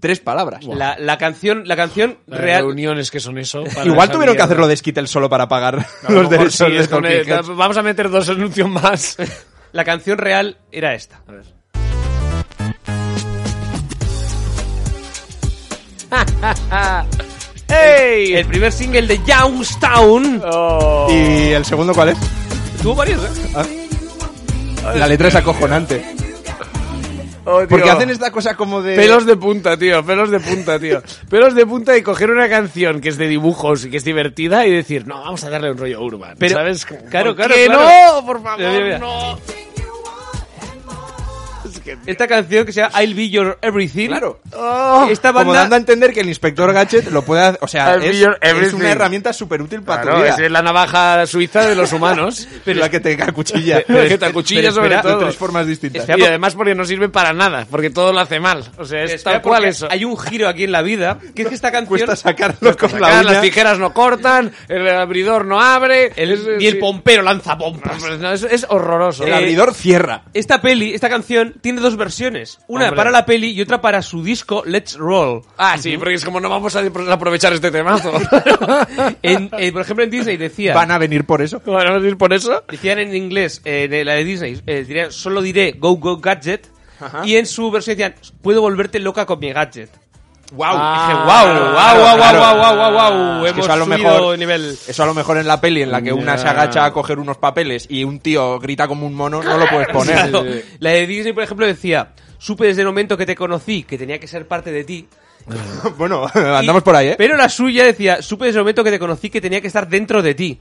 Speaker 2: tres palabras.
Speaker 3: La, la canción, la canción
Speaker 4: Las
Speaker 3: real.
Speaker 4: reuniones que son eso. para
Speaker 2: Igual
Speaker 4: esa
Speaker 2: tuvieron que
Speaker 4: mierda.
Speaker 2: hacerlo de Skittle solo para pagar
Speaker 4: A lo
Speaker 2: los
Speaker 4: mejor
Speaker 2: derechos
Speaker 4: sí,
Speaker 2: de
Speaker 4: es con
Speaker 2: Talking
Speaker 4: el-
Speaker 2: Heads.
Speaker 4: Vamos a meter dos anuncios más.
Speaker 3: La canción real era esta.
Speaker 4: ¡Ey!
Speaker 3: El primer single de Youngstown.
Speaker 4: Oh.
Speaker 2: ¿Y el segundo cuál es?
Speaker 3: Tuvo varios, ¿eh?
Speaker 2: La letra es acojonante.
Speaker 4: Oh, tío.
Speaker 2: Porque hacen esta cosa como de.
Speaker 4: Pelos de punta, tío, pelos de punta, tío. Pelos de punta y coger una canción que es de dibujos y que es divertida y decir, no, vamos a darle un rollo urban.
Speaker 3: Pero-
Speaker 4: ¿Sabes?
Speaker 3: claro,
Speaker 4: ¿Por
Speaker 3: claro,
Speaker 4: qué
Speaker 3: claro.
Speaker 4: no, por favor,
Speaker 3: Mira, mira, mira.
Speaker 4: no. Es que-
Speaker 3: Esta canción que se llama I'll Be Your Everything.
Speaker 2: Claro.
Speaker 4: Oh.
Speaker 3: Esta
Speaker 2: Como dando a
Speaker 3: banda.
Speaker 2: entender que el inspector Gadget lo puede hacer. O sea,
Speaker 4: I'll be
Speaker 2: es,
Speaker 4: your
Speaker 2: es
Speaker 4: everything.
Speaker 2: una herramienta súper útil para
Speaker 4: Claro,
Speaker 2: tu vida.
Speaker 4: esa es la navaja suiza de los humanos.
Speaker 2: pero la que te acuchilla.
Speaker 4: pero- que te acuchilla
Speaker 2: Pero
Speaker 4: sobre
Speaker 2: espera,
Speaker 4: todo.
Speaker 2: De tres formas distintas.
Speaker 3: Espera,
Speaker 4: y
Speaker 3: po-
Speaker 4: además porque no sirve para nada, porque todo lo hace mal. O sea, es
Speaker 3: Espera,
Speaker 4: tal cual
Speaker 3: porque
Speaker 4: eso.
Speaker 3: Hay un giro aquí en la vida. Que es que esta canción.
Speaker 2: Cuesta sacarlo con la
Speaker 4: Sacar,
Speaker 2: uña.
Speaker 4: las tijeras no cortan, el abridor no abre. es-
Speaker 3: el,
Speaker 4: es-
Speaker 3: y el pompero lanza
Speaker 4: No,
Speaker 3: bombas.
Speaker 4: pues no, es, es horroroso.
Speaker 2: El
Speaker 3: Eh,
Speaker 2: abridor cierra.
Speaker 3: Esta peli, esta canción, tiene dos versiones. Una
Speaker 4: Hombre.
Speaker 3: para la peli y otra para su disco Let's Roll.
Speaker 4: ah, sí, porque es como no vamos a aprovechar este temazo.
Speaker 3: En- eh, por ejemplo, en Disney decía...
Speaker 2: Van a venir por eso.
Speaker 4: bueno, ¿Vamos a ir por eso?
Speaker 3: Decían en inglés, eh, en la de Disney, eh, dirían, solo diré Go Go Gadget.
Speaker 2: Ajá.
Speaker 3: Y en su versión decían, puedo volverte loca con mi gadget.
Speaker 2: ¡Wow!
Speaker 4: Ah,
Speaker 3: Dije, wow,
Speaker 4: claro,
Speaker 3: wow, wow,
Speaker 2: claro.
Speaker 3: wow, wow, wow, wow,
Speaker 2: Es que
Speaker 3: Hemos
Speaker 2: eso a lo
Speaker 3: subido
Speaker 2: mejor
Speaker 3: nivel.
Speaker 2: Eso a lo mejor en la peli en la que una se agacha a coger unos papeles y un tío grita como un mono, no lo puedes poner.
Speaker 3: Claro. La de Disney, por ejemplo, decía, supe desde el momento que te conocí que tenía que ser parte de ti.
Speaker 2: bueno, andamos
Speaker 3: Y-
Speaker 2: por ahí, ¿eh?
Speaker 3: Pero la suya decía, supe desde el momento que te conocí que tenía que estar dentro de ti.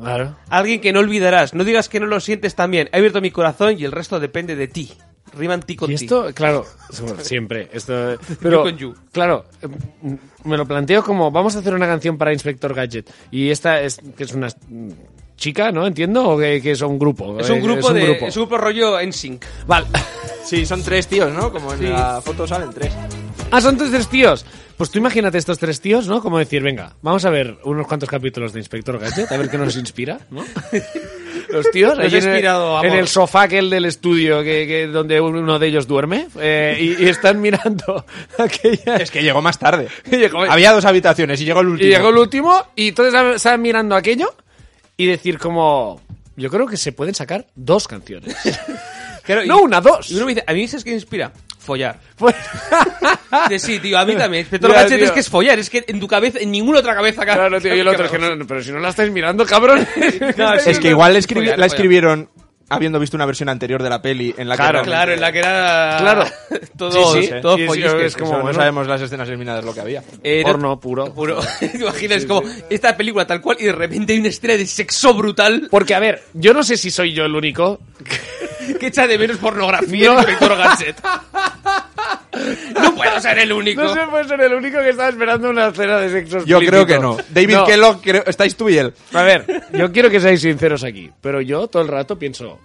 Speaker 4: Claro.
Speaker 3: Alguien que no olvidarás. No digas que no lo sientes también. He abierto mi corazón y el resto depende de ti. Riman ti con
Speaker 4: Y
Speaker 3: ti.
Speaker 4: esto, claro, bueno, siempre. Esto, pero,
Speaker 3: con you.
Speaker 4: Claro, eh, m- me lo planteo como, vamos a hacer una canción para Inspector Gadget. Y esta es, que es una mm, chica, ¿no? Entiendo, o que, que es un grupo.
Speaker 3: Es un
Speaker 4: Eh,
Speaker 3: grupo de.
Speaker 4: grupo.
Speaker 3: Es un grupo rollo en sync.
Speaker 4: Vale.
Speaker 2: Sí, son tres tíos, ¿no? Como en
Speaker 3: Sí.
Speaker 2: la foto salen tres.
Speaker 4: Ah, son tres, tres tíos. Pues tú imagínate estos tres tíos, ¿no? Como decir, venga, vamos a ver unos cuantos capítulos de Inspector Gadget, a ver qué nos inspira, ¿no? Los tíos,
Speaker 3: Nos ha
Speaker 4: allí en, el,
Speaker 3: inspirado, amor.
Speaker 4: en el sofá aquel del estudio que, que- donde uno de ellos duerme, eh, y, y están mirando aquella...
Speaker 2: Es que llegó más tarde.
Speaker 4: Y llegó-
Speaker 2: Había dos habitaciones y llegó el
Speaker 4: Y
Speaker 2: último.
Speaker 4: llegó el último y entonces estaban mirando aquello y decir como... Yo creo que se pueden sacar dos canciones.
Speaker 3: Claro, y-
Speaker 4: No, una, dos.
Speaker 3: Y uno me dice, a mí es que me inspira follar.
Speaker 4: Pues-
Speaker 3: Dice, sí, tío, a mí también. Inspector
Speaker 4: Ya,
Speaker 3: Gadget
Speaker 4: tío.
Speaker 3: es que es follar, es que en tu cabeza, en ninguna otra cabeza.
Speaker 4: Claro, tío, y el otro es que no, pero si no la estáis mirando, cabrón.
Speaker 2: Es que igual escribi-
Speaker 3: Follar,
Speaker 2: la
Speaker 3: follar.
Speaker 2: escribieron habiendo visto una versión anterior de la peli en la
Speaker 4: Claro,
Speaker 2: que...
Speaker 3: Claro, en la que era.
Speaker 4: Claro.
Speaker 3: todo
Speaker 4: Ah. Sí, sí.
Speaker 3: todo
Speaker 4: Sí, sí,
Speaker 3: follisque.
Speaker 4: es
Speaker 2: Es como,
Speaker 4: como,
Speaker 2: no
Speaker 4: bueno.
Speaker 2: sabemos las escenas eliminadas lo que había.
Speaker 3: Eh, no-
Speaker 4: Porno puro.
Speaker 3: Puro. ¿Te imaginas como esta película tal cual y de repente hay una escena de sexo brutal
Speaker 4: Porque, a ver, yo no sé si soy yo el único.
Speaker 3: que echa de menos pornografía
Speaker 4: No.
Speaker 3: el Inspector Gadget? no puedo ser el único.
Speaker 4: No sé, puede ser el único que estaba esperando una escena de sexo
Speaker 2: Yo creo
Speaker 4: explícito.
Speaker 2: que no. David
Speaker 4: No.
Speaker 2: Kellogg, creo- estáis tú y él.
Speaker 4: A ver, yo quiero que seáis sinceros aquí, pero yo todo el rato pienso,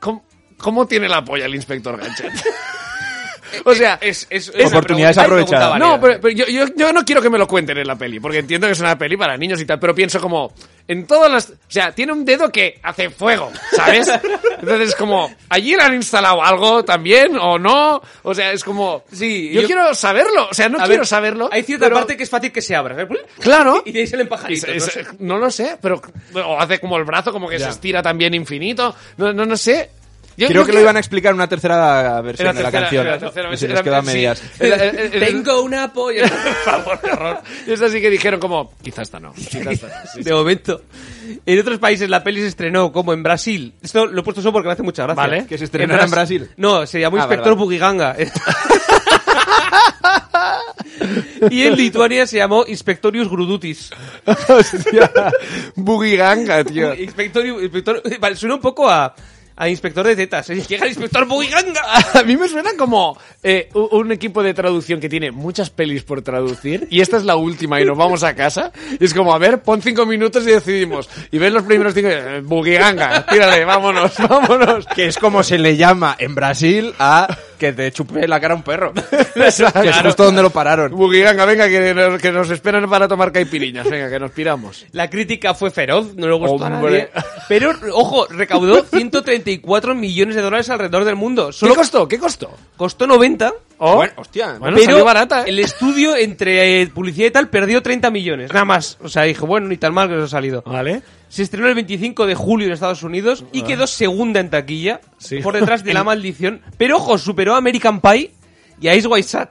Speaker 4: ¿cómo, cómo tiene la polla el inspector Gadget? o sea,
Speaker 3: Eh, Es, es, es
Speaker 2: Oportunidades
Speaker 3: una pregunta-
Speaker 2: aprovechadas.
Speaker 3: una pregunta
Speaker 4: no,
Speaker 3: válida.
Speaker 4: pero, pero yo, yo- yo no quiero que me lo cuenten en la peli, porque entiendo que es una peli para niños y tal, pero pienso como, en todas las... O sea, tiene un dedo que hace fuego, ¿sabes? Entonces, como, ¿allí le han instalado algo también o no? O sea, es como...
Speaker 3: Sí,
Speaker 4: yo,
Speaker 3: yo-
Speaker 4: quiero saberlo, o sea, no
Speaker 3: A
Speaker 4: quiero
Speaker 3: ver,
Speaker 4: saberlo.
Speaker 3: Hay cierta
Speaker 4: pero-
Speaker 3: parte que es fácil que se abra.
Speaker 4: Claro.
Speaker 3: Y de ahí salen
Speaker 4: Es-
Speaker 3: pajaritos. no
Speaker 4: es-
Speaker 3: sé.
Speaker 4: no lo sé, pero o hace como el brazo, como que se estira también infinito. No, no, no sé. Yo,
Speaker 2: Creo que lo iban a explicar en una tercera versión
Speaker 4: Era
Speaker 2: de la
Speaker 4: tercera-
Speaker 2: canción.
Speaker 4: era tercera
Speaker 2: Y se
Speaker 4: versión,
Speaker 2: les
Speaker 4: era-
Speaker 2: quedó a
Speaker 4: sí.
Speaker 2: medias.
Speaker 4: Era- era- era-
Speaker 3: Tengo una polla. Por favor, error.
Speaker 4: Es así que dijeron como, quizás esta no. Quizá esta no. Sí, sí.
Speaker 3: De momento. En otros países la peli se estrenó, como en Brasil. Esto lo he puesto solo porque me hace mucha gracia.
Speaker 4: Vale.
Speaker 2: Que se estrenara en
Speaker 3: Bras-
Speaker 2: Brasil.
Speaker 3: No, se llamó
Speaker 2: Ah,
Speaker 3: Inspector
Speaker 2: vale,
Speaker 3: Bugiganga. y en Lituania se llamó Inspectorius Grudutis.
Speaker 4: Hostia, bugiganga, tío.
Speaker 3: Inspectorius, inspector, vale, suena un poco a, a Inspector de Tetas. ¿eh? Llega el Inspector Bugiganga.
Speaker 4: A mí me suena como eh, u- un equipo de traducción que tiene muchas pelis por traducir y esta es la última y nos vamos a casa. Y es como, a ver, pon cinco minutos y decidimos. Y ven los primeros cinco, eh, bugiganga, tírale, vámonos, vámonos.
Speaker 2: Que es como se le llama en Brasil a que te chupe la cara un perro. que es justo donde lo pararon.
Speaker 4: Bugiganga, venga, que nos, que nos esperan para tomar caipiriñas, venga, que nos piramos.
Speaker 3: La crítica fue feroz, no le gustó a nadie.
Speaker 4: Hombre.
Speaker 3: Pero, ojo, recaudó 134 millones de dólares alrededor del mundo.
Speaker 4: ¿Qué
Speaker 3: Solo
Speaker 4: costó? ¿Qué costó?
Speaker 3: costó 90,
Speaker 4: Oh,
Speaker 2: Bueno, hostia.
Speaker 4: Bueno,
Speaker 3: pero
Speaker 4: salió barata, ¿eh?
Speaker 3: el estudio entre eh, publicidad y tal perdió 30 millones, nada más. O sea, dije, bueno, ni tan mal que nos ha salido.
Speaker 4: Vale.
Speaker 3: Se estrenó el 25 de julio en Estados Unidos y quedó segunda en taquilla,
Speaker 4: Sí.
Speaker 3: por detrás de La Maldición. Pero, ojo, superó a American Pie y a Ice White Shut.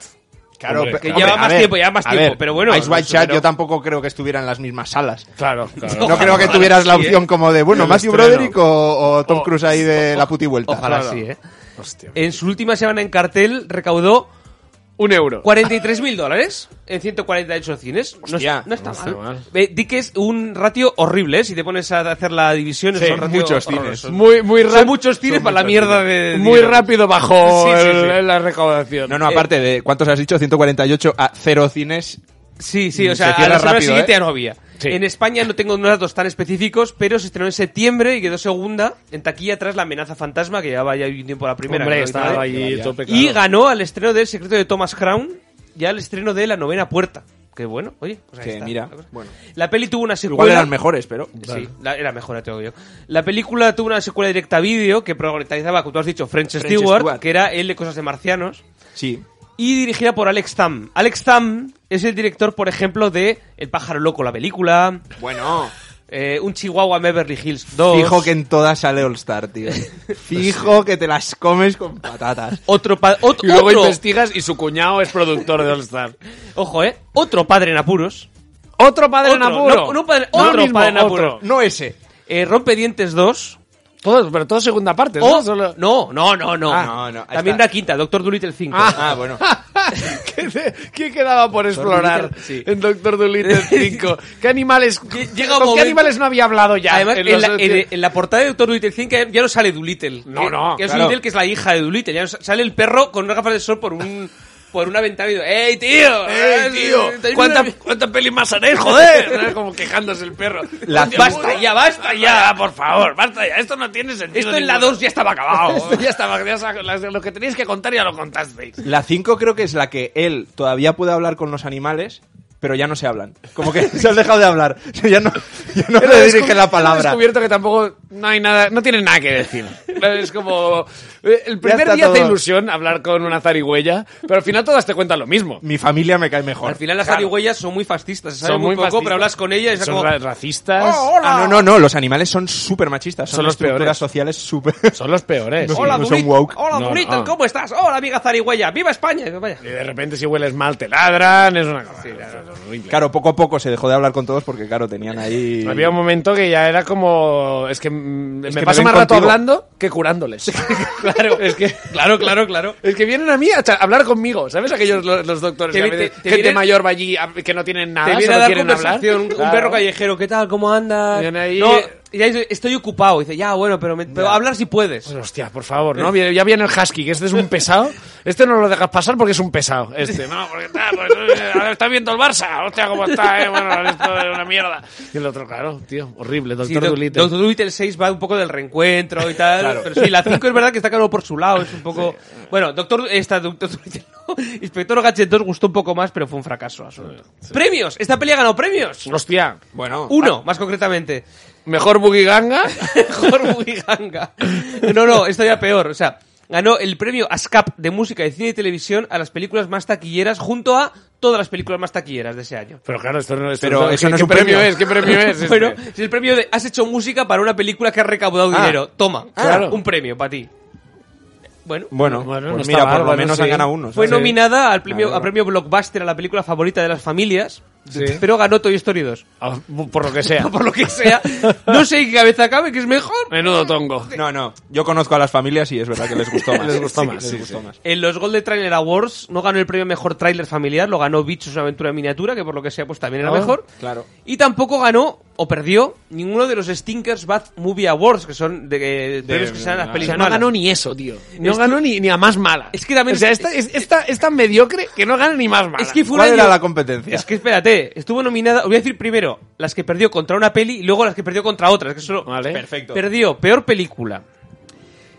Speaker 2: Claro,
Speaker 4: Hombre,
Speaker 2: pe-
Speaker 4: que
Speaker 3: lleva
Speaker 2: a
Speaker 3: más tiempo, lleva más
Speaker 2: a
Speaker 3: tiempo,
Speaker 2: ver,
Speaker 3: pero bueno,
Speaker 2: Ice White
Speaker 3: superó.
Speaker 2: Chat yo tampoco creo que estuviera en las mismas salas.
Speaker 4: Claro, claro.
Speaker 2: No creo que tuvieras la
Speaker 3: sí, ¿eh?
Speaker 2: opción como de, bueno,
Speaker 4: El
Speaker 2: Matthew
Speaker 4: estreno.
Speaker 2: Broderick o, o Tom Cruise ahí de la puti vuelta.
Speaker 3: Ojalá
Speaker 2: Claro.
Speaker 3: sí, ¿eh?
Speaker 4: Hostia.
Speaker 3: En su última semana en cartel recaudó
Speaker 4: Un euro.
Speaker 3: 43.000 dólares en 148 cines. No,
Speaker 2: Hostia,
Speaker 3: es- no está
Speaker 4: no está
Speaker 3: mal.
Speaker 4: mal.
Speaker 3: Eh, di que es un ratio horrible, ¿eh? Si te pones a hacer la división,
Speaker 2: Sí,
Speaker 3: son ratios
Speaker 2: muchos cines.
Speaker 3: horrorosos.
Speaker 4: Muy, muy
Speaker 3: Son
Speaker 4: rápido.
Speaker 3: muchos cines para la mierda de...
Speaker 4: Muy
Speaker 3: dinero.
Speaker 4: rápido bajó
Speaker 3: Sí, sí,
Speaker 4: el-
Speaker 3: sí.
Speaker 4: la recaudación.
Speaker 2: No, no, aparte de cuántos has dicho, 148 a cero cines.
Speaker 3: Sí, sí,
Speaker 2: Mm,
Speaker 3: o
Speaker 2: Se
Speaker 3: sea, a
Speaker 2: cierra
Speaker 3: la semana
Speaker 2: rápido,
Speaker 3: siguiente
Speaker 2: ¿eh?
Speaker 3: ya no había.
Speaker 4: Sí.
Speaker 3: En España no tengo unos datos tan específicos, pero se estrenó en septiembre y quedó segunda en taquilla tras La amenaza fantasma, que llevaba ya un tiempo la primera.
Speaker 4: Hombre,
Speaker 3: que no
Speaker 4: estaba
Speaker 3: había-
Speaker 4: allí tope
Speaker 3: Y
Speaker 4: claro.
Speaker 3: ganó al estreno del secreto de Thomas Crown y al estreno de La novena puerta. Que bueno, oye, pues ahí
Speaker 2: Que
Speaker 3: está.
Speaker 2: mira, bueno.
Speaker 3: La peli tuvo una secuela...
Speaker 2: Igual eran mejores, pero.
Speaker 3: Sí, la- era mejor, tengo yo. La película tuvo una secuela directa a vídeo que protagonizaba, como tú has dicho, French,
Speaker 2: French
Speaker 3: Stewart,
Speaker 2: Stewart.
Speaker 3: que era el de Cosas de Marcianos,
Speaker 2: Sí.
Speaker 3: y dirigida por Alex Tam. Alex Tam es el director, por ejemplo, de El pájaro loco, la película,
Speaker 2: Bueno.
Speaker 3: eh, Un chihuahua en Beverly Hills 2,
Speaker 2: Fijo que en todas sale All Star, tío. Fijo que te las comes con patatas.
Speaker 3: otro, pa- ot-
Speaker 4: Y luego
Speaker 3: otro-
Speaker 4: investigas y su cuñado es productor de All Star.
Speaker 3: ojo, eh, otro padre en apuros,
Speaker 4: Otro padre en
Speaker 3: Otro,
Speaker 4: apuro.
Speaker 3: no- no padre-
Speaker 4: No el
Speaker 3: otro
Speaker 4: mismo,
Speaker 3: padre en apuro.
Speaker 2: No ese.
Speaker 3: eh, Rompedientes 2,
Speaker 4: Todos, pero todo segunda parte,
Speaker 3: o...
Speaker 4: ¿no? Solo-
Speaker 3: No, no, no, no.
Speaker 2: Ah, no, no, ahí
Speaker 3: También
Speaker 2: está.
Speaker 3: la quinta, Doctor Dolittle 5.
Speaker 2: Ah, bueno.
Speaker 4: ¿Qué, te- qué quedaba por explorar
Speaker 3: Dolittle, sí.
Speaker 4: en Doctor Dolittle 5? ¿Qué animales,
Speaker 3: Lle- llega un
Speaker 4: ¿con qué
Speaker 3: momento-
Speaker 4: animales no había hablado ya?
Speaker 3: Además, en,
Speaker 4: los-
Speaker 3: la, en- en la portada de Doctor Dolittle 5 ya no sale Dolittle.
Speaker 4: No,
Speaker 3: Que-
Speaker 4: no,
Speaker 3: Que es
Speaker 4: claro.
Speaker 3: Dolittle, que es la hija de Dolittle. Ya no sa- sale el perro con unas gafas de sol por un por una ventana y dice, ¡Ey, tío! eh,
Speaker 4: ¡Ey, tío!
Speaker 3: ¿Tenéis una-
Speaker 4: ¿Cuántas cuántas pelis más haréis, joder? Como quejándose el perro.
Speaker 2: La-
Speaker 4: Hostia,
Speaker 3: ¡Basta
Speaker 4: puta.
Speaker 3: ya, basta
Speaker 4: Ya,
Speaker 3: ya!
Speaker 4: por favor, basta ya. Esto no tiene sentido.
Speaker 3: Esto en la
Speaker 4: ninguno.
Speaker 3: 2 ya estaba acabado.
Speaker 4: Esto ya estaba. ya sa- las- lo que tenéis que contar ya lo contasteis.
Speaker 2: La 5 creo que es la que él todavía puede hablar con los animales, pero ya no se hablan. Como que se han dejado de hablar. Ya no, ya no le dirige la
Speaker 4: He
Speaker 2: palabra.
Speaker 4: descubierto que tampoco no hay nada, no tiene nada que decir. Es como eh, el primer
Speaker 2: está
Speaker 4: día te
Speaker 2: todo.
Speaker 4: ilusión hablar con una zarigüeya, pero al final todas te cuentan lo mismo.
Speaker 2: Mi familia me cae mejor.
Speaker 3: Al final las zarigüeyas son muy fascistas. Se sabe
Speaker 4: Son
Speaker 3: muy,
Speaker 4: muy
Speaker 3: poco,
Speaker 4: fascistas.
Speaker 3: pero hablas con ella y es
Speaker 4: Son
Speaker 3: como... "Oh,
Speaker 4: ra- racistas.
Speaker 2: Ah, no, no, no. Los animales son súper machistas. Son,
Speaker 4: Son los
Speaker 2: estructuras
Speaker 4: peores.
Speaker 2: sociales súper...
Speaker 4: Son los peores.
Speaker 2: No.
Speaker 3: Hola,
Speaker 2: son
Speaker 3: Dolittle,
Speaker 2: woke.
Speaker 3: hola
Speaker 4: No,
Speaker 3: Dolittle,
Speaker 4: no.
Speaker 3: ¿cómo estás? Hola, amiga zarigüeya, viva España. Vaya.
Speaker 4: Y de repente si hueles mal te ladran, es una cosa es horrible.
Speaker 2: Claro, poco a poco se dejó de hablar con todos porque, claro, tenían ahí...
Speaker 4: Había un momento que ya era como... Es que mm, me
Speaker 2: que
Speaker 4: paso
Speaker 2: me ven
Speaker 4: más rato
Speaker 2: contigo.
Speaker 4: hablando que curándoles. claro, es que...
Speaker 3: Claro, claro, claro.
Speaker 4: Es que vienen a mí a, cha- hablar conmigo, ¿sabes? Aquellos lo- los, doctores,
Speaker 3: Te
Speaker 4: que a
Speaker 3: vi-
Speaker 4: veces
Speaker 3: te- te
Speaker 4: gente
Speaker 3: vienen-
Speaker 4: mayor va allí a- que no tienen nada,
Speaker 3: Te viene
Speaker 4: solo
Speaker 3: a dar
Speaker 4: quieren hablar.
Speaker 3: conversación, un- un
Speaker 4: Claro.
Speaker 3: perro callejero, ¿qué tal? ¿Cómo andas?
Speaker 4: Viene ahí-
Speaker 3: No, ya dice, estoy ocupado. Dice, ya, bueno, pero, me- pero hablar si puedes.
Speaker 4: Pues, Hostia, por favor, ¿no? Ya viene el husky, que este es un pesado. Este no lo dejas pasar porque es un pesado. Este, no, porque está, pues, eh, ahora está viendo el Barça. Hostia, cómo está, eh. Bueno, esto es una mierda. Y el otro, claro, tío, horrible,
Speaker 3: Sí,
Speaker 4: doctor
Speaker 3: Doc-
Speaker 4: Dolittle.
Speaker 3: Doctor Dolittle 6 va un poco del reencuentro y tal. Pero sí, la 5 es verdad que está claro por su lado. Es un poco. Bueno, Doctor. Esta, Doctor Dolittle no. Inspector Gadget 2 gustó un poco más, pero fue un fracaso. absoluto. ¡Premios! Esta peli ha ganado premios.
Speaker 4: Hostia,
Speaker 2: Bueno,
Speaker 3: Uno, más concretamente.
Speaker 4: mejor Bugiganga.
Speaker 3: Mejor Bugiganga. No, no, esto ya peor. O sea, ganó el premio ASCAP de música de cine y televisión a las películas más taquilleras junto a todas las películas más taquilleras de ese año.
Speaker 4: Pero claro, esto no, esto
Speaker 2: Pero eso
Speaker 4: ¿qué-
Speaker 2: no es
Speaker 4: ¿qué
Speaker 2: un
Speaker 4: premio.
Speaker 2: premio.
Speaker 4: es? ¿Qué premio es? este?
Speaker 3: Bueno, es el premio de has hecho música para una película que ha recaudado
Speaker 2: Ah,
Speaker 3: dinero. Toma,
Speaker 4: claro.
Speaker 3: un premio para ti. Bueno,
Speaker 2: Bueno,
Speaker 4: Bueno,
Speaker 2: pues
Speaker 4: no
Speaker 2: mira,
Speaker 4: está
Speaker 2: por lo
Speaker 4: bárbaro,
Speaker 2: menos
Speaker 4: sí.
Speaker 2: han ganado uno.
Speaker 3: fue
Speaker 2: ¿sabes?
Speaker 3: nominada al premio,
Speaker 2: Claro.
Speaker 3: a premio Blockbuster a la película favorita de las familias,
Speaker 4: Sí.
Speaker 3: pero ganó Toy Story 2.
Speaker 4: Ah, Por lo que sea.
Speaker 3: Por lo que sea, no sé en qué cabeza cabe que es mejor.
Speaker 4: Menudo tongo.
Speaker 2: No, no. Yo conozco a las familias y es verdad que les gustó más.
Speaker 4: Les gustó
Speaker 2: Sí,
Speaker 4: más,
Speaker 2: les
Speaker 4: sí,
Speaker 2: gustó
Speaker 4: sí.
Speaker 2: más.
Speaker 3: En los Golden Trailer Awards no ganó el premio Mejor Trailer Familiar, lo ganó Bichos una aventura en miniatura, que por lo que sea pues también era
Speaker 4: Ah,
Speaker 3: mejor.
Speaker 2: claro.
Speaker 3: Y tampoco ganó o perdió ninguno de los Stinkers Bad Movie Awards, que son de, de premios que se dan a las
Speaker 4: O
Speaker 3: pelis
Speaker 4: sea, no
Speaker 3: malas.
Speaker 4: ganó ni eso, tío. No
Speaker 3: Este-
Speaker 4: ganó ni, ni a más mala.
Speaker 3: Es que también-
Speaker 4: O sea, esta, es, esta- es tan mediocre que no gana ni más mala.
Speaker 3: Es que fue un
Speaker 2: ¿Cuál era
Speaker 3: año-
Speaker 2: la competencia?
Speaker 3: Es que espérate, estuvo nominada, os voy a decir primero las que perdió contra una peli y luego las que perdió contra otra. Es que solo
Speaker 4: Vale.
Speaker 2: Perfecto.
Speaker 3: perdió peor película,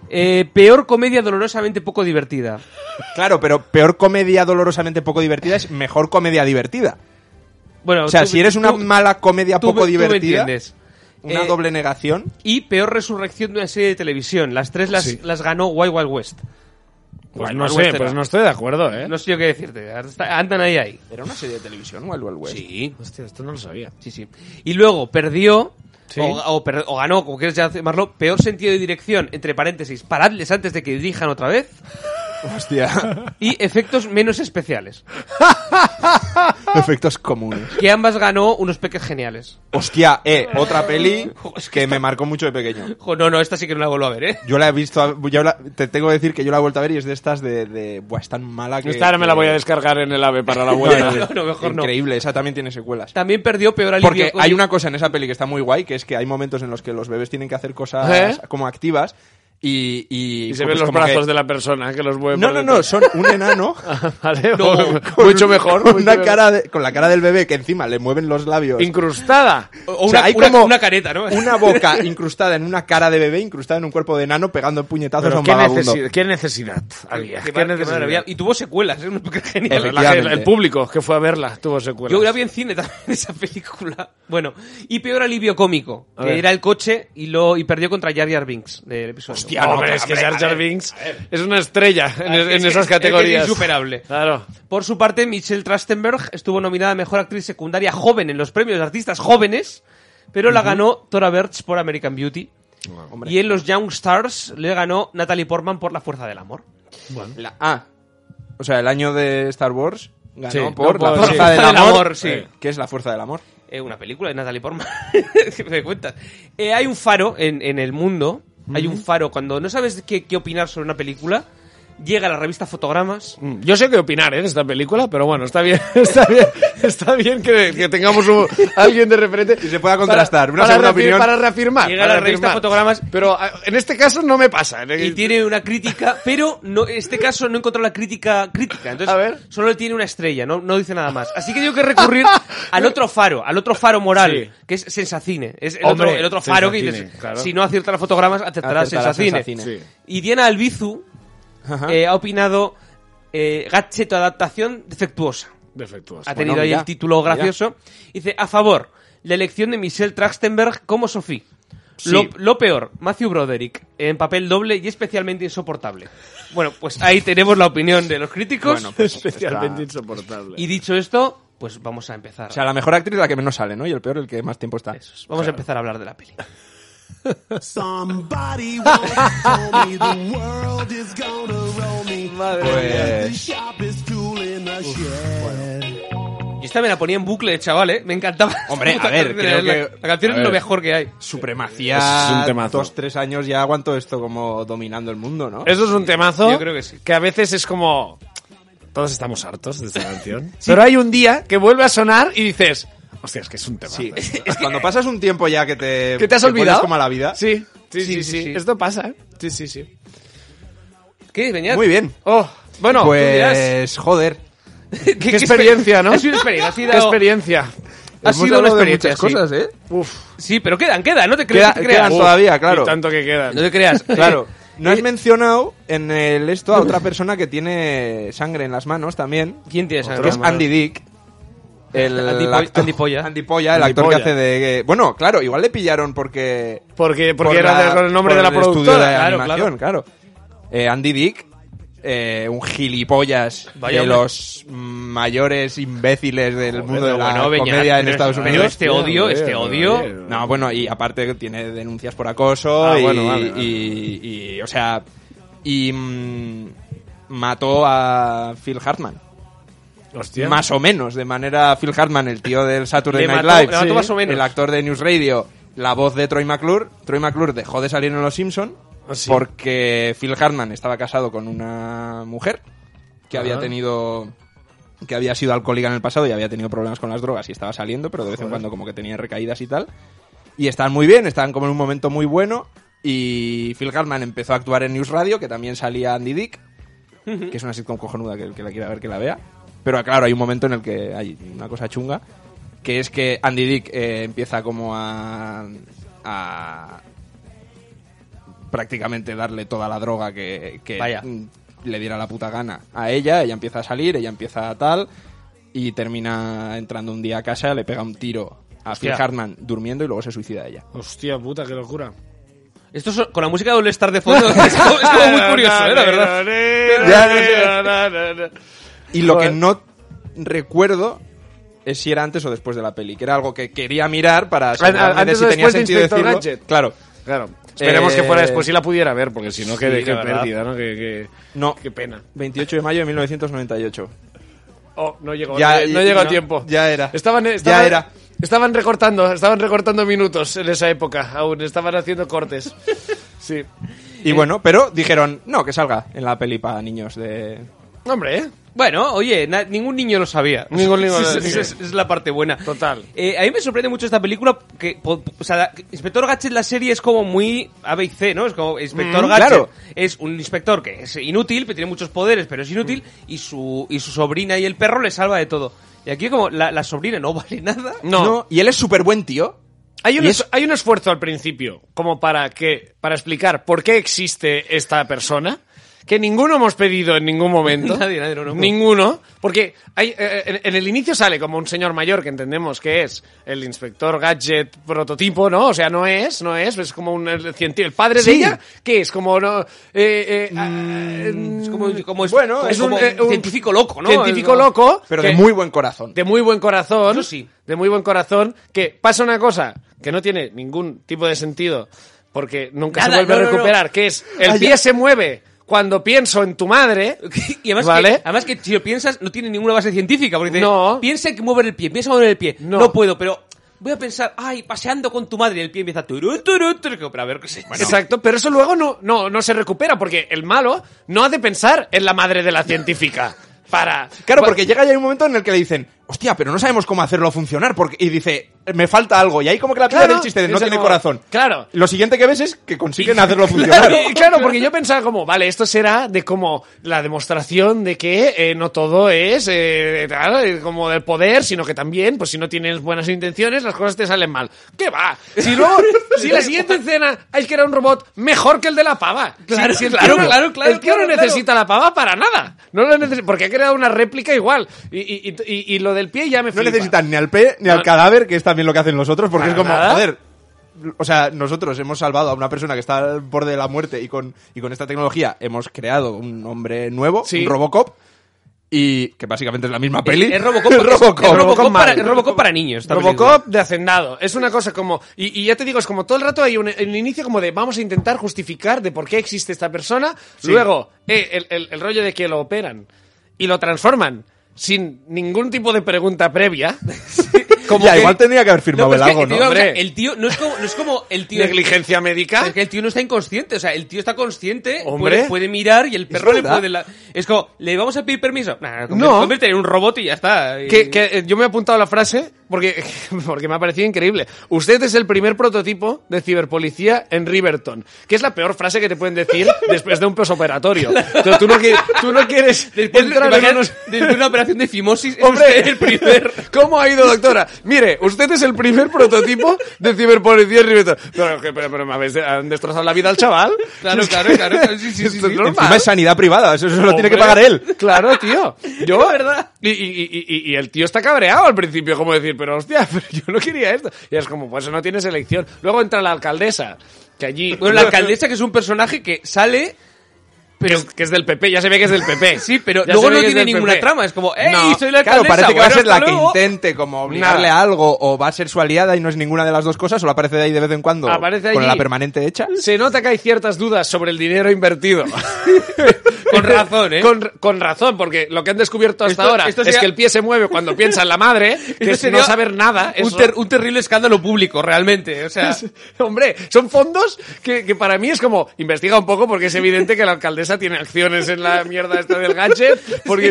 Speaker 3: eh, peor comedia dolorosamente poco divertida,
Speaker 2: Claro, pero peor comedia dolorosamente poco divertida es mejor comedia divertida.
Speaker 3: bueno,
Speaker 2: O sea,
Speaker 3: tú-
Speaker 2: si eres una
Speaker 3: tú-
Speaker 2: mala comedia
Speaker 3: tú me-
Speaker 2: poco
Speaker 3: tú me
Speaker 2: divertida,
Speaker 3: entiendes.
Speaker 2: una
Speaker 3: Eh,
Speaker 2: doble negación.
Speaker 3: y peor resurrección de una serie de televisión. Las tres las,
Speaker 4: Sí.
Speaker 3: las ganó Wild Wild West.
Speaker 4: Pues
Speaker 3: Wild
Speaker 4: no
Speaker 3: Wild
Speaker 4: sé,
Speaker 3: West era-
Speaker 4: pues no estoy de acuerdo, ¿eh?
Speaker 3: no sé yo qué decirte. ahora está- Andan ahí ahí.
Speaker 2: Era una serie de televisión, Wild Wild West.
Speaker 3: Sí.
Speaker 4: Hostia, esto no lo sabía.
Speaker 3: Sí, sí. Y luego perdió.
Speaker 4: Sí.
Speaker 3: O, o per- o ganó, como quieres llamarlo, peor sentido de dirección, entre paréntesis, paradles antes de que dirijan otra vez.
Speaker 2: Hostia.
Speaker 3: y efectos menos especiales,
Speaker 2: Efectos comunes.
Speaker 3: que ambas ganó unos peques geniales.
Speaker 2: Hostia, eh, otra peli que me marcó mucho de pequeño.
Speaker 3: Jo, no, no, esta sí que no la vuelvo a ver, ¿eh?
Speaker 2: Yo la he visto, a- yo la- te tengo que decir que yo la he vuelto a ver y es de estas de, de buah, es tan mala que...
Speaker 4: Esta ahora me la
Speaker 2: que-
Speaker 4: voy a descargar en el AVE para
Speaker 2: No,
Speaker 4: la
Speaker 2: no,
Speaker 4: vuelta.
Speaker 2: no,
Speaker 3: No, no, mejor no.
Speaker 2: Increíble, esa también tiene secuelas.
Speaker 3: También perdió peor alivio.
Speaker 2: Porque
Speaker 3: cómico.
Speaker 2: hay una cosa en esa peli que está muy guay, que es que hay momentos en los que los bebés tienen que hacer cosas
Speaker 4: ¿Eh?
Speaker 2: como activas y... Y,
Speaker 4: Y se
Speaker 2: pues
Speaker 4: ven los
Speaker 2: como
Speaker 4: brazos
Speaker 2: que-
Speaker 4: de la persona que los mueve
Speaker 2: No,
Speaker 4: por
Speaker 2: no,
Speaker 4: detrás.
Speaker 2: no, son un enano
Speaker 4: Vale,
Speaker 3: No,
Speaker 4: o-
Speaker 2: con-
Speaker 4: mucho mejor.
Speaker 2: con,
Speaker 4: mucho
Speaker 2: una
Speaker 4: mejor.
Speaker 2: cara de- con la cara del bebé que encima le mueven los labios.
Speaker 4: incrustada.
Speaker 3: O
Speaker 2: O
Speaker 3: una,
Speaker 2: sea, hay
Speaker 3: una-
Speaker 2: como
Speaker 3: una careta, ¿no?
Speaker 2: una boca incrustada en una cara de bebé, incrustada en un cuerpo de enano, pegando puñetazos a
Speaker 4: Pero
Speaker 2: un
Speaker 4: ¿qué,
Speaker 2: vagabundo.
Speaker 4: necesi- qué necesidad había?
Speaker 3: Qué
Speaker 4: ¿Qué
Speaker 3: mar- qué
Speaker 4: necesidad?
Speaker 3: maravilla. Y tuvo secuelas, ¿eh? Unos peques geniales.
Speaker 4: pues La gente-
Speaker 2: Efectivamente.
Speaker 4: el público que fue a verla tuvo secuelas.
Speaker 3: Yo la vi en cine también esa película. Bueno, y peor alivio cómico,
Speaker 4: A
Speaker 3: que
Speaker 4: ver.
Speaker 3: era el coche y lo y perdió contra Jar Jar Binks del episodio.
Speaker 4: Hostia, no, hombre, es que Jar Jar Binks es una estrella en,
Speaker 3: Es que
Speaker 4: en
Speaker 3: es-
Speaker 4: esas
Speaker 3: es que es
Speaker 4: categorías.
Speaker 3: insuperable.
Speaker 4: Claro.
Speaker 3: Por su parte, Michelle Trastenberg estuvo nominada a Mejor Actriz Secundaria Joven en los premios de artistas jóvenes, pero la ganó Tora Birch por American Beauty.
Speaker 2: Hombre.
Speaker 3: Y en los Young Stars le ganó Natalie Portman por La Fuerza del Amor.
Speaker 2: La A. O sea, el año de Star Wars ganó
Speaker 4: Sí,
Speaker 2: por
Speaker 4: no
Speaker 2: la
Speaker 4: puedo-
Speaker 2: fuerza
Speaker 4: sí.
Speaker 2: del
Speaker 3: Del
Speaker 2: amor.
Speaker 3: amor, sí.
Speaker 2: Eh, ¿Qué es la fuerza del amor?
Speaker 3: Eh, una película de Natalie Portman. ¿Qué me cuentas? Eh, hay un faro en, en el mundo. Hay un faro. Cuando no sabes qué, qué opinar sobre una película, llega la revista Fotogramas.
Speaker 4: Mm, Yo sé qué opinar ¿eh? de esta película, pero bueno, está bien, está bien, está bien que, que tengamos un- alguien de referente
Speaker 2: Y se pueda contrastar, una
Speaker 4: para,
Speaker 2: segunda
Speaker 4: reafir-
Speaker 2: opinión.
Speaker 4: para reafirmar.
Speaker 3: Llega
Speaker 4: para
Speaker 3: la revista
Speaker 4: reafirmar.
Speaker 3: Fotogramas.
Speaker 4: Pero ah, en este caso no me pasa. En
Speaker 3: Y
Speaker 4: el-
Speaker 3: tiene una crítica, pero no, en este caso no encontró la crítica crítica. Entonces,
Speaker 4: A ver.
Speaker 3: solo tiene una estrella, no, no dice nada más. Así que tengo que recurrir al otro faro, al otro faro moral,
Speaker 4: Sí.
Speaker 3: que es Sensacine. Es el,
Speaker 4: Hombre,
Speaker 3: otro, el otro faro que
Speaker 4: Sensacine,
Speaker 3: dices,
Speaker 4: claro.
Speaker 3: si no acierta las fotogramas, acertará,
Speaker 2: Acertará
Speaker 3: Sensacine.
Speaker 2: Sensacine. Sí.
Speaker 3: Y Diana Albizu
Speaker 2: Ajá.
Speaker 3: eh, ha opinado eh, Gadget adaptación defectuosa.
Speaker 4: Defectuoso.
Speaker 3: Ha tenido ahí
Speaker 2: Pues mira,
Speaker 3: el título
Speaker 2: mira.
Speaker 3: gracioso. Dice, a favor, la elección de Michelle Trachtenberg como Sophie.
Speaker 2: Sí.
Speaker 3: Lo, lo peor, Matthew Broderick, en papel doble y especialmente insoportable. Bueno, pues ahí tenemos la opinión de los críticos.
Speaker 2: Bueno, pues,
Speaker 4: Especialmente
Speaker 2: está-
Speaker 4: insoportable.
Speaker 3: Y dicho esto, pues vamos a empezar.
Speaker 2: O sea, la mejor actriz la que menos sale, ¿no? Y el peor el que más tiempo está.
Speaker 3: Eso es. Vamos a empezar a hablar de la peli.
Speaker 1: Somebody once told me the world is gonna roll me.
Speaker 2: Pues-
Speaker 1: The sharpest tool in the shed.
Speaker 3: Yo esta me la ponía en bucle, chaval, ¿eh? Me encantaba.
Speaker 2: Hombre,
Speaker 3: Esta
Speaker 2: a ver,
Speaker 3: puta-
Speaker 2: creo
Speaker 3: la,
Speaker 2: que-
Speaker 3: la canción
Speaker 2: a
Speaker 3: es lo
Speaker 2: ver.
Speaker 3: mejor que hay.
Speaker 2: Supremacía.
Speaker 4: Es un temazo.
Speaker 2: Dos, tres años ya aguanto esto como dominando el mundo, ¿no?
Speaker 4: Eso es un temazo.
Speaker 3: Yo creo que sí.
Speaker 4: a veces es como. Todos estamos hartos de esta canción. Pero hay un día que vuelve a sonar y dices. Hostia, es que es un temazo.
Speaker 2: Sí. Cuando pasas un tiempo ya que te.
Speaker 4: ¿Que te has
Speaker 2: pones
Speaker 4: olvidado?
Speaker 2: como a la vida.
Speaker 4: Sí. Sí, sí, sí,
Speaker 3: Sí, sí, sí.
Speaker 4: Esto pasa, ¿eh? Sí, sí, sí.
Speaker 3: ¿Qué, Beñat?
Speaker 2: Muy bien.
Speaker 4: Oh, bueno, tú dirás,
Speaker 2: Pues, joder.
Speaker 3: ¿Qué, qué
Speaker 4: experiencia, ¿no?
Speaker 3: Ha sido una experiencia. Ha sido,
Speaker 4: qué experiencia.
Speaker 3: ha
Speaker 2: Hemos
Speaker 3: sido una
Speaker 2: hablado de
Speaker 3: experiencia.
Speaker 2: muchas cosas, ¿eh?
Speaker 4: Uf,
Speaker 3: sí. Sí, pero quedan, quedan. No te creas.
Speaker 2: Queda-
Speaker 3: no te creas.
Speaker 2: quedan Todavía, claro.
Speaker 4: y tanto que queda.
Speaker 3: No te creas.
Speaker 2: Claro. No has mencionado en el esto a otra persona que tiene sangre en las manos también,
Speaker 3: ¿Quién tiene
Speaker 2: que
Speaker 3: sangre?
Speaker 2: es Andy Dick. El
Speaker 3: Andy Poy-
Speaker 2: actor-
Speaker 3: Andy Polla.
Speaker 2: Andy Polla, el
Speaker 4: Andy
Speaker 2: actor
Speaker 4: Polla.
Speaker 2: que hace de... Bueno, claro, igual le pillaron porque...
Speaker 4: Porque, porque
Speaker 2: por
Speaker 4: era
Speaker 2: la-
Speaker 4: de- con el nombre
Speaker 2: por
Speaker 4: de la
Speaker 2: el estudio
Speaker 4: productora.
Speaker 2: de
Speaker 4: claro,
Speaker 2: animación, claro. Eh, Andy Dick, eh, un gilipollas
Speaker 3: Vaya
Speaker 2: de
Speaker 3: hombre.
Speaker 2: los mayores imbéciles del mundo de la
Speaker 3: bueno, Beñat,
Speaker 2: comedia en
Speaker 3: pero-
Speaker 2: Estados
Speaker 3: pero
Speaker 2: Unidos.
Speaker 3: este odio, este odio.
Speaker 2: No, bueno, y aparte tiene denuncias por acoso
Speaker 4: Ah,
Speaker 2: y,
Speaker 4: bueno, vale, vale.
Speaker 2: y- y, o sea, y mm, mató a Phil Hartman.
Speaker 4: Hostia.
Speaker 2: Más o menos, de manera Phil Hartman, el tío del Saturday
Speaker 3: Le
Speaker 2: Night
Speaker 3: mató-
Speaker 2: Live,
Speaker 3: le mató más o menos.
Speaker 2: el actor de News Radio, la voz de Troy McClure. Troy McClure dejó de salir en Los Simpson
Speaker 4: Ah, sí.
Speaker 2: porque Phil Hartman estaba casado con una mujer que había
Speaker 4: Ajá.
Speaker 2: tenido que había sido alcohólica en el pasado y había tenido problemas con las drogas y estaba saliendo, pero de vez en cuando como que tenía recaídas y tal. Y estaban muy bien, estaban como en un momento muy bueno. Y Phil Hartman empezó a actuar en News Radio, que también salía Andy Dick, que es una sitcom cojonuda que el que la quiera ver que la vea. Pero claro, hay un momento en el que hay una cosa chunga, que es que Andy Dick eh, empieza como a, a prácticamente darle toda la droga que, que
Speaker 3: Vaya.
Speaker 2: mm, le diera la puta gana a ella, ella empieza a salir, ella empieza a tal, y termina entrando un día a casa, le pega un tiro a
Speaker 3: Hostia.
Speaker 2: Phil Hartman durmiendo y luego se suicida ella.
Speaker 4: Hostia puta, qué locura.
Speaker 3: Esto es- con la música de All Star de fondo es como, es como muy curioso, eh, la verdad.
Speaker 4: verdad.
Speaker 2: Y lo
Speaker 4: Joder.
Speaker 2: que no recuerdo es si era antes o después de la peli, que era algo que quería mirar para asegurarme
Speaker 4: antes o
Speaker 2: si tenía
Speaker 4: después de
Speaker 2: sentido
Speaker 4: Inspector
Speaker 2: decirlo.
Speaker 4: Gadget.
Speaker 2: Claro.
Speaker 4: Claro. Esperemos
Speaker 2: Eh,
Speaker 4: que fuera después y la pudiera ver, porque si no,
Speaker 3: sí,
Speaker 4: qué, qué
Speaker 3: la verdad.
Speaker 4: pérdida, ¿no? Qué, qué-
Speaker 2: No.
Speaker 4: qué pena.
Speaker 2: 28 de mayo de 1998.
Speaker 4: Oh, no llegó,
Speaker 2: Ya-
Speaker 4: no, no llegó a
Speaker 2: no,
Speaker 4: tiempo.
Speaker 2: ya era.
Speaker 4: Estaban,
Speaker 2: Ya
Speaker 4: estaban,
Speaker 2: era.
Speaker 4: Estaban recortando, estaban recortando minutos en esa época aún. Estaban haciendo cortes. Sí. Eh.
Speaker 2: Y bueno, pero dijeron, no, que salga en la peli para niños de...
Speaker 4: Hombre, ¿eh?
Speaker 3: Bueno, oye, na- ningún niño lo sabía.
Speaker 4: Ningún niño lo
Speaker 3: Es-
Speaker 4: sabía.
Speaker 3: Es, es la parte buena.
Speaker 4: Total.
Speaker 3: Eh, a mí me sorprende mucho esta película. que po- po- o sea, que Inspector Gadget, la serie es como muy A, B y C, ¿no? Es como Inspector
Speaker 2: Mm,
Speaker 3: Gadget.
Speaker 2: claro.
Speaker 3: Es un inspector que es inútil, que tiene muchos poderes, pero es inútil.
Speaker 4: Mm.
Speaker 3: Y su, y su sobrina y el perro le salva de todo. Y aquí, como la, la sobrina no vale nada.
Speaker 4: No.
Speaker 2: Y él es súper buen tío.
Speaker 4: Hay un,
Speaker 2: Y
Speaker 4: es-
Speaker 2: es-
Speaker 4: hay un esfuerzo al principio, como para que para explicar por qué existe esta persona, que ninguno hemos pedido en ningún momento.
Speaker 3: Nadie, nadie, no, no.
Speaker 4: Ninguno. Porque hay, eh, en, en el inicio sale como un señor mayor que entendemos que es el inspector gadget prototipo, ¿no? O sea, no es, no es, es como un el, cienti- el padre de
Speaker 2: Sí.
Speaker 4: ella, que es como no. eh, eh, ah,
Speaker 3: Es como, como es,
Speaker 2: Bueno,
Speaker 3: como-
Speaker 2: es
Speaker 4: un,
Speaker 3: como
Speaker 4: eh, un
Speaker 3: científico loco, Mm, ¿no?
Speaker 4: Científico
Speaker 3: Es como-
Speaker 4: loco.
Speaker 2: Pero
Speaker 4: que-
Speaker 2: de muy buen corazón.
Speaker 4: de muy buen corazón.
Speaker 3: Eso sí.
Speaker 4: De muy buen corazón. Que pasa una cosa que no tiene ningún tipo de sentido porque nunca
Speaker 3: Nada,
Speaker 4: se
Speaker 3: no,
Speaker 4: vuelve a
Speaker 3: no,
Speaker 4: recuperar.
Speaker 3: no.
Speaker 4: Que es el
Speaker 2: Ay,
Speaker 4: pie
Speaker 2: ya.
Speaker 4: se mueve cuando pienso en tu madre.
Speaker 3: Y además,
Speaker 4: ¿Vale?
Speaker 3: que, además que si lo piensas, no tiene ninguna base científica. Porque dices,
Speaker 4: No.
Speaker 3: piensa que mover el pie, piensa mover el pie.
Speaker 4: No.
Speaker 3: No, puedo, pero voy a pensar, ay, paseando con tu madre y el pie empieza turú, turú, turú, para ver qué se
Speaker 4: Exacto, pero eso luego no, no, no se recupera porque el malo no ha de pensar en la madre de la científica. Para.
Speaker 2: Claro,
Speaker 4: para-
Speaker 2: porque llega ya un momento en el que le dicen, hostia, pero no sabemos cómo hacerlo funcionar. Porque... Y dice, me falta algo. Y ahí como que la tira
Speaker 4: Claro,
Speaker 2: del chiste de no
Speaker 4: piensa
Speaker 2: tiene
Speaker 4: como-
Speaker 2: corazón.
Speaker 4: claro.
Speaker 2: Lo siguiente que ves es que consiguen hacerlo funcionar.
Speaker 4: Eh, claro, porque yo pensaba como, vale, esto será de como la demostración de que eh, no todo es eh, tal, eh, como del poder, sino que también, pues si no tienes buenas intenciones, las cosas te salen mal. ¿Qué va? Si luego, si la siguiente escena hay que era un robot mejor que el de la pava.
Speaker 3: Claro,
Speaker 4: Si- si el
Speaker 3: claro,
Speaker 4: tío no-
Speaker 3: claro, claro,
Speaker 4: El tío no
Speaker 3: claro, claro.
Speaker 4: necesita la pava para nada. No lo necesita, porque ha creado una réplica igual. Y, y- y- y- y lo del pie ya me
Speaker 2: No
Speaker 4: flipa.
Speaker 2: necesitan ni al pe ni al
Speaker 4: No.
Speaker 2: cadáver, que es también lo que hacen los otros, porque
Speaker 4: Para
Speaker 2: es como,
Speaker 4: nada.
Speaker 2: joder. O sea, nosotros hemos salvado a una persona que está al borde de la muerte y con, y con esta tecnología hemos creado un hombre nuevo,
Speaker 4: Sí.
Speaker 2: un Robocop, y que básicamente es la misma peli.
Speaker 3: Es, es Robocop, es- es
Speaker 2: Robocop.
Speaker 3: Robocop para,
Speaker 2: mal.
Speaker 3: es Robocop para niños. esta película.
Speaker 4: Robocop de hacendado. Es una cosa como. Y, y ya te digo, es como todo el rato hay un, un inicio como de vamos a intentar justificar de por qué existe esta persona. Luego, eh, el, el- el rollo de que lo operan y lo transforman sin ningún tipo de pregunta previa. como
Speaker 2: Ya,
Speaker 4: que-
Speaker 2: igual tendría que haber
Speaker 3: No,
Speaker 2: firmado
Speaker 3: pero es
Speaker 2: el
Speaker 3: que,
Speaker 2: algo,
Speaker 3: te
Speaker 2: ¿no?
Speaker 3: digo, o sea,
Speaker 4: Hombre.
Speaker 3: el tío no es como, no es como el tío.
Speaker 4: Negligencia médica.
Speaker 3: Es que el tío no está inconsciente, o sea, el tío está consciente,
Speaker 4: Hombre.
Speaker 3: puede, puede mirar y el perro le
Speaker 2: verdad.
Speaker 3: puede... la- Es como, ¿le vamos a pedir permiso? Nah, convierte,
Speaker 4: No.
Speaker 3: convierte en un robot y ya está. y-
Speaker 4: Que, que, eh, yo me he apuntado la frase porque, porque me ha parecido increíble. Usted es el primer prototipo de ciberpolicía en Riverton, que es la peor frase que te pueden decir después de un posoperatorio. Entonces, tú no, qui- tú no quieres
Speaker 3: Después, de-
Speaker 4: entrar en
Speaker 3: imagina-
Speaker 4: unos-
Speaker 3: después de una operación de fimosis, es
Speaker 4: Hombre,
Speaker 3: usted el primer.
Speaker 4: ¿Cómo ha ido, doctora? Mire, usted es el primer prototipo de ciberpolicía en Riverton. Pero, que- pero, pero me habéis eh, han destrozado la vida al chaval.
Speaker 3: Claro,
Speaker 4: Es que-
Speaker 3: claro, claro, claro, sí, sí, sí,
Speaker 4: esto es
Speaker 3: sí.
Speaker 4: normal.
Speaker 2: Encima es sanidad privada, eso, eso lo tiene que
Speaker 4: Hombre,
Speaker 2: pagar él.
Speaker 4: Claro, tío. Yo,
Speaker 3: La verdad.
Speaker 4: Y, y- y- y- y el tío está cabreado al principio, como decir, pero hostia, pero yo no quería esto. Y es como, pues no tienes elección. Luego entra la alcaldesa, que allí.
Speaker 3: Bueno, la alcaldesa, que es un personaje que sale,
Speaker 4: Pero que es del PP, ya se ve que es del PP.
Speaker 3: sí, pero
Speaker 4: Ya se
Speaker 3: luego
Speaker 4: ve
Speaker 3: no
Speaker 4: que es
Speaker 3: tiene
Speaker 4: del
Speaker 3: ninguna
Speaker 4: PP.
Speaker 3: trama. Es como, ¡ey,
Speaker 4: No.
Speaker 3: soy la
Speaker 2: Claro,
Speaker 3: alcaldesa!
Speaker 2: parece que va a
Speaker 3: bueno,
Speaker 2: ser la
Speaker 3: hasta
Speaker 2: que
Speaker 3: luego.
Speaker 2: intente como obligarle
Speaker 4: Nada.
Speaker 2: a algo o va a ser su aliada y no es ninguna de las dos cosas, solo aparece de ahí de vez en cuando
Speaker 4: Aparece
Speaker 2: con
Speaker 4: allí.
Speaker 2: la permanente hecha.
Speaker 4: Se nota que hay ciertas dudas sobre el dinero invertido.
Speaker 3: Con razón, ¿eh?
Speaker 4: Con, con razón, porque lo que han descubierto hasta
Speaker 3: Esto-
Speaker 4: ahora
Speaker 3: esto
Speaker 4: es
Speaker 3: sería-
Speaker 4: que el pie se mueve cuando piensa en la madre, que
Speaker 3: Esto
Speaker 4: es no
Speaker 3: sería
Speaker 4: saber nada. es-
Speaker 3: Un, ter- un terrible escándalo público, realmente. O sea,
Speaker 4: Hombre, son fondos que, que para mí es como, investiga un poco porque es evidente que la alcaldesa tiene acciones en la mierda esta del gadget, porque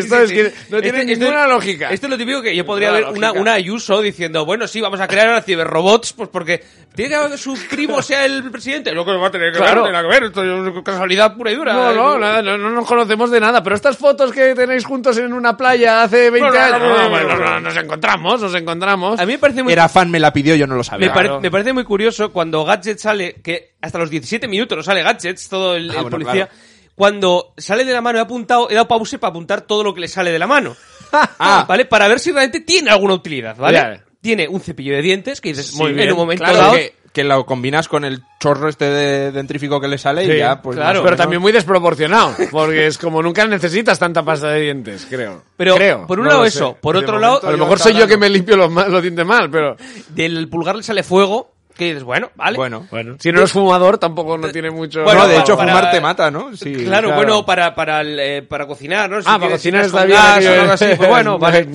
Speaker 3: sí,
Speaker 4: esto
Speaker 3: sí,
Speaker 4: es que
Speaker 3: sí.
Speaker 4: no tiene
Speaker 3: Este- esto-
Speaker 4: ninguna lógica.
Speaker 3: Esto es lo típico que yo podría ver
Speaker 4: Ninguna
Speaker 3: una,
Speaker 4: lógica.
Speaker 3: una Ayuso diciendo, bueno, sí, vamos a crear ahora ciberrobots, pues porque tiene que haber que su primo sea el presidente. No, que va a tener que
Speaker 4: Claro.
Speaker 3: ver, tiene que ver, esto es una casualidad pura y dura.
Speaker 4: no, no, nada, no, no nos conocemos de nada, pero estas fotos que tenéis juntos en una playa hace 20 años, no, bueno, no, nos encontramos, nos encontramos.
Speaker 3: A mí me parece muy
Speaker 2: Era fan, me la pidió, yo no lo sabía.
Speaker 3: Me, pare-
Speaker 4: Claro.
Speaker 3: me parece muy curioso cuando Gadget sale, que hasta los 17 minutos no sale Gadget, todo el,
Speaker 2: Ah,
Speaker 3: el
Speaker 2: bueno,
Speaker 3: policía.
Speaker 2: claro.
Speaker 3: Cuando sale de la mano, he apuntado, he dado pause para apuntar todo lo que le sale de la mano.
Speaker 2: Ah.
Speaker 3: ¿Vale? Para ver si realmente tiene alguna utilidad, ¿vale?
Speaker 4: Ya.
Speaker 3: Tiene un cepillo de dientes que dices,
Speaker 4: Sí,
Speaker 3: muy bien,
Speaker 4: bien,
Speaker 3: en un momento
Speaker 4: claro
Speaker 3: dado.
Speaker 2: que, que lo combinas con el chorro este de dentrífico que le sale
Speaker 4: Sí,
Speaker 2: y ya, pues.
Speaker 3: claro.
Speaker 2: más o
Speaker 4: pero
Speaker 2: menos.
Speaker 4: también muy desproporcionado, porque es como nunca necesitas tanta pasta de dientes, creo.
Speaker 3: Pero,
Speaker 4: Creo,
Speaker 3: por un
Speaker 4: no
Speaker 3: lado
Speaker 4: lo
Speaker 3: eso,
Speaker 4: sé.
Speaker 3: por
Speaker 2: De
Speaker 3: otro
Speaker 2: momento
Speaker 3: lado,
Speaker 4: A lo
Speaker 2: yo
Speaker 4: mejor
Speaker 2: hasta
Speaker 4: soy yo
Speaker 2: ahora
Speaker 4: que
Speaker 2: no.
Speaker 4: me limpio los, ma- los dientes mal, pero...
Speaker 3: del pulgar le sale fuego. Que dices, bueno, vale.
Speaker 2: Bueno.
Speaker 4: Bueno, si no eres fumador, tampoco no tiene mucho.
Speaker 3: Bueno,
Speaker 2: no, de
Speaker 3: para-
Speaker 2: hecho,
Speaker 3: para-
Speaker 2: fumar te mata, ¿no? Sí,
Speaker 3: claro, bueno, para, para, el, eh, para cocinar, ¿no? Si
Speaker 4: ah, para
Speaker 3: quieres
Speaker 4: cocinar
Speaker 3: unas
Speaker 4: es la
Speaker 3: con
Speaker 4: vida.
Speaker 3: gas o algo así, pues bueno, vale.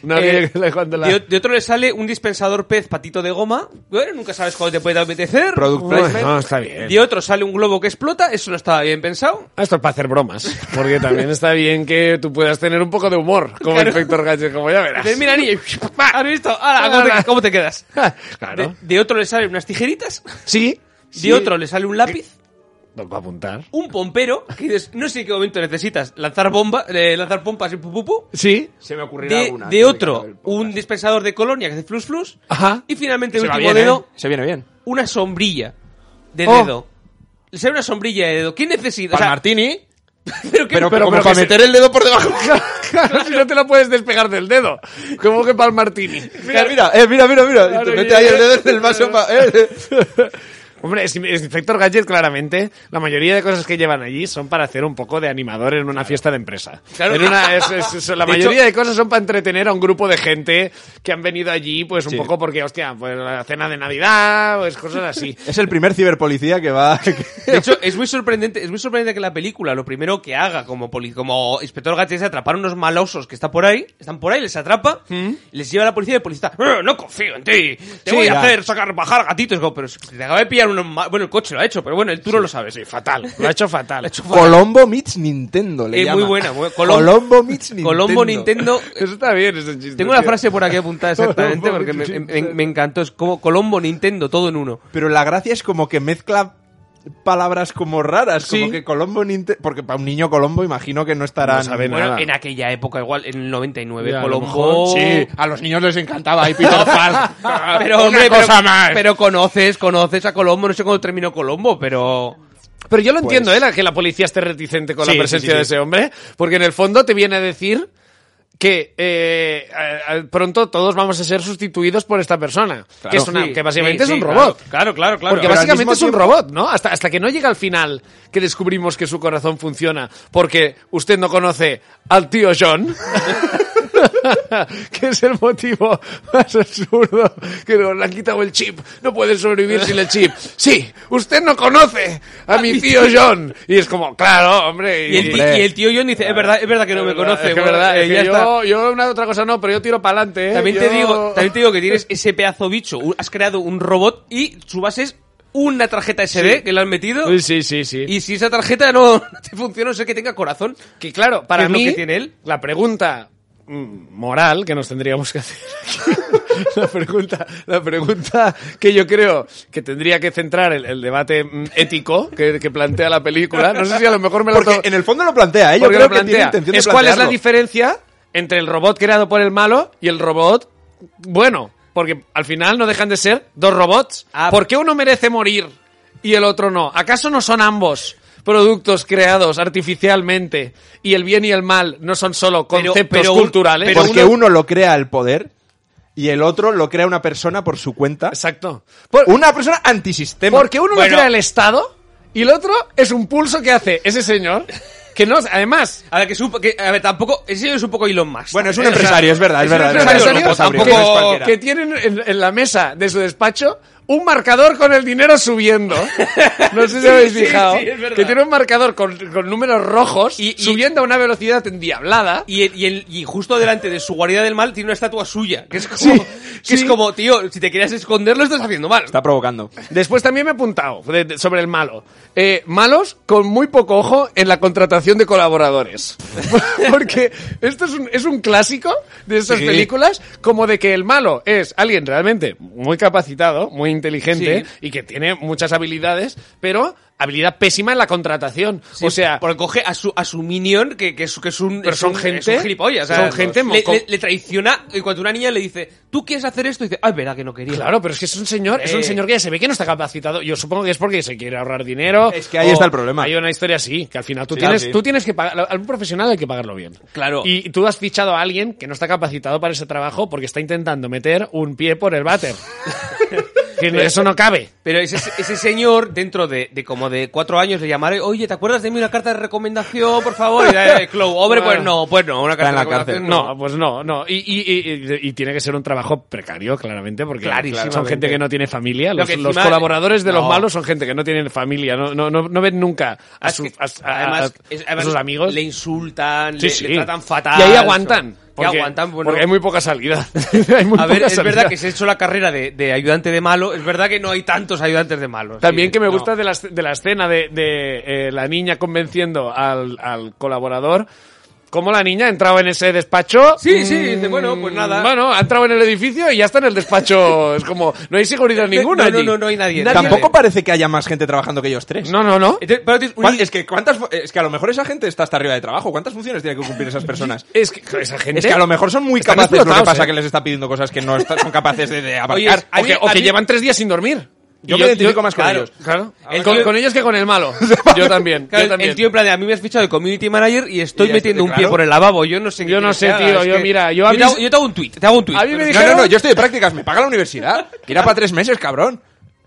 Speaker 4: No
Speaker 3: Eh,
Speaker 4: había ¿eh? que le cuente la-
Speaker 3: de, de otro le sale un dispensador pez patito de goma. Bueno, nunca sabes cuándo te puede apetecer.
Speaker 2: Product placement.
Speaker 4: Bueno, está bien.
Speaker 3: De otro sale un globo que explota. Eso no estaba bien pensado.
Speaker 4: Ah, Esto es para hacer bromas, porque también está bien que tú puedas tener un poco de humor como
Speaker 3: Claro.
Speaker 4: Inspector Gadget, como ya verás.
Speaker 3: Dices, mira, niña, y ¡pa! ¿has visto? Ahora, ¿cómo te, cómo te quedas?
Speaker 4: Ah, claro.
Speaker 3: De, de otro le salen unas tijeritas.
Speaker 4: Sí. sí.
Speaker 3: De otro le sale un lápiz.
Speaker 4: Para apuntar.
Speaker 3: Un pompero. Que dices, no sé en qué momento necesitas lanzar bomba, eh, lanzar pompas y pu, pu, pu.
Speaker 4: Sí.
Speaker 2: Se me ocurrirá
Speaker 3: De,
Speaker 2: alguna.
Speaker 3: de
Speaker 2: Yo
Speaker 3: otro,
Speaker 2: me quedo del
Speaker 3: un dispensador de colonia que hace flus flus.
Speaker 4: Ajá.
Speaker 3: Y finalmente, el
Speaker 4: Se va
Speaker 3: último
Speaker 4: bien, ¿eh?
Speaker 3: dedo,
Speaker 2: podcast. Se viene bien.
Speaker 3: una sombrilla de
Speaker 4: Oh.
Speaker 3: dedo. Le sale una sombrilla de dedo. ¿Qué necesita?
Speaker 2: Para
Speaker 3: O sea,
Speaker 2: Martini,
Speaker 3: pero qué-
Speaker 2: pero,
Speaker 4: pero
Speaker 2: como
Speaker 4: que
Speaker 2: para
Speaker 4: se-
Speaker 2: meter el dedo por debajo.
Speaker 4: Claro, si no te la puedes despegar del dedo. Como que para el martini.
Speaker 2: Mira, mira, eh, mira, mira, mira.
Speaker 4: Claro,
Speaker 2: Te mete
Speaker 4: ya,
Speaker 2: ahí
Speaker 4: ya.
Speaker 2: el dedo en el vaso pa- eh.
Speaker 4: Hombre, es, es Inspector Gadget, claramente. La mayoría de cosas que llevan allí son para hacer un poco de animador en una fiesta de empresa.
Speaker 3: Claro.
Speaker 4: En una- es- es- es- la
Speaker 3: De
Speaker 4: mayoría
Speaker 3: hecho-
Speaker 4: de cosas son para entretener a un grupo de gente que han venido allí, pues un poco porque, hostia, pues la cena de Navidad, pues cosas así.
Speaker 2: Es el primer ciberpolicía que va.
Speaker 3: De hecho, es muy sorprendente, es muy sorprendente que la película lo primero que haga como poli- como inspector Gadget es atrapar unos malosos que está por ahí, están por ahí, les atrapa, les lleva a la policía y el policía está, "Eh, no confío en ti, te
Speaker 2: Sí,
Speaker 3: voy
Speaker 2: ya.
Speaker 3: a hacer sacar bajar gatitos, Como, pero si te acaba de pillar uno, ma- bueno, el coche lo ha hecho, pero bueno, el tú no lo sabes.
Speaker 4: Sí, fatal. Lo ha hecho fatal.
Speaker 2: Colombo meets Nintendo, le
Speaker 3: Eh,
Speaker 2: llama.
Speaker 3: muy buena, muy- Colom-
Speaker 2: Colombo meets Nintendo.
Speaker 3: Colombo Nintendo
Speaker 4: Eso está bien, ese chiste.
Speaker 3: Tengo la
Speaker 4: tío.
Speaker 3: frase por aquí apuntada exactamente
Speaker 4: Colombo,
Speaker 3: porque me,
Speaker 4: Nintendo.
Speaker 3: me- me encantó. Es como Colombo, Nintendo, todo en uno.
Speaker 2: Pero la gracia es como que mezcla palabras como raras,
Speaker 4: Sí.
Speaker 2: como que Colombo Nintendo, porque para un niño Colombo imagino que no estará
Speaker 4: No sabe
Speaker 3: Bueno,
Speaker 4: Nada.
Speaker 3: en aquella época, igual, en el 99,
Speaker 4: Ya, a lo
Speaker 3: Colombo.
Speaker 4: mejor, sí. Ah,
Speaker 2: A los niños les encantaba ahí Peter Pan.
Speaker 3: Pero, hombre, pero, pero conoces, conoces a Colombo. No sé cómo terminó Colombo, pero.
Speaker 4: Pero yo lo entiendo,
Speaker 3: Pues-
Speaker 4: ¿eh? la- Que la policía esté reticente con
Speaker 2: Sí,
Speaker 4: la
Speaker 2: sí, sí,
Speaker 4: presencia
Speaker 2: sí.
Speaker 4: de ese hombre, porque en el fondo te viene a decir que eh, a- a- pronto todos vamos a ser sustituidos por esta persona, que, es una-
Speaker 3: Sí,
Speaker 4: que básicamente
Speaker 3: sí,
Speaker 4: es un
Speaker 3: sí,
Speaker 4: robot.
Speaker 3: Claro, claro, claro.
Speaker 4: Porque
Speaker 2: pero al
Speaker 4: básicamente
Speaker 2: mismo
Speaker 4: es un
Speaker 2: tiempo-
Speaker 4: robot, ¿no? Hasta, hasta que no llega al final que descubrimos que su corazón funciona porque usted no conoce al tío John. que es el motivo más absurdo que nos le han quitado el chip. No pueden sobrevivir sin el chip. Sí, usted no conoce a mi tío John. Y es como, claro, hombre.
Speaker 3: y, el, ti-
Speaker 2: Hombre.
Speaker 3: y el tío John dice: Es verdad, es verdad que no me conoce.
Speaker 4: Es que
Speaker 3: bueno,
Speaker 4: verdad,
Speaker 3: eh,
Speaker 4: es que
Speaker 3: ya está.
Speaker 4: yo, yo una otra cosa no, pero yo tiro para adelante.
Speaker 3: También, te digo, también te digo que tienes ese pedazo bicho. un- Has creado un robot y su base es una tarjeta SD que le han metido.
Speaker 4: Sí, sí, Pues sí.
Speaker 3: Y si esa tarjeta no te funciona, no sé que tenga corazón.
Speaker 4: Que claro, para
Speaker 3: es lo
Speaker 4: mí,
Speaker 3: que tiene él?
Speaker 4: la pregunta mm, moral que nos tendríamos que hacer aquí, la pregunta la pregunta que yo creo que tendría que centrar el, el debate mm, ético que, que plantea la película no sé si a lo mejor me lo
Speaker 2: Porque en el fondo lo plantea, ¿eh? Yo creo que tiene intención de
Speaker 4: es cuál es la
Speaker 2: plantearlo.
Speaker 4: diferencia entre el robot creado por el malo y el robot bueno porque al final no dejan de ser dos robots
Speaker 3: Ah.
Speaker 4: ¿por qué uno merece morir y el otro no? ¿acaso no son ambos productos creados artificialmente y el bien y el mal no son solo
Speaker 3: Pero-
Speaker 4: conceptos
Speaker 3: pero un-
Speaker 4: culturales?
Speaker 3: pero
Speaker 2: Porque uno... lo crea el poder y el otro lo crea una persona por su cuenta.
Speaker 4: exacto Por-
Speaker 2: Una persona antisistema.
Speaker 4: Porque uno
Speaker 3: Bueno.
Speaker 4: lo crea el Estado y el otro es un pulso que hace ese señor que no además
Speaker 3: A ver, que, es un po- que- a ver, tampoco. Ese señor es un poco Elon Musk.
Speaker 2: Bueno, es un empresario, es verdad, es, verdad.
Speaker 4: Pero
Speaker 2: es verdad,
Speaker 4: empresarios
Speaker 2: es un empresario,
Speaker 4: que-
Speaker 2: no es
Speaker 3: tampoco-
Speaker 2: cualquiera.
Speaker 4: que tienen en, en la mesa de su despacho un marcador con el dinero subiendo. No sé si habéis
Speaker 3: sí,
Speaker 4: fijado.
Speaker 3: sí, es verdad.
Speaker 4: que tiene un marcador con, con números rojos
Speaker 3: Y- y-
Speaker 4: subiendo a una velocidad endiablada.
Speaker 3: Y, el- y el- y justo delante de su guarida del mal tiene una estatua suya. Que es como,
Speaker 4: Sí,
Speaker 3: que es
Speaker 4: sí.
Speaker 3: como tío, si te querías esconder lo estás haciendo mal.
Speaker 2: Está provocando.
Speaker 4: Después también me he apuntado de- de- sobre el malo. Eh, malos con muy poco ojo en la contratación de colaboradores. Porque esto es un, es un clásico de estas
Speaker 2: Sí.
Speaker 4: películas, como de que el malo es alguien realmente muy capacitado, muy inteligente
Speaker 3: Sí.
Speaker 4: y que tiene muchas habilidades, pero habilidad pésima en la contratación.
Speaker 3: Sí,
Speaker 4: o sea,
Speaker 3: porque coge a su, a su minion, que, que, es, que es un.
Speaker 4: Pero
Speaker 3: es
Speaker 4: son
Speaker 3: un-
Speaker 4: gente-
Speaker 3: es un gilipollas. o sea,
Speaker 4: son gente
Speaker 3: le,
Speaker 4: moco-
Speaker 3: le- le traiciona. Y cuando una niña le dice, ¿tú quieres hacer esto? Y dice, ¡ay, verdad que no quería!
Speaker 4: Claro, pero es que es un señor, es un
Speaker 3: Eh.
Speaker 4: señor que ya se ve que no está capacitado. Yo supongo que es porque se quiere ahorrar dinero.
Speaker 2: Es que ahí
Speaker 4: o
Speaker 2: está el problema.
Speaker 4: Hay una historia así, que al final tú
Speaker 2: Sí,
Speaker 4: tienes,
Speaker 2: ah, sí.
Speaker 4: tú tienes que pagar, a un profesional hay que pagarlo bien.
Speaker 3: Claro.
Speaker 4: Y tú has fichado a alguien que no está capacitado para ese trabajo porque está intentando meter un pie por el váter. que no- eso no cabe.
Speaker 3: Pero ese, ese señor, dentro de, de como niño de cuatro años le llamaré, oye, ¿te acuerdas de mí una carta de recomendación, por favor? Y eh, eh, Clou, hombre, pues no, pues no, una carta
Speaker 2: Está en
Speaker 3: de
Speaker 2: la cárcel.
Speaker 3: recomendación,
Speaker 4: No, pues no, no. Y, y- y- y- y tiene que ser un trabajo precario, claramente, porque
Speaker 3: Clarísimamente.
Speaker 4: son gente que no tiene familia.
Speaker 3: Lo
Speaker 4: Los,
Speaker 3: que
Speaker 4: los
Speaker 3: encima-
Speaker 4: colaboradores de los
Speaker 3: No.
Speaker 4: malos son gente que no tienen familia, no, no, no, no ven nunca a,
Speaker 3: Es
Speaker 4: su-
Speaker 3: que,
Speaker 4: a- a-
Speaker 3: además,
Speaker 4: a-
Speaker 3: es-
Speaker 4: a
Speaker 3: además
Speaker 4: sus amigos.
Speaker 3: le insultan,
Speaker 4: Sí,
Speaker 3: le,
Speaker 4: sí.
Speaker 3: le tratan fatal.
Speaker 4: Y ahí aguantan.
Speaker 3: Y
Speaker 4: Porque,
Speaker 3: aguantan, bueno.
Speaker 4: porque hay muy poca salida. Hay muy
Speaker 3: a ver,
Speaker 4: poca
Speaker 3: es
Speaker 4: salida.
Speaker 3: verdad que se ha hecho la carrera de, de ayudante de malo, es verdad que no hay tantos ayudantes de malos.
Speaker 4: También
Speaker 3: Sí,
Speaker 4: que me
Speaker 3: no.
Speaker 4: gusta de, la, esc- de la escena de, de, eh, la niña convenciendo al, al colaborador. Cómo la niña ha entrado en ese despacho. Mm,
Speaker 3: Sí, sí, dice, bueno, pues nada.
Speaker 4: Bueno, ha entrado en el edificio y ya está en el despacho. es como, no hay seguridad ninguna.
Speaker 3: No, no,
Speaker 4: allí.
Speaker 3: no, no hay nadie.
Speaker 2: Tampoco parece que haya más gente trabajando que ellos tres.
Speaker 4: No, no, no.
Speaker 3: Entonces, pero tienes un-
Speaker 2: ¿Cuán- Es que, ¿cuántas, fu- es que a lo mejor esa gente está hasta arriba de trabajo. ¿Cuántas funciones tiene que cumplir esas personas?
Speaker 4: Es que joder, esa gente.
Speaker 2: Es que a lo mejor son muy
Speaker 4: Están
Speaker 2: capaces. Lo que
Speaker 4: explotados,
Speaker 2: pasa
Speaker 4: eh.
Speaker 2: que les está pidiendo cosas que no está- son capaces de, de
Speaker 3: Oye,
Speaker 2: abarcar.
Speaker 3: a
Speaker 4: o
Speaker 3: mí-
Speaker 4: que, o
Speaker 3: a
Speaker 4: que
Speaker 3: mí-
Speaker 4: llevan tres días sin dormir.
Speaker 2: Yo me identifico más con
Speaker 4: claro,
Speaker 2: ellos.
Speaker 4: Claro.
Speaker 3: A
Speaker 4: El
Speaker 3: ver,
Speaker 4: con,
Speaker 3: claro.
Speaker 4: con ellos que con el malo. yo también.
Speaker 3: Claro,
Speaker 4: yo
Speaker 3: el-
Speaker 4: también.
Speaker 3: el tío en plan de, a mí me has fichado de community manager y estoy
Speaker 2: Y ya
Speaker 3: metiendo
Speaker 2: estoy,
Speaker 3: un pie
Speaker 2: claro.
Speaker 3: por el lavabo. Yo no sé qué
Speaker 4: Yo no
Speaker 3: quieres
Speaker 4: sé,
Speaker 3: que haga,
Speaker 4: tío,
Speaker 3: es
Speaker 4: yo,
Speaker 3: que-
Speaker 4: mira, yo
Speaker 3: yo,
Speaker 4: a
Speaker 3: te
Speaker 4: mí-
Speaker 3: hago- yo te hago un tweet, te hago un tweet.
Speaker 4: A mí me
Speaker 3: Pero-
Speaker 2: No, no,
Speaker 4: dijeron-
Speaker 2: no, yo estoy de prácticas, me paga la universidad. Que irá para tres meses, cabrón.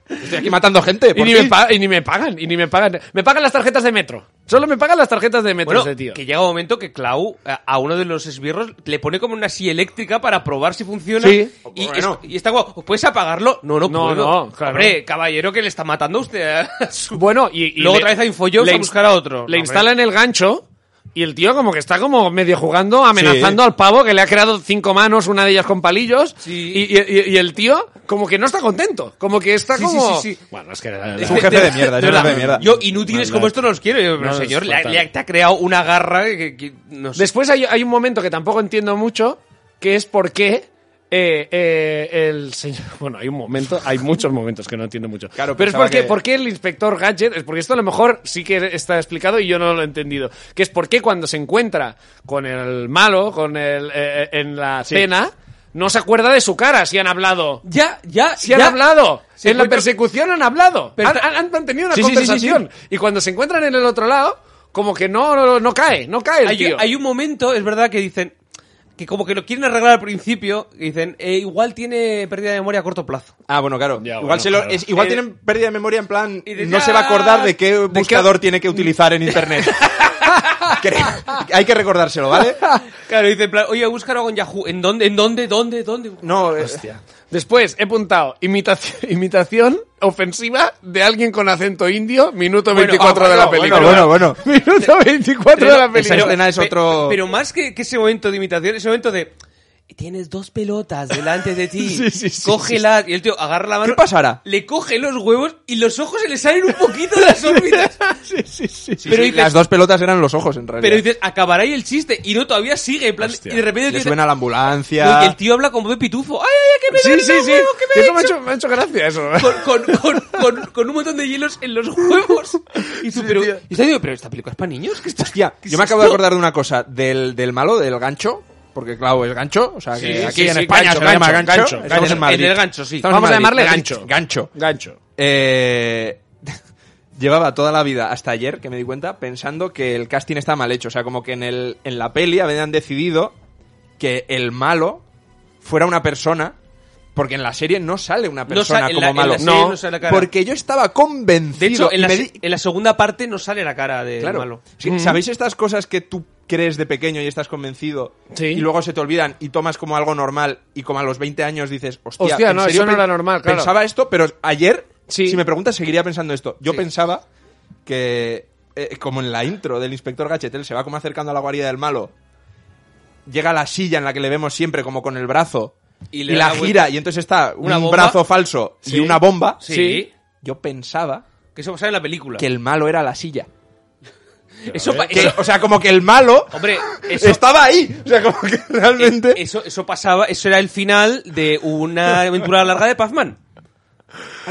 Speaker 2: Estoy aquí matando gente.
Speaker 4: Y
Speaker 2: por
Speaker 4: ni,
Speaker 2: ti.
Speaker 4: me pa- y ni me pagan, y ni me pagan. Me pagan las tarjetas de metro. Solo me pagan las tarjetas de metro
Speaker 3: Bueno,
Speaker 4: ese tío.
Speaker 3: que llega un momento que Clau a- a uno de los esbirros le pone como una silla eléctrica para probar si funciona.
Speaker 4: Sí.
Speaker 3: Y,
Speaker 2: Bueno.
Speaker 3: es- y está como, ¿puedes apagarlo? No, no,
Speaker 4: No,
Speaker 3: puedo.
Speaker 4: no, claro.
Speaker 3: Hombre, caballero que le está matando a usted. a su-
Speaker 4: Bueno, y, y
Speaker 3: Luego
Speaker 4: le-
Speaker 3: otra vez a Infojobs
Speaker 4: le
Speaker 3: a
Speaker 4: inst-
Speaker 3: buscar a otro.
Speaker 4: Le
Speaker 3: No,
Speaker 4: instalan el gancho y el tío como que está como medio jugando, amenazando al pavo que le ha creado cinco manos, una de ellas con palillos.
Speaker 3: Sí.
Speaker 4: Y, y- y- y el tío como que no está contento, como que está
Speaker 3: Sí, sí,
Speaker 4: como...
Speaker 3: sí, sí.
Speaker 4: Bueno, es que...
Speaker 3: hombre.
Speaker 2: Es un jefe de mierda, es un
Speaker 3: verdad.
Speaker 2: jefe de mierda.
Speaker 3: Yo inútiles como esto no los quiero. Yo, pero
Speaker 4: No, es
Speaker 3: señor, le, ha-
Speaker 4: fatal.
Speaker 3: le ha- te ha creado una garra que, que- no sé.
Speaker 4: Después hay, hay un momento que tampoco entiendo mucho, que es por qué eh, eh, el señor... Bueno, hay un momento, hay muchos momentos que no entiendo mucho.
Speaker 2: Claro,
Speaker 4: pero es
Speaker 2: pensaba
Speaker 4: porque,
Speaker 2: que-
Speaker 4: por qué el inspector Gadget, es porque esto a lo mejor sí que está explicado y yo no lo he entendido, que es por qué cuando se encuentra con el malo, con el eh, eh, en la cena, no se acuerda de su cara, si han hablado.
Speaker 3: Ya, ya,
Speaker 4: Si han
Speaker 3: ya.
Speaker 4: hablado.
Speaker 3: Se
Speaker 4: en la
Speaker 3: encuentra-
Speaker 4: persecución han hablado.
Speaker 3: Pero
Speaker 4: han,
Speaker 3: está-
Speaker 4: han- han mantenido una
Speaker 2: Sí, sí, sí, sí,
Speaker 4: conversación. Y cuando se encuentran en el otro lado, como que no, no, no cae, no cae el
Speaker 3: hay,
Speaker 4: tío.
Speaker 3: hay un momento, es verdad, que dicen que como que lo quieren arreglar al principio, que dicen, eh, igual tiene pérdida de memoria a corto plazo.
Speaker 2: Ah, bueno, claro.
Speaker 4: Ya,
Speaker 2: igual
Speaker 4: bueno,
Speaker 2: se lo-
Speaker 4: claro.
Speaker 2: es- igual
Speaker 3: Eh,
Speaker 2: tienen pérdida de memoria en plan.
Speaker 3: y dices,
Speaker 2: no se va a acordar de qué buscador tiene que utilizar en internet. Cre- Hay que recordárselo, ¿vale?
Speaker 3: Claro, dice, en plan, oye, buscar algo en Yahoo. ¿En dónde, en dónde, dónde, dónde?
Speaker 2: No, eh,
Speaker 4: Después he apuntado imitación, imitación ofensiva de alguien con acento indio, minuto
Speaker 3: Bueno,
Speaker 4: 24 de
Speaker 2: bueno,
Speaker 4: la película.
Speaker 2: bueno, bueno, bueno.
Speaker 4: Minuto 24 de la
Speaker 2: Esa
Speaker 4: película.
Speaker 2: escena es
Speaker 3: pe-
Speaker 2: otro-
Speaker 3: Pero más que, que ese momento de imitación, ese momento de... Tienes dos pelotas delante de ti.
Speaker 4: Sí, sí, sí,
Speaker 3: Cógelas. Y el tío agarra la mano.
Speaker 2: ¿Qué pasará?
Speaker 3: Le coge los huevos y los ojos se le salen un poquito de las órbitas. Pero
Speaker 2: sí,
Speaker 3: dices-
Speaker 2: las dos pelotas eran los ojos, en realidad.
Speaker 3: Pero dices, acabará ahí el chiste. Y no, todavía sigue. En plan, y de repente el
Speaker 2: Le
Speaker 3: tío,
Speaker 2: suben a la ambulancia.
Speaker 3: No, y el tío habla como de pitufo. ¡Ay, ay, ay, que me
Speaker 4: Sí,
Speaker 3: duele
Speaker 4: sí,
Speaker 3: el
Speaker 4: sí.
Speaker 3: huevo, que me
Speaker 4: Eso me ha
Speaker 3: he hecho!
Speaker 4: hecho, me ha hecho gracia eso.
Speaker 3: Con, con, con, con, con un montón de hielos en los huevos. Y tú, pero, y está diciendo, pero esta película es para niños. ¿Qué estás-
Speaker 2: Hostia,
Speaker 3: qué es
Speaker 2: yo me acabo de
Speaker 3: esto?
Speaker 2: acordar de una cosa. Del, del malo, del gancho. Porque, claro, es gancho. O sea, que
Speaker 4: Sí,
Speaker 2: aquí
Speaker 4: sí,
Speaker 2: en
Speaker 4: sí,
Speaker 2: España
Speaker 4: gancho,
Speaker 2: se le llama
Speaker 4: gancho,
Speaker 2: gancho.
Speaker 4: gancho,
Speaker 2: Estamos
Speaker 3: gancho.
Speaker 2: en Madrid.
Speaker 3: En el gancho, sí.
Speaker 2: Estamos en
Speaker 4: Vamos a
Speaker 2: Madrid.
Speaker 4: llamarle
Speaker 2: Madrid,
Speaker 4: gancho.
Speaker 2: Gancho.
Speaker 4: Gancho.
Speaker 2: Eh, llevaba toda la vida, hasta ayer que me di cuenta, pensando que el casting está mal hecho. O sea, como que en, el, en la peli habían decidido que el malo fuera una persona, porque en la serie no sale una
Speaker 3: No
Speaker 2: persona
Speaker 3: sale- en
Speaker 2: como
Speaker 3: la- en la
Speaker 2: malo.
Speaker 3: serie no sale la cara.
Speaker 2: porque yo estaba convencido.
Speaker 3: De hecho, en
Speaker 2: y
Speaker 3: la,
Speaker 2: me
Speaker 3: se-
Speaker 2: di-
Speaker 3: en la segunda parte no sale la cara de
Speaker 2: claro,
Speaker 3: malo.
Speaker 2: Sí, ¿Sabéis estas cosas que tú crees de pequeño y estás convencido
Speaker 4: Sí.
Speaker 2: y luego se te olvidan y tomas como algo normal y como a los 20 años dices, hostia,
Speaker 4: Hostia,
Speaker 2: ¿en
Speaker 4: no,
Speaker 2: serio
Speaker 4: eso no
Speaker 2: pe-
Speaker 4: era normal, claro.
Speaker 2: Pensaba esto, pero ayer,
Speaker 4: Sí.
Speaker 2: si me preguntas, seguiría pensando esto. Yo pensaba que, eh, como en la intro del inspector Gachetel, se va como acercando a la guarida del malo, llega a la silla en la que le vemos siempre como con el brazo
Speaker 3: Y
Speaker 2: y,
Speaker 3: le da
Speaker 2: la
Speaker 3: la vuelta.
Speaker 2: gira y entonces está
Speaker 3: Una
Speaker 2: un
Speaker 3: bomba.
Speaker 2: brazo falso y una bomba.
Speaker 3: Sí.
Speaker 2: Yo pensaba
Speaker 3: Que eso sale en la película.
Speaker 2: que el malo era la silla.
Speaker 3: eso, pa-
Speaker 2: Que-
Speaker 3: eso-
Speaker 2: o sea, como que el malo
Speaker 3: Hombre, eso-
Speaker 2: estaba ahí. O sea, como que realmente.
Speaker 3: eh, eso, eso pasaba, eso era el final de una aventura larga de Pazman.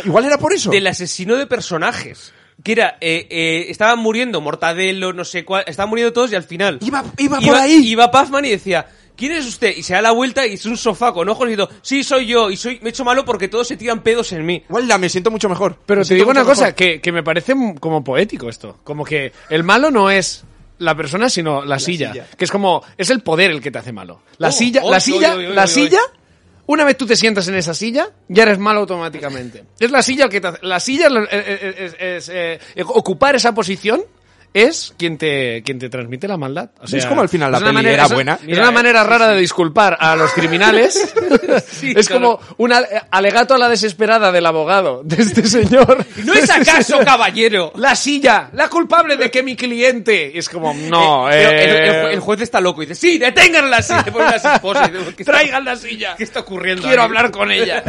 Speaker 2: Igual era por eso.
Speaker 3: Del asesino de personajes. Que era, eh, eh, estaban muriendo Mortadelo, no sé cuál, estaban muriendo todos y al final.
Speaker 2: Iba- iba por ahí.
Speaker 3: Iba Pazman y decía, ¿quién es usted? Y se da la vuelta y es un sofá con ojos y dice, sí, soy yo, y soy, me he hecho malo porque todos se tiran pedos en mí.
Speaker 2: Igual me siento mucho mejor.
Speaker 4: Pero
Speaker 2: Me
Speaker 4: te
Speaker 2: siento
Speaker 4: digo una
Speaker 2: mucho
Speaker 4: cosa,
Speaker 2: mejor.
Speaker 4: que, que me parece m- como poético esto. Como que el malo no es la persona, sino la, silla,
Speaker 2: silla.
Speaker 4: Que es como, es el poder el que te hace malo. La
Speaker 3: Oh,
Speaker 4: silla,
Speaker 3: oh,
Speaker 4: la
Speaker 3: oh,
Speaker 4: silla,
Speaker 3: oh, oh, oh,
Speaker 4: la
Speaker 3: oh.
Speaker 4: silla Una vez tú te sientas en esa silla, ya eres malo automáticamente. Es la silla el que te hace- La silla es, es- es- eh, ocupar esa posición es quien te, quien te transmite la maldad. O
Speaker 2: Sí, es
Speaker 4: sea,
Speaker 2: como al final la
Speaker 4: es una
Speaker 2: peli
Speaker 4: manera-
Speaker 2: era
Speaker 4: es una-
Speaker 2: buena.
Speaker 4: Es
Speaker 3: Mira,
Speaker 4: una
Speaker 3: eh,
Speaker 4: manera rara de disculpar a los criminales.
Speaker 3: Sí,
Speaker 4: es
Speaker 3: claro.
Speaker 4: como un al- eh, alegato a la desesperada del abogado, de este señor.
Speaker 3: ¿No es acaso, caballero?
Speaker 4: La silla, la culpable de que mi cliente. Es como, no,
Speaker 3: Pero
Speaker 4: eh,
Speaker 3: el, el ju- el juez está loco y dice, sí, deténganla, sí, le ponen las esposas. y digo, ¿qué está-
Speaker 4: traigan la silla.
Speaker 3: ¿Qué está ocurriendo?
Speaker 4: Quiero
Speaker 3: ahí?
Speaker 4: hablar con ella.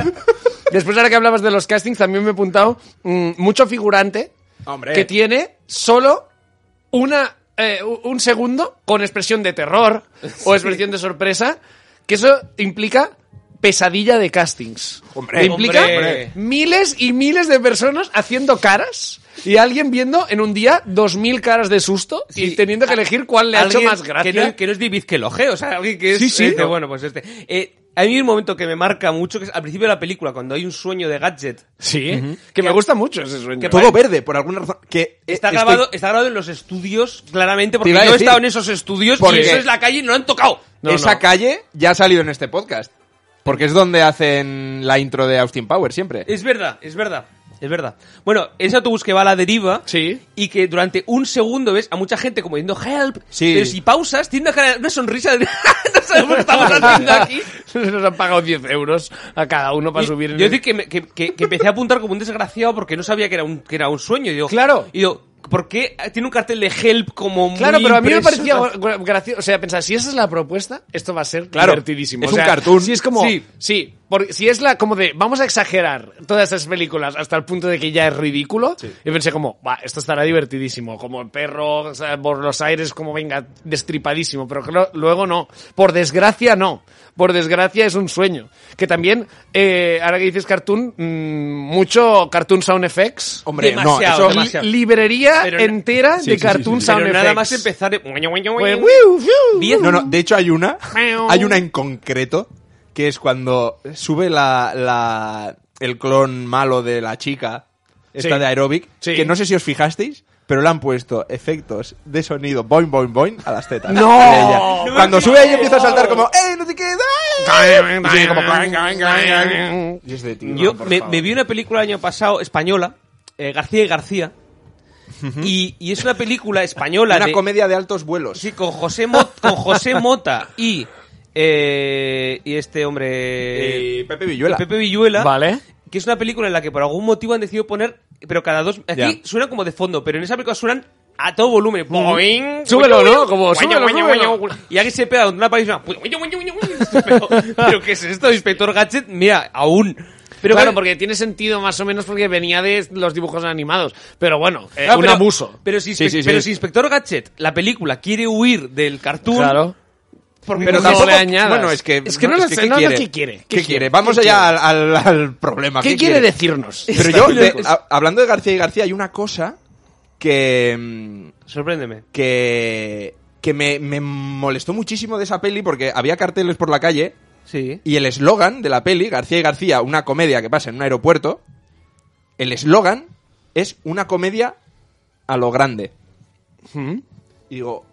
Speaker 4: Después, ahora que hablabas de los castings, también me he apuntado mm, mucho figurante
Speaker 2: Hombre.
Speaker 4: que tiene solo una, eh, u- un segundo con expresión de terror o expresión de sorpresa, que eso implica pesadilla de castings.
Speaker 2: Hombre,
Speaker 4: implica
Speaker 3: hombre.
Speaker 4: miles y miles de personas haciendo caras y alguien viendo en un día dos mil caras de susto y
Speaker 3: Sí.
Speaker 4: teniendo que elegir cuál le ha hecho
Speaker 3: Alguien
Speaker 4: más gracia.
Speaker 3: Que no, que no es David Keloge, o sea, alguien que es.
Speaker 4: Sí, sí.
Speaker 3: eh, dice, bueno, pues este. Eh, a mí hay un momento que me marca mucho, que es al principio de la película, cuando hay un sueño de Gadget.
Speaker 4: Sí, que me gusta mucho ese sueño.
Speaker 3: que
Speaker 2: Todo verde, por alguna razón. Que eh,
Speaker 3: Está
Speaker 2: estoy-
Speaker 3: grabado, está grabado en los estudios, claramente, porque
Speaker 2: iba
Speaker 3: yo
Speaker 2: a
Speaker 3: he
Speaker 2: decir.
Speaker 3: estado en esos estudios
Speaker 2: Porque-
Speaker 3: y eso es la calle y no lo han tocado.
Speaker 4: No,
Speaker 2: esa
Speaker 4: no.
Speaker 2: calle ya ha salido en este podcast. Porque es donde hacen la intro de Austin Power siempre.
Speaker 3: Es verdad, es verdad, es verdad. Bueno, ese autobús que va a la deriva.
Speaker 4: Sí.
Speaker 3: Y que durante un segundo ves a mucha gente como diciendo help.
Speaker 2: Sí.
Speaker 3: Pero si pausas, tiene una, cara- una sonrisa de. no sabemos qué estamos haciendo aquí.
Speaker 4: Nos han pagado 10 euros a cada uno para
Speaker 3: Y-
Speaker 4: subir. en
Speaker 3: Yo
Speaker 4: el-
Speaker 3: decir que, me- que, que- que empecé a apuntar como un desgraciado porque no sabía que era un, que era un sueño. Y digo,
Speaker 4: Claro.
Speaker 3: Y digo, ¿por qué tiene un cartel de help como muy
Speaker 4: Claro, pero a mí me
Speaker 3: impreso?
Speaker 4: parecía gra- gracioso. O sea, pensaba, si esa es la propuesta, esto va a ser
Speaker 2: Claro,
Speaker 4: divertidísimo.
Speaker 2: es
Speaker 4: O sea,
Speaker 2: un cartoon.
Speaker 4: Si es como. Sí,
Speaker 3: Sí.
Speaker 4: sí. por- si es la como de. Vamos a exagerar todas estas películas hasta el punto de que ya es ridículo. Yo pensé, como, va, esto estará divertidísimo. Como el perro o sea, por los aires, como venga, destripadísimo. Pero claro, luego no. Por desgracia, no. Por desgracia es un sueño. Que también, eh, ahora que dices cartoon, mm, mucho cartoon sound effects.
Speaker 2: Hombre,
Speaker 3: Demasiado,
Speaker 2: no, eso.
Speaker 3: demasiado.
Speaker 4: Li- librería
Speaker 3: Pero-
Speaker 4: entera
Speaker 2: Sí,
Speaker 4: de
Speaker 2: sí, sí,
Speaker 4: cartoon
Speaker 2: sí, sí.
Speaker 4: sound
Speaker 3: Pero nada
Speaker 4: effects.
Speaker 3: más empezar. eh, guiño, guiño,
Speaker 4: Pues,
Speaker 3: guiño.
Speaker 4: wiu, wiu.
Speaker 3: Diez-
Speaker 2: No, no, de hecho hay una.
Speaker 4: Meow.
Speaker 2: Hay una en concreto que es cuando sube la, la- el clon malo de la chica, esta
Speaker 4: Sí.
Speaker 2: de aerobic,
Speaker 4: Sí.
Speaker 2: que no sé si os fijasteis, pero le han puesto efectos de sonido boing boing boing a las tetas.
Speaker 4: ¡No!
Speaker 2: de ella.
Speaker 4: ¡No!
Speaker 2: Cuando sube ella empieza a saltar como ¡Eh, no te quedas! Y sigue como, "Clang, clang, clang, clang". Y es de, tío,
Speaker 3: Yo
Speaker 2: no, por
Speaker 3: me,
Speaker 2: favor.
Speaker 3: me vi una película el año pasado, española, eh, García y García. Y, y es una película española
Speaker 2: Una
Speaker 3: de,
Speaker 2: comedia de altos vuelos.
Speaker 3: sí, con José Mot- con José Mota y eh, y este hombre
Speaker 2: Eh, Pepe Villuela.
Speaker 3: Pepe Villuela
Speaker 4: Vale.
Speaker 3: que es una película en la que por algún motivo han decidido poner, pero cada dos... Aquí
Speaker 2: Ya.
Speaker 3: suena como de fondo, pero en esa película suenan a todo volumen. Boing,
Speaker 4: Súbelo,
Speaker 3: boing,
Speaker 4: ¿no?
Speaker 3: boing,
Speaker 4: Como,
Speaker 3: boing,
Speaker 4: súbelo,
Speaker 3: boing,
Speaker 4: súbelo.
Speaker 3: boing. Y aquí se pega una paliza. boing, boing, boing, boing, boing.
Speaker 4: Oh,
Speaker 3: Pero, pero ¿qué es esto, Inspector Gadget? Mira, aún... Pero
Speaker 4: Pero claro, porque tiene sentido más o menos porque venía de los dibujos animados. Pero bueno, eh,
Speaker 3: Ah,
Speaker 4: un
Speaker 3: pero-
Speaker 4: abuso.
Speaker 3: Pero si,
Speaker 2: Sí,
Speaker 3: Inspe-
Speaker 2: sí, sí.
Speaker 3: pero si Inspector Gadget, la película, quiere huir del cartoon...
Speaker 4: Claro.
Speaker 3: Porque
Speaker 4: Pero
Speaker 3: pero
Speaker 4: no
Speaker 2: tampoco-
Speaker 4: le añadas.
Speaker 2: Bueno, es que.
Speaker 4: Es que no lo sé,
Speaker 2: ¿qué
Speaker 4: no sé
Speaker 2: quiere?
Speaker 4: qué quiere.
Speaker 2: ¿Qué
Speaker 4: ¿Qué quiere?
Speaker 2: quiere? Vamos
Speaker 4: ¿Qué
Speaker 2: allá al, al- al problema.
Speaker 4: ¿Qué, quiere decirnos?
Speaker 2: Pero
Speaker 4: Esta
Speaker 2: yo, de-
Speaker 4: película.
Speaker 2: a- hablando de García y García, hay una cosa que. mm,
Speaker 3: Sorpréndeme.
Speaker 2: que. que me, me molestó muchísimo de esa peli porque había carteles por la calle
Speaker 3: Sí.
Speaker 2: y el eslogan de la peli, García y García, una comedia que pasa en un aeropuerto, el eslogan es una comedia a lo grande.
Speaker 4: Hmm.
Speaker 2: Y digo,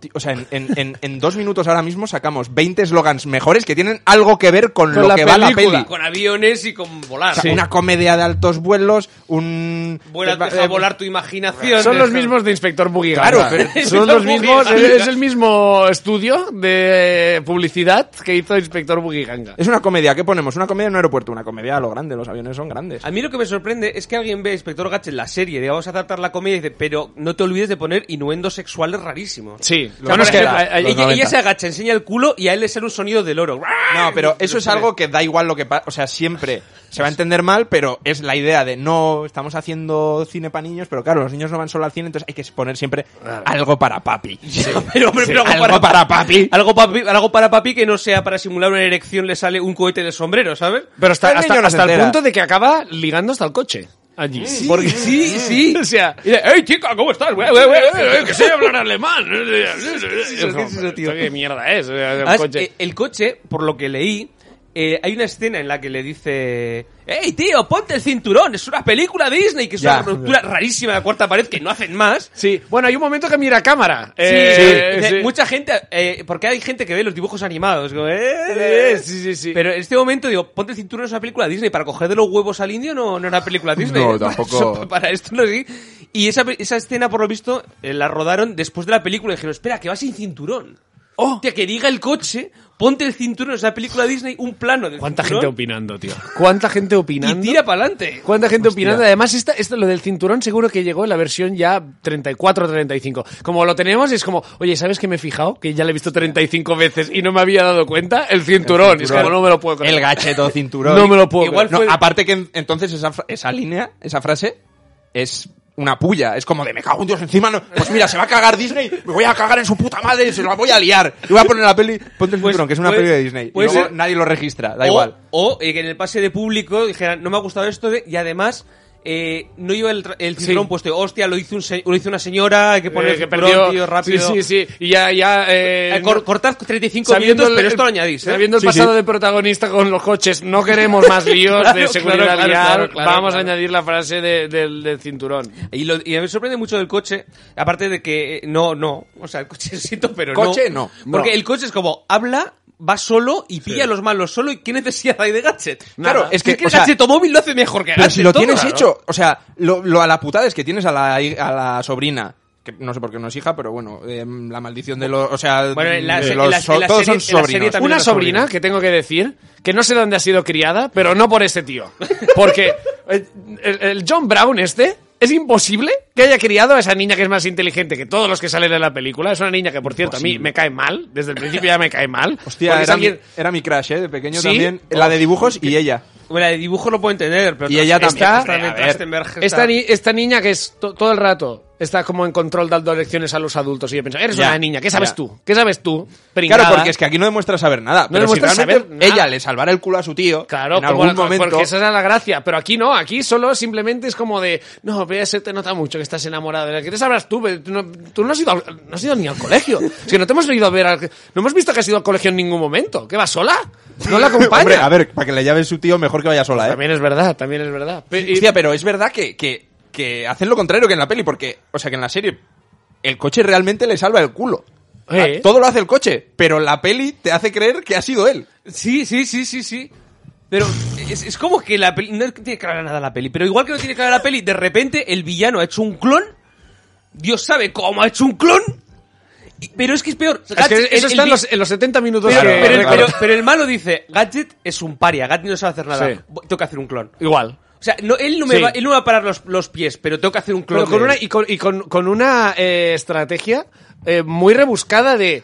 Speaker 2: ti- o sea, en, en- en- en dos minutos ahora mismo sacamos 20 eslogans mejores que tienen algo que ver con,
Speaker 4: Con
Speaker 2: lo
Speaker 4: la
Speaker 2: que va la
Speaker 4: película.
Speaker 2: peli.
Speaker 3: Con aviones y con volar.
Speaker 2: O sea,
Speaker 3: Sí.
Speaker 2: Una comedia de altos vuelos, un...
Speaker 3: Vuela-
Speaker 2: te-
Speaker 3: deja
Speaker 2: eh,
Speaker 3: volar tu imaginación.
Speaker 4: Son los
Speaker 3: Eso.
Speaker 4: mismos de Inspector Bugiganga.
Speaker 2: Claro, pero-
Speaker 4: son los
Speaker 3: Inspector
Speaker 4: mismos.
Speaker 3: Bugiganga.
Speaker 4: Es el mismo estudio de publicidad que hizo Inspector Bugiganga.
Speaker 2: Es una comedia, ¿qué ponemos? Una comedia en un aeropuerto, una comedia a lo grande, los aviones son grandes.
Speaker 3: A mí lo que me sorprende es que alguien ve Inspector Gadget la serie, digamos, a tratar la comedia y dice, pero no te olvides de poner inuendos sexuales rarísimos.
Speaker 4: Sí,
Speaker 3: O sea,
Speaker 4: bueno,
Speaker 3: por
Speaker 4: es que
Speaker 3: ejemplo,
Speaker 4: hay- hay-
Speaker 2: los
Speaker 3: ella,
Speaker 2: 90.
Speaker 3: ella se agacha, enseña el culo y a él le sale un sonido del oro.
Speaker 2: No, pero eso es algo que da igual lo que pasa, o sea, siempre se va a entender mal, pero es la idea de no, estamos haciendo cine para niños, pero claro, los niños no van solo al cine, entonces hay que poner siempre algo para papi.
Speaker 3: Pero, hombre, pero algo, para,
Speaker 2: papi.
Speaker 3: algo, papi- algo para papi que no sea para simular una erección le sale un cohete del sombrero, ¿sabes?
Speaker 4: Pero hasta,
Speaker 2: El
Speaker 4: hasta,
Speaker 2: niño no
Speaker 4: hasta
Speaker 2: se
Speaker 4: el
Speaker 2: entera.
Speaker 4: punto de que acaba ligando hasta el coche. Allí.
Speaker 3: Porque sí, sí.
Speaker 4: O sea,
Speaker 3: Y dice, ¡Ey, chica, ¿cómo estás? Güey, güey, güey, güey, que sé hablar alemán.
Speaker 4: ¿Qué es eso, tío? eh, ¿Qué mierda es? El
Speaker 3: Además,
Speaker 4: coche.
Speaker 3: eh, el coche, por lo que leí, eh, hay una escena en la que le dice: ¡Ey, tío, ponte el cinturón! ¡Es una película Disney! Que es
Speaker 2: Ya.
Speaker 3: una ruptura rarísima de la cuarta pared que no hacen más.
Speaker 4: Sí, bueno, hay un momento que mira a cámara.
Speaker 3: Sí,
Speaker 4: Eh,
Speaker 3: dice,
Speaker 4: sí.
Speaker 3: mucha gente. eh, porque hay gente que ve los dibujos animados. como, "Eh, eh".
Speaker 4: Eh, sí, sí, sí.
Speaker 3: Pero en este momento digo, ponte el cinturón es una película Disney. Para coger de los huevos al indio no, no era película Disney.
Speaker 2: No,
Speaker 3: Para
Speaker 2: tampoco.
Speaker 3: eso- para esto no sí. Y esa, esa escena, por lo visto, eh, la rodaron después de la película y dijeron, espera, que va sin cinturón.
Speaker 4: ¡Oh!
Speaker 3: Hostia, que diga el coche, ponte el cinturón es una película Disney, un plano de
Speaker 4: ¿Cuánta gente opinando, tío? ¿Cuánta gente opinando?
Speaker 3: Y tira para adelante.
Speaker 4: ¿Cuánta gente opinando? Además, esta, esta- lo del cinturón seguro que llegó en la versión ya 34 o 35. Como lo tenemos, es como, oye, ¿sabes que me he fijado? Que ya lo he visto 35 veces y no me había dado cuenta. El cinturón. Es como, no me lo puedo creer.
Speaker 2: El gacheto cinturón.
Speaker 4: No me lo puedo
Speaker 2: Igual
Speaker 4: creer.
Speaker 2: fue-
Speaker 4: No,
Speaker 2: aparte que en- entonces esa, fra- esa línea, esa frase, es una puya. Es como de me cago en Dios encima. No, pues mira, se va a cagar Disney, me voy a cagar en su puta madre, se la voy a liar. Y voy a poner la peli, ponte el cinturón, que es una
Speaker 3: puede-
Speaker 2: peli de Disney. Y
Speaker 3: puede
Speaker 2: luego
Speaker 3: ser-
Speaker 2: nadie lo registra, da
Speaker 3: o,
Speaker 2: igual.
Speaker 3: O eh, que en el pase de público dijeran, no me ha gustado esto de- y además... eh, no lleva el, tra- el cinturón
Speaker 4: Sí.
Speaker 3: puesto. Hostia, lo hizo, un se- lo hizo una señora, hay que poner
Speaker 4: Eh,
Speaker 3: el
Speaker 4: que
Speaker 3: cinturón,
Speaker 4: perdió-
Speaker 3: tío, rápido.
Speaker 4: Sí, sí, sí. Y ya, ya. eh,
Speaker 3: Eh, cor-
Speaker 4: no-
Speaker 3: cortad 35
Speaker 4: sabiendo
Speaker 3: minutos,
Speaker 4: el-
Speaker 3: pero esto lo añadís. ¿eh?
Speaker 4: Sabiendo el pasado de protagonista con los coches, no queremos más líos
Speaker 3: Claro,
Speaker 4: de seguridad
Speaker 3: claro, claro,
Speaker 4: vial.
Speaker 3: claro, claro,
Speaker 4: Vamos
Speaker 3: claro.
Speaker 4: a añadir la frase de- del, del cinturón.
Speaker 3: Y, lo, y me sorprende mucho del coche, aparte de que eh, no, no, o sea, el coche lo siento, pero
Speaker 2: Coche,
Speaker 3: no.
Speaker 2: no.
Speaker 3: Porque
Speaker 2: No.
Speaker 3: el coche es como, habla, va solo y pilla a los malos solo y ¿qué necesidad hay de gadget?
Speaker 2: Claro,
Speaker 3: Nada.
Speaker 2: es que,
Speaker 3: el
Speaker 2: o sea,
Speaker 3: gadget móvil lo hace mejor que
Speaker 2: Pero
Speaker 3: gadget
Speaker 2: Ah, si lo
Speaker 3: todo,
Speaker 2: tienes
Speaker 3: claro.
Speaker 2: hecho, o sea, lo, lo a la putada es que tienes a la, hi- a la sobrina, que no sé por qué no es hija, pero bueno, em, la maldición de los, o sea,
Speaker 3: Bueno, en la-
Speaker 2: de
Speaker 3: en
Speaker 2: los
Speaker 3: la-
Speaker 2: so-
Speaker 3: en la
Speaker 2: todos
Speaker 3: serie-
Speaker 2: son
Speaker 3: en la serie
Speaker 2: sobrinos.
Speaker 3: también
Speaker 4: Una
Speaker 3: era
Speaker 4: sobrina
Speaker 3: sobrina.
Speaker 4: que tengo que decir que no sé dónde ha sido criada, pero no por este tío. Porque eh, el, el John Brown este es imposible que haya criado a esa niña que es más inteligente que todos los que salen de la película. Es una niña que, por cierto, a mí me cae mal. Desde el principio ya me cae mal.
Speaker 2: Hostia,
Speaker 4: Porque es
Speaker 2: era,
Speaker 4: alguien-
Speaker 2: mi, era mi crush, ¿eh? De pequeño
Speaker 4: ¿Sí?
Speaker 2: también. La de dibujos y ella.
Speaker 3: Bueno, el dibujo lo puedo entender, pero...
Speaker 2: Y
Speaker 3: tras-
Speaker 2: ella
Speaker 3: esta-
Speaker 2: también.
Speaker 3: esta-
Speaker 2: Hombre, a ver.
Speaker 3: Trastenberg está-
Speaker 4: Eh, Esta, ni- esta niña que es to- todo el rato está como en control dando lecciones a los adultos y yo pienso, eres
Speaker 2: Ya,
Speaker 4: una niña, ¿qué sabes
Speaker 2: ya.
Speaker 4: tú? ¿Qué sabes tú? Pringada.
Speaker 2: Claro, porque es que aquí no demuestra saber nada. pero si
Speaker 4: demuestra
Speaker 2: realmente
Speaker 4: saber nada.
Speaker 2: ella le salvara el culo a su tío,
Speaker 4: Claro,
Speaker 2: en
Speaker 4: como-
Speaker 2: algún momento.
Speaker 4: porque esa era la gracia, pero aquí no, aquí solo simplemente es como de, no, pero ya se te nota mucho que estás enamorado, de la que te sabrás tú, pero tú no, tú no has ido, al- no has ido ni al colegio, es que no te hemos ido a ver, al- no hemos visto que has ido al colegio en ningún momento, que vas sola, no la acompaña.
Speaker 2: Hombre, a ver, para que le llave su tío, mejor que vaya sola, ¿eh?
Speaker 4: También es verdad, también es verdad. Pe- y-
Speaker 2: Hostia, pero es verdad que, que, que hacen lo contrario que en la peli, porque, o sea, que en la serie el coche realmente le salva el culo.
Speaker 4: Eh.
Speaker 2: A- Todo lo hace el coche, pero la peli te hace creer que ha sido él.
Speaker 3: Sí, sí, sí, sí, sí. Pero es, es como que la peli... No es que tiene que ver nada la peli, pero igual que no tiene que ver la peli, de repente el villano ha hecho un clon. Dios sabe cómo ha hecho un clon. y- Pero es que es peor.
Speaker 4: es que
Speaker 3: Gadget- el-
Speaker 4: eso está
Speaker 3: el
Speaker 4: en
Speaker 3: vi-
Speaker 4: los, en los 70 minutos
Speaker 3: Pero,
Speaker 4: que-
Speaker 3: pero el,
Speaker 2: claro.
Speaker 3: pero- pero el malo dice, Gadget es un paria, Gadget no sabe hacer nada.
Speaker 4: Sí.
Speaker 3: Bo- Tengo que hacer un clon.
Speaker 4: Igual.
Speaker 3: O sea, no, él, no me
Speaker 4: Sí.
Speaker 3: va, él no me va a parar los, los pies, pero tengo que hacer un clon.
Speaker 4: Pero con
Speaker 3: de
Speaker 4: una,
Speaker 3: él.
Speaker 4: y con, y con- con una eh, estrategia eh, muy rebuscada de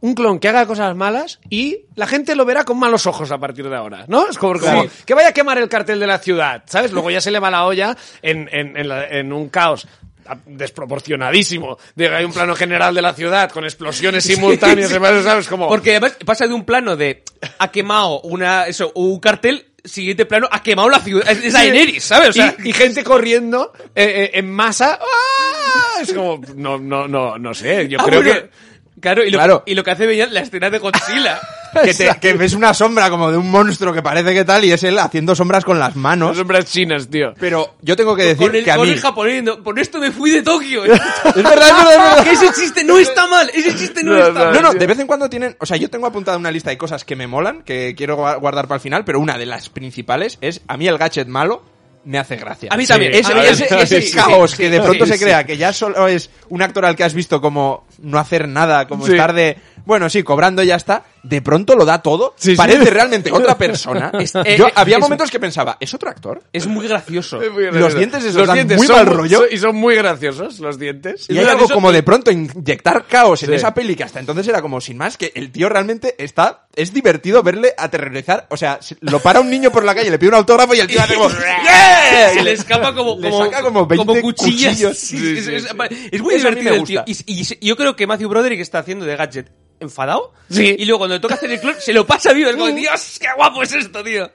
Speaker 4: un clon que haga cosas malas y la gente lo verá con malos ojos a partir de ahora, ¿no? Es como, como
Speaker 2: Sí.
Speaker 4: que vaya a quemar el cartel de la ciudad, ¿sabes? Luego ya se le va la olla en, en- en la- en un caos a- desproporcionadísimo. De, hay un plano general de la ciudad con explosiones simultáneas,
Speaker 3: sí.
Speaker 4: y demás, ¿sabes? Como,
Speaker 3: Porque además pasa de un plano de ha quemado una, eso, un cartel, siguiente plano, ha quemado la ciudad. Es, es Daenerys, ¿sabes? O sea,
Speaker 4: y, y gente corriendo eh, eh, en masa. ¡ah! Es como, no, no, no, no sé. Yo
Speaker 3: ah,
Speaker 4: creo
Speaker 3: bueno,
Speaker 4: que...
Speaker 3: Claro, y lo,
Speaker 2: Claro.
Speaker 3: y lo que hace Bellán, la escena de Godzilla.
Speaker 2: Que, te- que ves una sombra como de un monstruo que parece que tal y es él haciendo sombras con las
Speaker 4: Las
Speaker 2: manos.
Speaker 4: sombras chinas, tío.
Speaker 2: Pero yo tengo que decir
Speaker 3: con el,
Speaker 2: que a
Speaker 3: con
Speaker 2: mí...
Speaker 3: el japonés, no, por esto me fui de Tokio.
Speaker 2: Es verdad, es verdad, es verdad.
Speaker 3: que ese chiste no está mal, ese chiste no,
Speaker 4: No,
Speaker 3: está mal.
Speaker 2: No, no, de vez en cuando tienen. O sea, yo tengo apuntada una lista de cosas que me molan, que quiero gua- guardar para el final, pero una de las principales es: a mí el gadget malo me hace gracia.
Speaker 3: A mí también,
Speaker 2: Ese,
Speaker 3: a mí
Speaker 2: ese-
Speaker 3: también.
Speaker 2: ese
Speaker 3: Sí, sí,
Speaker 2: caos
Speaker 3: sí,
Speaker 2: que
Speaker 3: sí,
Speaker 2: de pronto
Speaker 3: sí,
Speaker 2: se
Speaker 3: sí.
Speaker 2: crea, que ya solo es un actor al que has visto como no hacer nada, como
Speaker 4: Sí.
Speaker 2: estar de. Bueno, sí, cobrando y ya está. De pronto lo da todo.
Speaker 4: Sí, sí.
Speaker 2: parece realmente otra persona.
Speaker 3: Es- eh,
Speaker 2: yo,
Speaker 3: eh,
Speaker 2: había
Speaker 3: es-
Speaker 2: momentos que pensaba: ¿es otro actor?
Speaker 3: Es muy gracioso.
Speaker 4: Es muy
Speaker 2: Los
Speaker 4: gracioso.
Speaker 2: dientes esos dan muy mal rollo.
Speaker 4: son- y son muy graciosos los dientes.
Speaker 2: Y
Speaker 3: Es
Speaker 2: hay
Speaker 3: verdad,
Speaker 2: algo
Speaker 3: eso-
Speaker 2: como de pronto inyectar caos en
Speaker 4: Sí.
Speaker 2: esa peli que hasta entonces era como sin más, que el tío realmente está. Es divertido verle aterrorizar. O sea, si- lo para un niño por la calle, le pide un autógrafo y el tío hace como. ¡Yeah!
Speaker 3: Se le escapa como,
Speaker 2: Le
Speaker 3: como,
Speaker 2: saca como 20
Speaker 3: cuchillas.
Speaker 2: cuchillos.
Speaker 3: Sí,
Speaker 2: Sí,
Speaker 3: es,
Speaker 2: sí,
Speaker 3: es-
Speaker 2: sí.
Speaker 3: es muy
Speaker 2: Eso a mí
Speaker 3: divertido
Speaker 2: me
Speaker 3: el tío.
Speaker 2: gusta.
Speaker 3: Y, y yo creo que Matthew Broderick está haciendo de gadget enfadado.
Speaker 4: Sí.
Speaker 3: Y luego cuando le toca hacer el clon, se lo pasa vivo. Es
Speaker 2: Uh.
Speaker 3: como, Dios, qué guapo es esto, tío.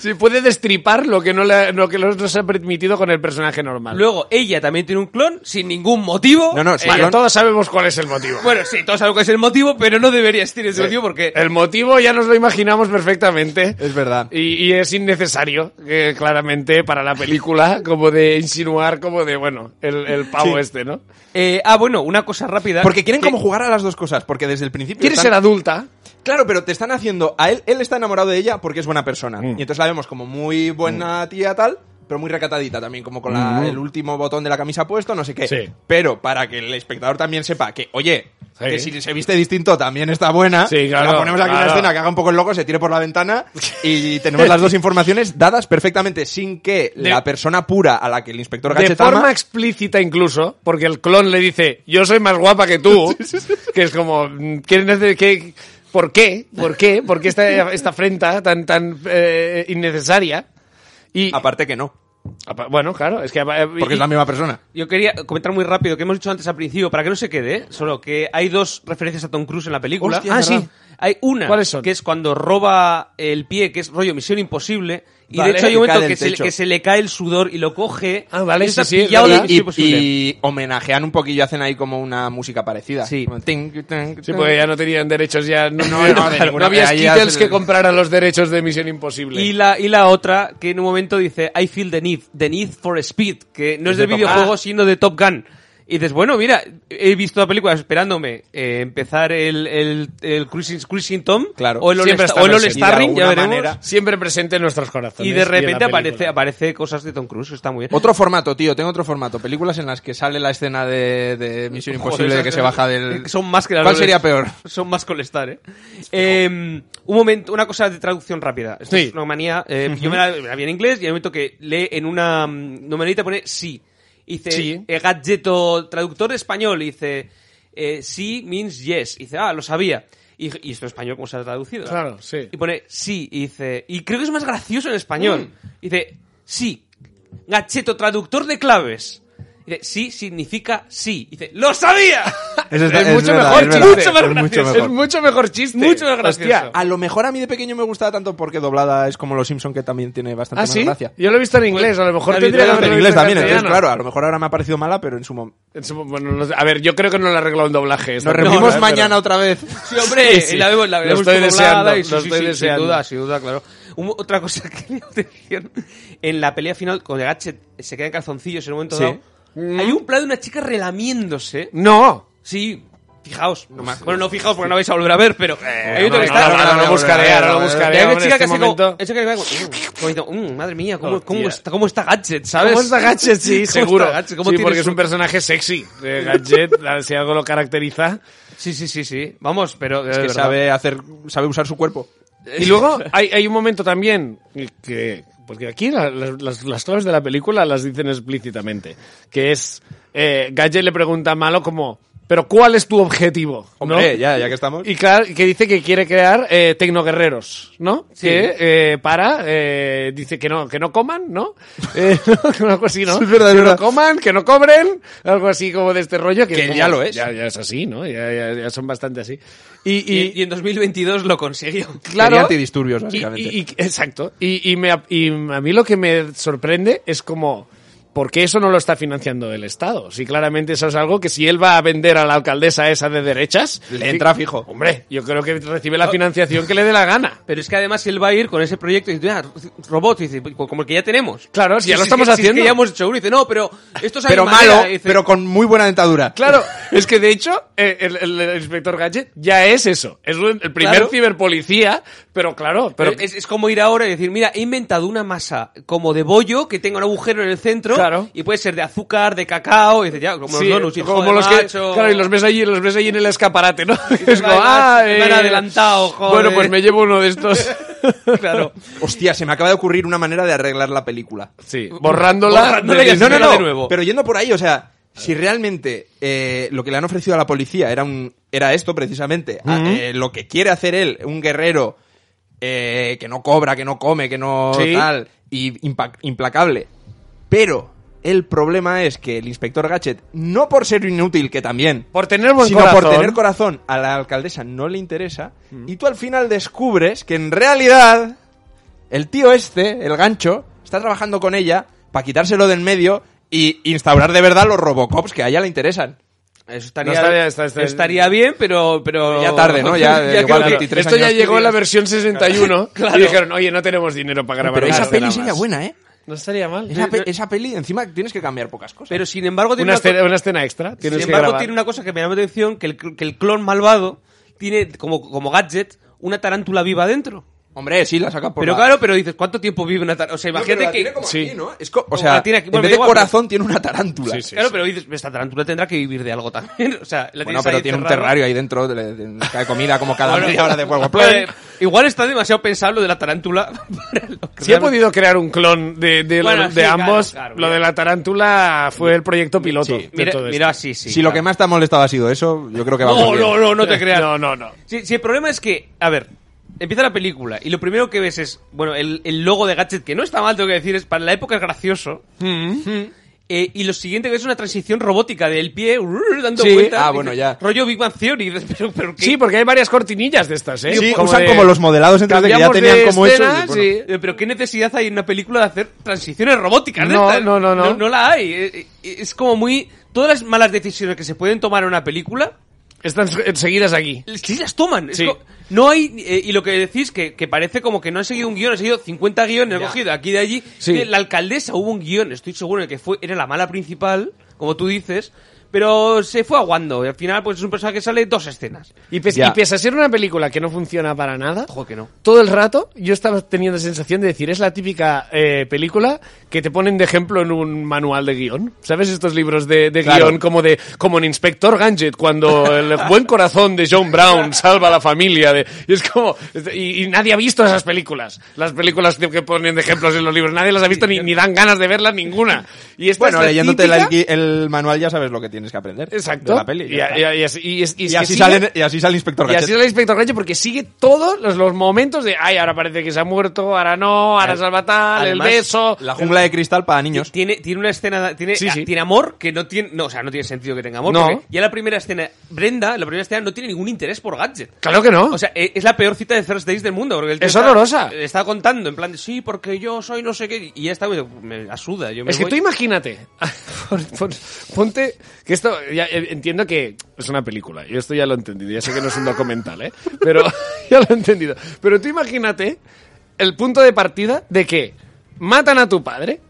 Speaker 4: Sí, puede destripar lo que no, le, lo que no se ha permitido con el personaje normal.
Speaker 3: Luego, ella también tiene un clon sin ningún motivo.
Speaker 2: No, no,
Speaker 3: Eh,
Speaker 2: sí,
Speaker 4: Vale,
Speaker 2: clon-
Speaker 4: todos sabemos cuál es el motivo.
Speaker 3: Bueno, sí, todos sabemos cuál es el motivo, pero no deberías tener ese motivo porque...
Speaker 4: El motivo ya nos lo imaginamos perfectamente.
Speaker 2: Es verdad.
Speaker 4: Y, y es innecesario, eh, claramente, para la película, como de insinuar, como de, bueno, el, el pavo
Speaker 2: Sí.
Speaker 4: este, ¿no?
Speaker 3: Eh, ah, bueno, una cosa rápida.
Speaker 2: Porque quieren
Speaker 3: Que-
Speaker 2: como jugar a las dos cosas, porque desde el principio...
Speaker 4: Quiere
Speaker 2: están-
Speaker 4: ser adulta.
Speaker 2: Claro, pero te están haciendo... A él, él está enamorado de ella porque es buena persona.
Speaker 4: Mm.
Speaker 2: Y entonces la vemos como muy buena tía tal, pero muy recatadita también, como con la- el último botón de la camisa puesto, no sé qué.
Speaker 4: Mm. Sí.
Speaker 2: Pero para que el espectador también sepa que, oye,
Speaker 4: Sí.
Speaker 2: que si se viste distinto también está buena,
Speaker 4: Sí, claro,
Speaker 2: la ponemos aquí en
Speaker 4: claro.
Speaker 2: la escena, que haga un poco el loco, se tire por la ventana y tenemos las dos informaciones dadas perfectamente sin que
Speaker 4: De-
Speaker 2: la persona pura a la que el inspector
Speaker 4: De
Speaker 2: Gachetama...
Speaker 4: forma explícita incluso, porque el clon le dice, yo soy más guapa que tú, que es como, mm, ¿qué nece- qué- ¿por qué? ¿Por qué? ¿Por qué esta, esta afrenta tan, tan eh, innecesaria? Y,
Speaker 2: Aparte que no,
Speaker 4: apa- bueno, claro, es que... apa- eh,
Speaker 2: porque
Speaker 4: y-
Speaker 2: es la misma persona.
Speaker 3: Yo quería comentar muy rápido que hemos dicho antes al principio, para que no se quede, ¿eh? solo que hay dos referencias a Tom Cruise en la película.
Speaker 4: Hostia, Ah, es verdad. sí.
Speaker 3: Hay una
Speaker 4: ¿Cuáles son?
Speaker 3: que es cuando roba el pie, que es rollo Misión Imposible, y
Speaker 2: Vale,
Speaker 3: de hecho hay
Speaker 2: y
Speaker 3: un momento
Speaker 2: cae del
Speaker 3: que se, le-
Speaker 2: techo.
Speaker 3: que se le cae el sudor y lo coge.
Speaker 4: Ah, vale,
Speaker 3: y
Speaker 4: sí,
Speaker 3: está
Speaker 4: sí, es
Speaker 3: pillado de
Speaker 4: verdad.
Speaker 3: Misión
Speaker 2: y,
Speaker 3: Imposible.
Speaker 2: y homenajean un poquillo, hacen ahí como una música parecida.
Speaker 3: Sí.
Speaker 2: Como ting, ting,
Speaker 4: Sí, pues, porque ya no tenían derechos, ya no,
Speaker 2: No, no, de ninguna-
Speaker 4: había
Speaker 2: ahí ya
Speaker 4: Skittles
Speaker 2: se-
Speaker 4: que compraran los derechos de Misión Imposible.
Speaker 3: Y la, y la otra, que en un momento dice, I feel the need, the need for speed, que no es,
Speaker 2: de
Speaker 3: del
Speaker 2: Top
Speaker 3: videojuego,
Speaker 2: Gun.
Speaker 3: sino de Top Gun. Y dices, bueno, mira, he visto la película esperándome eh, empezar el, el, el Cruising, Cruising Tom
Speaker 2: Claro.
Speaker 3: o el
Speaker 4: Siempre
Speaker 3: All-Star-
Speaker 4: está
Speaker 3: o el
Speaker 4: presente.
Speaker 3: All-Starring,
Speaker 2: Y de
Speaker 3: ya
Speaker 2: alguna
Speaker 3: veremos.
Speaker 2: manera-
Speaker 4: Siempre presente en nuestros corazones.
Speaker 3: Y de repente
Speaker 4: en la
Speaker 3: aparece,
Speaker 4: película.
Speaker 3: aparece cosas de Tom Cruise, que está muy bien.
Speaker 2: Otro formato, tío, tengo otro formato. Películas en las que sale la escena de, de Misión Imposible de
Speaker 3: Joder,
Speaker 2: que se baja del...
Speaker 3: Son más que las
Speaker 2: ¿Cuál
Speaker 3: roles-
Speaker 2: sería peor?
Speaker 3: Son más con estar, ¿eh? Eh, un momento, una cosa de traducción rápida. Esto
Speaker 4: Sí.
Speaker 3: es una manía. eh, Yo me la, me la vi en inglés y hay un momento que lee en una mm, novelita pone sí. Y dice,
Speaker 4: Sí.
Speaker 3: eh, gadgeto, traductor español, y dice, eh, sí means yes. Y dice, ah, lo sabía. Y, y esto en español, ¿cómo se ha traducido?
Speaker 4: Claro, sí.
Speaker 3: Y pone sí, y dice, y creo que es más gracioso en español.
Speaker 4: Mm.
Speaker 3: Dice, sí, gacheto, traductor de claves. Dice, sí significa sí. Dice, ¡lo sabía!
Speaker 4: Es, mucho, mejor
Speaker 3: es verdad.
Speaker 4: chiste.
Speaker 3: Mucho más gracioso.
Speaker 4: Es mucho mejor chiste.
Speaker 3: Mucho más gracioso.
Speaker 4: Hostia.
Speaker 2: A lo mejor a mí de pequeño me gustaba tanto porque doblada es como Los Simpson que también tiene bastante
Speaker 4: Ah,
Speaker 2: más
Speaker 4: sí.
Speaker 2: gracia.
Speaker 4: Yo lo he visto en inglés. A lo mejor
Speaker 3: la
Speaker 4: tendría que
Speaker 3: literal
Speaker 4: haberlo
Speaker 2: en
Speaker 4: visto
Speaker 2: inglés también, entonces,
Speaker 4: castellano.
Speaker 2: claro, a lo mejor ahora me ha parecido mala, pero en su momento...
Speaker 4: En su- bueno, no sé. a ver, yo creo que no la arreglado en doblaje. esta
Speaker 2: Nos
Speaker 4: película,
Speaker 2: reunimos
Speaker 4: ¿eh?
Speaker 2: mañana
Speaker 4: Pero-
Speaker 2: otra vez.
Speaker 3: Sí, hombre, eh,
Speaker 4: Sí, sí.
Speaker 3: la vemos, la
Speaker 4: Lo
Speaker 3: vemos
Speaker 4: estoy
Speaker 3: doblada
Speaker 4: deseando,
Speaker 3: y sí,
Speaker 4: lo
Speaker 3: sí,
Speaker 4: estoy
Speaker 3: sí,
Speaker 4: deseando.
Speaker 3: Sin duda, sin duda, claro. Un- otra cosa que quería decir, en la pelea final, cuando Gatchet se queda en calzoncillos en un momento
Speaker 2: Sí.
Speaker 3: dado, hay un plano de una chica relamiéndose.
Speaker 4: No.
Speaker 3: Sí, fijaos. no más. bueno, no fijaos porque no vais a volver a ver, pero hay otro
Speaker 4: Eh, no,
Speaker 3: que
Speaker 4: no,
Speaker 3: está...
Speaker 4: no, ahora lo buscaré, ahora lo buscaré.
Speaker 3: Y hay una
Speaker 4: hombre,
Speaker 3: chica
Speaker 4: en
Speaker 3: que
Speaker 4: este
Speaker 3: hace como-
Speaker 4: momento-
Speaker 3: esa que va como, mm, como diciendo, mm, madre mía, ¿cómo, cómo
Speaker 4: Hostia.
Speaker 3: está, ¿cómo está Gadget, sabes?
Speaker 4: ¿Cómo está Gadget? Sí,
Speaker 3: está
Speaker 4: seguro.
Speaker 3: Gadget? ¿Cómo
Speaker 4: sí,
Speaker 3: tiene
Speaker 4: porque es
Speaker 3: su-
Speaker 4: un personaje sexy. Eh, Gadget, a ver si algo lo caracteriza.
Speaker 3: Sí, sí, sí, sí. Vamos, pero... de
Speaker 2: Es que
Speaker 3: verdad.
Speaker 2: sabe hacer, sabe usar su cuerpo.
Speaker 4: Y luego hay, hay un momento también que... Porque aquí la- la- las, las claves de la película las dicen explícitamente. Que es... Eh, Gadget le pregunta a Malo como... ¿Pero cuál es tu objetivo? ¿No?
Speaker 2: Hombre, ya, ya que estamos.
Speaker 4: Y claro, que dice que quiere crear eh, tecnoguerreros, ¿no? Que eh, para, eh, dice que no, que no coman, ¿no? Eh, algo así, ¿no?
Speaker 2: Es verdad, es
Speaker 4: que
Speaker 2: verdad.
Speaker 4: no coman, que no cobren, algo así como de este rollo. Que,
Speaker 2: Que
Speaker 4: como-
Speaker 2: ya lo es.
Speaker 4: Ya, ya es así, ¿no? Ya, ya- ya son bastante así. Y, y-
Speaker 3: Y, y en 2022 lo consiguió.
Speaker 4: claro.
Speaker 2: Sería antidisturbios, básicamente.
Speaker 4: Y- y- y- exacto. Y, y me, ap- y a mí lo que me sorprende es como, ¿por qué eso no lo está financiando el Estado? Si claramente eso es algo que si él va a vender a la alcaldesa esa de derechas...
Speaker 2: Le entra fijo.
Speaker 4: Hombre, yo creo que recibe la financiación que le dé la gana.
Speaker 3: Pero es que además él va a ir con ese proyecto y dice, ah, robot, y dice, como el que ya tenemos.
Speaker 4: Claro, si ya lo
Speaker 3: es
Speaker 4: estamos
Speaker 3: que- es
Speaker 4: haciendo.
Speaker 3: que ya hemos hecho uno. Y dice, no, pero esto es
Speaker 2: Pero malo, pero con muy buena dentadura.
Speaker 4: Claro, es que de hecho eh, el, el- el inspector Gadget ya es eso. Es un- el primer
Speaker 3: Claro.
Speaker 4: ciberpolicía, pero claro, eh, pero
Speaker 3: Pero es, es como ir ahora y decir, mira, he inventado una masa como de bollo que tenga un agujero en el centro
Speaker 4: Claro.
Speaker 3: y puede ser de azúcar, de cacao, y dice, ya, como
Speaker 4: sí,
Speaker 3: los donuts, hijo
Speaker 4: como
Speaker 3: de
Speaker 4: los
Speaker 3: macho.
Speaker 4: que claro, y los ves allí, los ves allí en el escaparate, ¿no? Es
Speaker 3: dices,
Speaker 4: como,
Speaker 3: "Ay,
Speaker 4: ah,
Speaker 3: me han adelantado, joder".
Speaker 4: Bueno, pues me llevo uno de estos.
Speaker 3: Claro.
Speaker 2: Hostia, se me acaba de ocurrir una manera de arreglar la película.
Speaker 4: Sí, borrándola.
Speaker 3: Borrándola
Speaker 4: de-
Speaker 3: y
Speaker 2: No, no, no.
Speaker 3: de nuevo.
Speaker 2: Pero yendo por ahí, o sea, si realmente eh, lo que le han ofrecido a la policía era un era esto precisamente, a-
Speaker 4: Mm-hmm.
Speaker 2: eh, lo que quiere hacer él, un guerrero eh, que no cobra, que no come, que no
Speaker 4: Sí.
Speaker 2: tal, y impa- implacable, pero El problema es que el inspector Gadget, no por ser inútil, que también,
Speaker 4: Por tener buen
Speaker 2: sino
Speaker 4: corazón.
Speaker 2: por tener corazón, a la alcaldesa no le interesa.
Speaker 3: Mm.
Speaker 2: Y tú al final descubres que en realidad el tío este, el gancho, está trabajando con ella para quitárselo del medio y instaurar de verdad los Robocops que a ella le interesan.
Speaker 3: Eso estaría,
Speaker 4: No estaría- está- está-
Speaker 3: estaría bien, pero, pero.
Speaker 2: Ya tarde, ¿no? Ya,
Speaker 3: que-
Speaker 2: igual
Speaker 4: Claro,
Speaker 2: 23
Speaker 4: esto ya
Speaker 2: años
Speaker 4: llegó en la
Speaker 2: tenías.
Speaker 4: versión 61 y dijeron, oye, no tenemos dinero para grabar
Speaker 2: Pero
Speaker 4: una
Speaker 2: esa
Speaker 4: escena
Speaker 2: peli sería
Speaker 4: más".
Speaker 2: buena, ¿eh?
Speaker 4: No estaría mal.
Speaker 2: Esa, pe- esa peli, encima, tienes que cambiar pocas cosas.
Speaker 3: Pero sin embargo, tiene
Speaker 4: Una,
Speaker 3: una co-
Speaker 4: escena, una escena extra. Tienes
Speaker 3: Sin
Speaker 4: que
Speaker 3: embargo,
Speaker 4: grabar.
Speaker 3: tiene una cosa que me llama la atención, que el, cl- que el clon malvado tiene como, como gadget una tarántula viva dentro.
Speaker 2: Hombre, sí, la saca por
Speaker 3: pero
Speaker 2: la-
Speaker 3: claro, pero dices, ¿cuánto tiempo vive una tarántula? O sea,
Speaker 2: Pues No,
Speaker 3: imagínate
Speaker 2: pero la
Speaker 3: que...
Speaker 2: tiene como
Speaker 4: Sí.
Speaker 2: aquí, ¿no? Es co- o
Speaker 3: Como
Speaker 2: sea,
Speaker 3: la tiene aquí,
Speaker 2: en
Speaker 3: bueno,
Speaker 2: vez de
Speaker 3: da igual,
Speaker 2: corazón tiene una tarántula.
Speaker 4: Sí, sí.
Speaker 3: claro, pero dices, esta tarántula tendrá que vivir de algo también. O sea, la
Speaker 2: Bueno,
Speaker 3: tienes
Speaker 2: pero
Speaker 3: ahí
Speaker 2: tiene un
Speaker 3: encerrada.
Speaker 2: terrario ahí dentro, le- le cae comida como cada
Speaker 3: Bueno,
Speaker 2: media hora de juego.
Speaker 3: eh, igual está demasiado pensado lo de la tarántula. para lo que
Speaker 4: Si he
Speaker 3: realmente-
Speaker 4: podido crear un clon de, de,
Speaker 3: Bueno,
Speaker 4: de
Speaker 3: sí, claro,
Speaker 4: ambos,
Speaker 3: claro,
Speaker 4: lo
Speaker 3: mira.
Speaker 4: de la tarántula fue el proyecto piloto. de
Speaker 3: Mira,
Speaker 4: todo esto.
Speaker 3: mira, sí, sí.
Speaker 2: si lo que más te ha molestado ha sido eso, yo creo que va
Speaker 3: No,
Speaker 2: muy bien.
Speaker 3: no, no, no te creas.
Speaker 4: No, no, no.
Speaker 3: Si, si el problema es que, a ver, empieza la película y lo primero que ves es, bueno, el, el logo de Gadget, que no está mal, tengo que decir, es para la época es gracioso.
Speaker 2: Mm.
Speaker 3: Eh, y lo siguiente que ves es una transición robótica del pie urr, dando
Speaker 2: Sí.
Speaker 3: vueltas.
Speaker 2: Ah,
Speaker 3: dices,
Speaker 2: bueno, ya.
Speaker 3: Rollo Big Bang Theory. y dices, Pero, pero ¿qué?
Speaker 4: Sí, porque hay varias cortinillas de estas, ¿eh?
Speaker 2: Sí, usan como los modelados entonces que ya
Speaker 4: cambiamos
Speaker 2: tenían
Speaker 4: de
Speaker 2: como eso.
Speaker 4: escena,
Speaker 2: y bueno.
Speaker 4: sí.
Speaker 3: Eh, pero ¿qué necesidad hay en una película de hacer transiciones robóticas? de
Speaker 4: No,
Speaker 3: estas?
Speaker 4: no, no, no.
Speaker 3: no. la hay. Eh, eh, Es como muy... Todas las malas decisiones que se pueden tomar en una película
Speaker 4: Están seguidas aquí.
Speaker 3: Sí las toman. Es
Speaker 4: Sí.
Speaker 3: co- no hay... eh, y lo que decís, que, que parece como que no han seguido un guión, han seguido 50 guiones cogido aquí de allí.
Speaker 4: Sí.
Speaker 3: Que La alcaldesa hubo un guión, estoy seguro, en el que fue era la mala principal, como tú dices, pero se fue aguando. Y al final, pues es un personaje que sale dos escenas.
Speaker 4: Y, pes-
Speaker 2: Ya.
Speaker 4: y pese a ser una película que no funciona para nada,
Speaker 3: Ojo que no.
Speaker 4: todo el rato yo estaba teniendo la sensación de decir, es la típica eh, película que te ponen de ejemplo en un manual de guión. ¿Sabes estos libros de, de
Speaker 2: Claro.
Speaker 4: guión como de como en Inspector Gadget cuando el buen corazón de John Brown salva a la familia? de- y es como... Y, y nadie ha visto esas películas. Las películas de- que ponen de ejemplos en los libros. Nadie las ha visto ni, ni dan ganas de verlas ninguna. Y esta
Speaker 2: Bueno,
Speaker 4: es la
Speaker 2: leyéndote la-
Speaker 4: típica-
Speaker 2: el manual ya sabes lo que tienes que aprender.
Speaker 4: Exacto.
Speaker 2: De la peli. ya está.
Speaker 4: Y, y- y así, y es- y es
Speaker 2: Y
Speaker 4: que
Speaker 2: así
Speaker 4: sigue-
Speaker 2: sale, y así sale Inspector
Speaker 4: y
Speaker 2: Gadget.
Speaker 4: así es el inspector Gadget porque sigue todos los, los momentos de, ay, ahora parece que se ha muerto, ahora no, ahora
Speaker 3: Ad-
Speaker 4: salva tal, el
Speaker 3: además,
Speaker 4: beso.
Speaker 2: La jungla de cristal para niños.
Speaker 3: Tiene, tiene una escena, tiene,
Speaker 4: Sí,
Speaker 3: ah,
Speaker 4: sí.
Speaker 3: tiene amor que no tiene, no, o sea, no tiene sentido que tenga amor.
Speaker 4: No.
Speaker 3: porque ya la primera escena, Brenda, la primera escena no tiene ningún interés por Gadget.
Speaker 4: Claro que no.
Speaker 3: O sea, e- es la peor cita de First Days del mundo. Porque el tío
Speaker 4: Es
Speaker 3: está-
Speaker 4: horrorosa.
Speaker 3: Le está contando, en plan, de, sí, porque yo soy no sé qué. Y ya está, me, me asuda. Yo me
Speaker 4: es que
Speaker 3: voy.
Speaker 4: tú imagínate, pon- pon- ponte, que esto, ya, eh, entiendo que es una película, yo esto ya lo he entendido, ya sé que no es un documental, ¿eh? pero ya lo he entendido. Pero tú imagínate el punto de partida de que matan a tu padre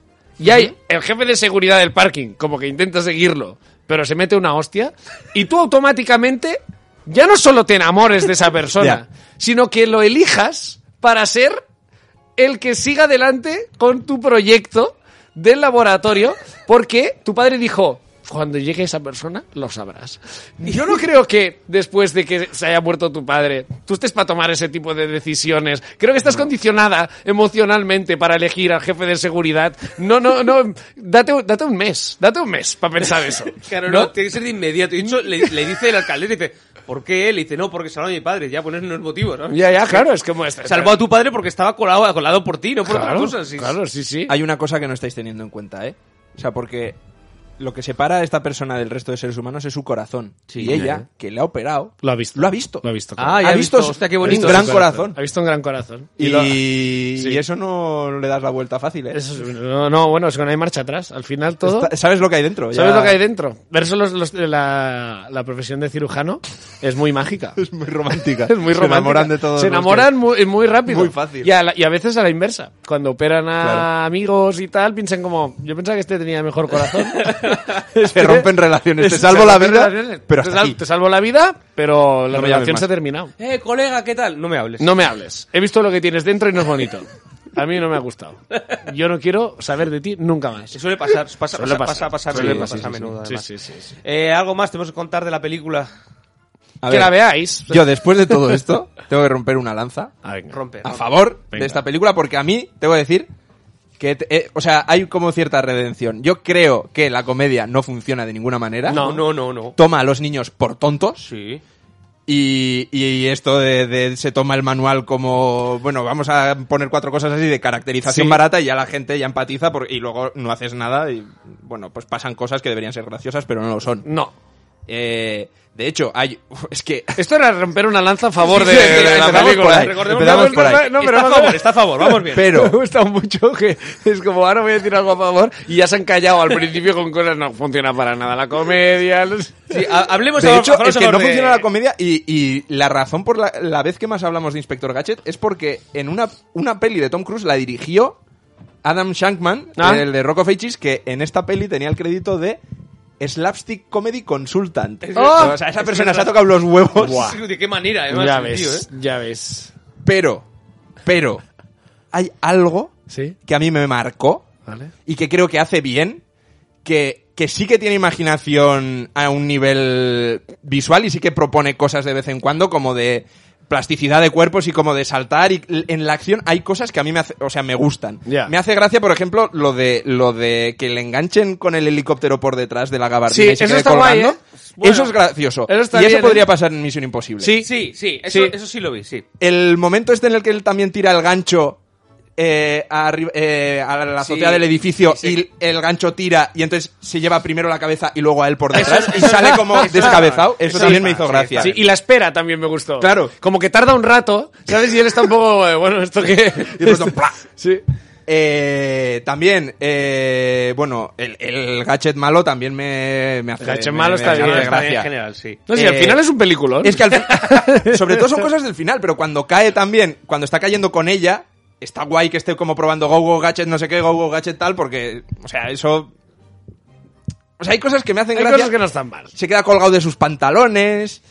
Speaker 4: y hay el jefe de seguridad del parking, como que intenta seguirlo, pero se mete una hostia y tú automáticamente ya no solo te enamores de esa
Speaker 2: Ya.
Speaker 4: persona, sino que lo elijas para ser el que siga adelante con tu proyecto del laboratorio, porque tu padre dijo, cuando llegue esa persona, lo sabrás. Yo no creo que después de que se haya muerto tu padre, tú estés para tomar ese tipo de decisiones. Creo que estás condicionada emocionalmente para elegir al jefe de seguridad. No, no, no, date, un- date un mes, date un mes para pensar eso.
Speaker 3: Claro, no, tiene que ser de inmediato. Y de hecho, le, le dice el alcalde, dice, ¿por qué él? Y dice, no, porque salvó a mi padre. Ya pones unos motivos, ¿no?
Speaker 4: Ya, ya, claro, es como...
Speaker 3: Salvó a tu padre porque estaba colado, colado por ti, no por otra cosa. Sí,
Speaker 4: claro, sí, sí.
Speaker 2: Hay una cosa que no estáis teniendo en cuenta, ¿eh? O sea, porque lo que separa a esta persona del resto de seres humanos es su corazón. y ella, que le ha operado,
Speaker 4: Lo ha visto.
Speaker 2: Lo ha visto.
Speaker 4: Lo ha visto,
Speaker 3: Ah, ya
Speaker 2: ha
Speaker 3: he
Speaker 2: visto,
Speaker 3: visto. Hostia, qué bonito.
Speaker 2: un gran
Speaker 4: su
Speaker 2: corazón.
Speaker 4: Ha visto un gran corazón.
Speaker 2: Y,
Speaker 4: lo-
Speaker 2: y eso no le das la vuelta fácil, ¿eh?
Speaker 4: Eso es- no, no, bueno, es que no hay marcha atrás. Al final todo...
Speaker 2: Está- sabes lo que hay dentro.
Speaker 4: ¿Sabes
Speaker 2: ya-
Speaker 4: lo que hay dentro? Ver eso los- los- la, la profesión de cirujano es muy mágica.
Speaker 2: Es muy romántica.
Speaker 4: Es muy
Speaker 2: Se
Speaker 4: romántica.
Speaker 2: enamoran de todos.
Speaker 4: Se
Speaker 2: los
Speaker 4: enamoran muy, muy rápido.
Speaker 2: Muy fácil.
Speaker 4: Y a, la- y a veces a la inversa. Cuando operan a
Speaker 2: Claro.
Speaker 4: amigos y tal, piensan como, yo pensaba que este tenía mejor corazón.
Speaker 2: que- Se rompen relaciones. Te salvo la
Speaker 4: rompen
Speaker 2: vida,
Speaker 4: relaciones.
Speaker 2: pero
Speaker 4: te,
Speaker 2: hasta
Speaker 4: sal-
Speaker 2: aquí.
Speaker 4: te salvo la vida, pero la
Speaker 2: No me llames
Speaker 4: relación se
Speaker 2: más.
Speaker 4: ha terminado.
Speaker 3: Eh, colega, ¿qué tal? No me hables.
Speaker 4: No me hables. He visto lo que tienes dentro y no es bonito. A mí no me ha gustado. Yo no quiero saber de ti nunca más.
Speaker 3: Se suele pasar, pasa,
Speaker 4: Suele
Speaker 3: pasa,
Speaker 4: pasar.
Speaker 3: pasa, pasa,
Speaker 4: Suele
Speaker 3: pasa
Speaker 4: pasar,
Speaker 3: a
Speaker 4: sí, sí.
Speaker 3: menudo,
Speaker 4: Sí,
Speaker 3: además.
Speaker 4: sí, sí, sí.
Speaker 3: Eh, algo más tenemos que contar de la película.
Speaker 2: A
Speaker 4: que
Speaker 2: ver,
Speaker 4: la veáis.
Speaker 2: Yo, después de todo esto, tengo que romper una lanza.
Speaker 4: Ah, venga.
Speaker 3: Rompe.
Speaker 2: a favor
Speaker 4: Venga.
Speaker 2: de esta película porque a mí tengo que decir que te- eh, o sea hay como cierta redención yo creo que la comedia no funciona de ninguna manera
Speaker 4: No.
Speaker 3: Ah, no, no, no.
Speaker 2: toma a los niños por tontos
Speaker 3: Sí.
Speaker 2: Y, y esto de, de- se toma el manual como, bueno, vamos a poner cuatro cosas así de caracterización
Speaker 3: Sí.
Speaker 2: barata y ya la gente ya empatiza por- y luego no haces nada y, bueno, pues pasan cosas que deberían ser graciosas pero no lo son.
Speaker 4: No.
Speaker 2: Eh, de hecho, hay, es que...
Speaker 4: Esto era romper una lanza a favor de,
Speaker 2: Sí, sí, sí,
Speaker 4: de la
Speaker 2: empezamos por
Speaker 4: película.
Speaker 2: ahí,
Speaker 4: Recordemos-
Speaker 2: empezamos
Speaker 4: no,
Speaker 2: por
Speaker 4: no,
Speaker 2: ahí.
Speaker 4: no, pero
Speaker 3: está a
Speaker 4: vamos a
Speaker 3: favor, está a favor, vamos bien.
Speaker 4: Me
Speaker 2: Pero,
Speaker 4: gusta mucho que es como ahora voy a decir algo a favor y ya se han callado al principio con cosas no funciona para nada la comedia. los-
Speaker 3: Sí, ha- hablemos
Speaker 2: De
Speaker 3: ahora-
Speaker 2: hecho,
Speaker 3: hablemos
Speaker 2: es que
Speaker 3: ahora
Speaker 2: no
Speaker 3: de-
Speaker 2: funciona la comedia y, y la razón por la, la vez que más hablamos de Inspector Gadget es porque en una, una peli de Tom Cruise la dirigió Adam Shankman,
Speaker 4: Ah.
Speaker 2: el de Rock of Ages, que en esta peli tenía el crédito de Slapstick Comedy Consultant.
Speaker 4: verdad.
Speaker 2: o sea, esa
Speaker 3: Es
Speaker 2: persona
Speaker 3: verdad.
Speaker 2: se ha tocado los huevos.
Speaker 4: Buah.
Speaker 3: Sí, De qué manera, además,
Speaker 4: Ya
Speaker 3: el tío, eh.
Speaker 4: ves, ya ves.
Speaker 2: Pero, pero, hay algo
Speaker 4: ¿Sí?
Speaker 2: que a mí me marcó
Speaker 4: Vale.
Speaker 2: y que creo que hace bien, que, que sí que tiene imaginación a un nivel visual y sí que propone cosas de vez en cuando como de plasticidad de cuerpos y como de saltar y l- en la acción hay cosas que a mí me hace, o sea, me gustan.
Speaker 4: Ya.
Speaker 2: Me hace gracia, por ejemplo, lo de lo de que le enganchen con el helicóptero por detrás de la gabardina
Speaker 4: Sí,
Speaker 2: y se
Speaker 4: eso
Speaker 2: quede
Speaker 4: está guay,
Speaker 2: colgando.
Speaker 4: ¿eh?
Speaker 2: eso
Speaker 3: Bueno,
Speaker 2: es gracioso.
Speaker 4: eso está
Speaker 2: y eso
Speaker 4: bien, ¿eh?
Speaker 2: podría pasar en Misión Imposible.
Speaker 3: ¿eh? Sí, sí, eso,
Speaker 4: Sí.
Speaker 3: eso sí lo vi, sí.
Speaker 2: El momento este en el que él también tira el gancho eh, arri- eh, a la azotea
Speaker 3: Sí,
Speaker 2: del edificio
Speaker 3: sí, sí.
Speaker 2: y el gancho tira y entonces se lleva primero la cabeza y luego a él por
Speaker 3: Eso-
Speaker 2: detrás y
Speaker 3: eso-
Speaker 2: sale como
Speaker 3: eso-
Speaker 2: descabezado. Eso,
Speaker 3: eso
Speaker 2: también
Speaker 3: está,
Speaker 2: me hizo
Speaker 3: sí,
Speaker 2: gracia.
Speaker 4: Sí, y la espera también me gustó.
Speaker 2: eh. Claro.
Speaker 4: Como que tarda un rato, ¿sabes? Y él está un poco, eh, bueno, esto que...
Speaker 2: Y de pronto, ¡plá!
Speaker 4: Sí.
Speaker 2: Eh, también, eh, bueno, el, el gadget malo también me, me hace
Speaker 4: El gadget
Speaker 2: me-
Speaker 4: malo
Speaker 2: me
Speaker 4: está
Speaker 2: hace
Speaker 4: bien,
Speaker 3: Está
Speaker 2: gracia.
Speaker 3: bien en general, sí.
Speaker 4: No, sí, al
Speaker 2: Eh,
Speaker 4: final es un peliculón.
Speaker 2: Es que al fin- sobre todo son cosas del final, pero cuando cae también, cuando está cayendo con ella, está guay que esté como probando go go gadget, no sé qué, go go gadget tal, porque, o sea, eso... O sea, hay cosas que me hacen
Speaker 4: Hay
Speaker 2: gracia.
Speaker 4: cosas que no están mal.
Speaker 2: Se queda colgado de sus pantalones.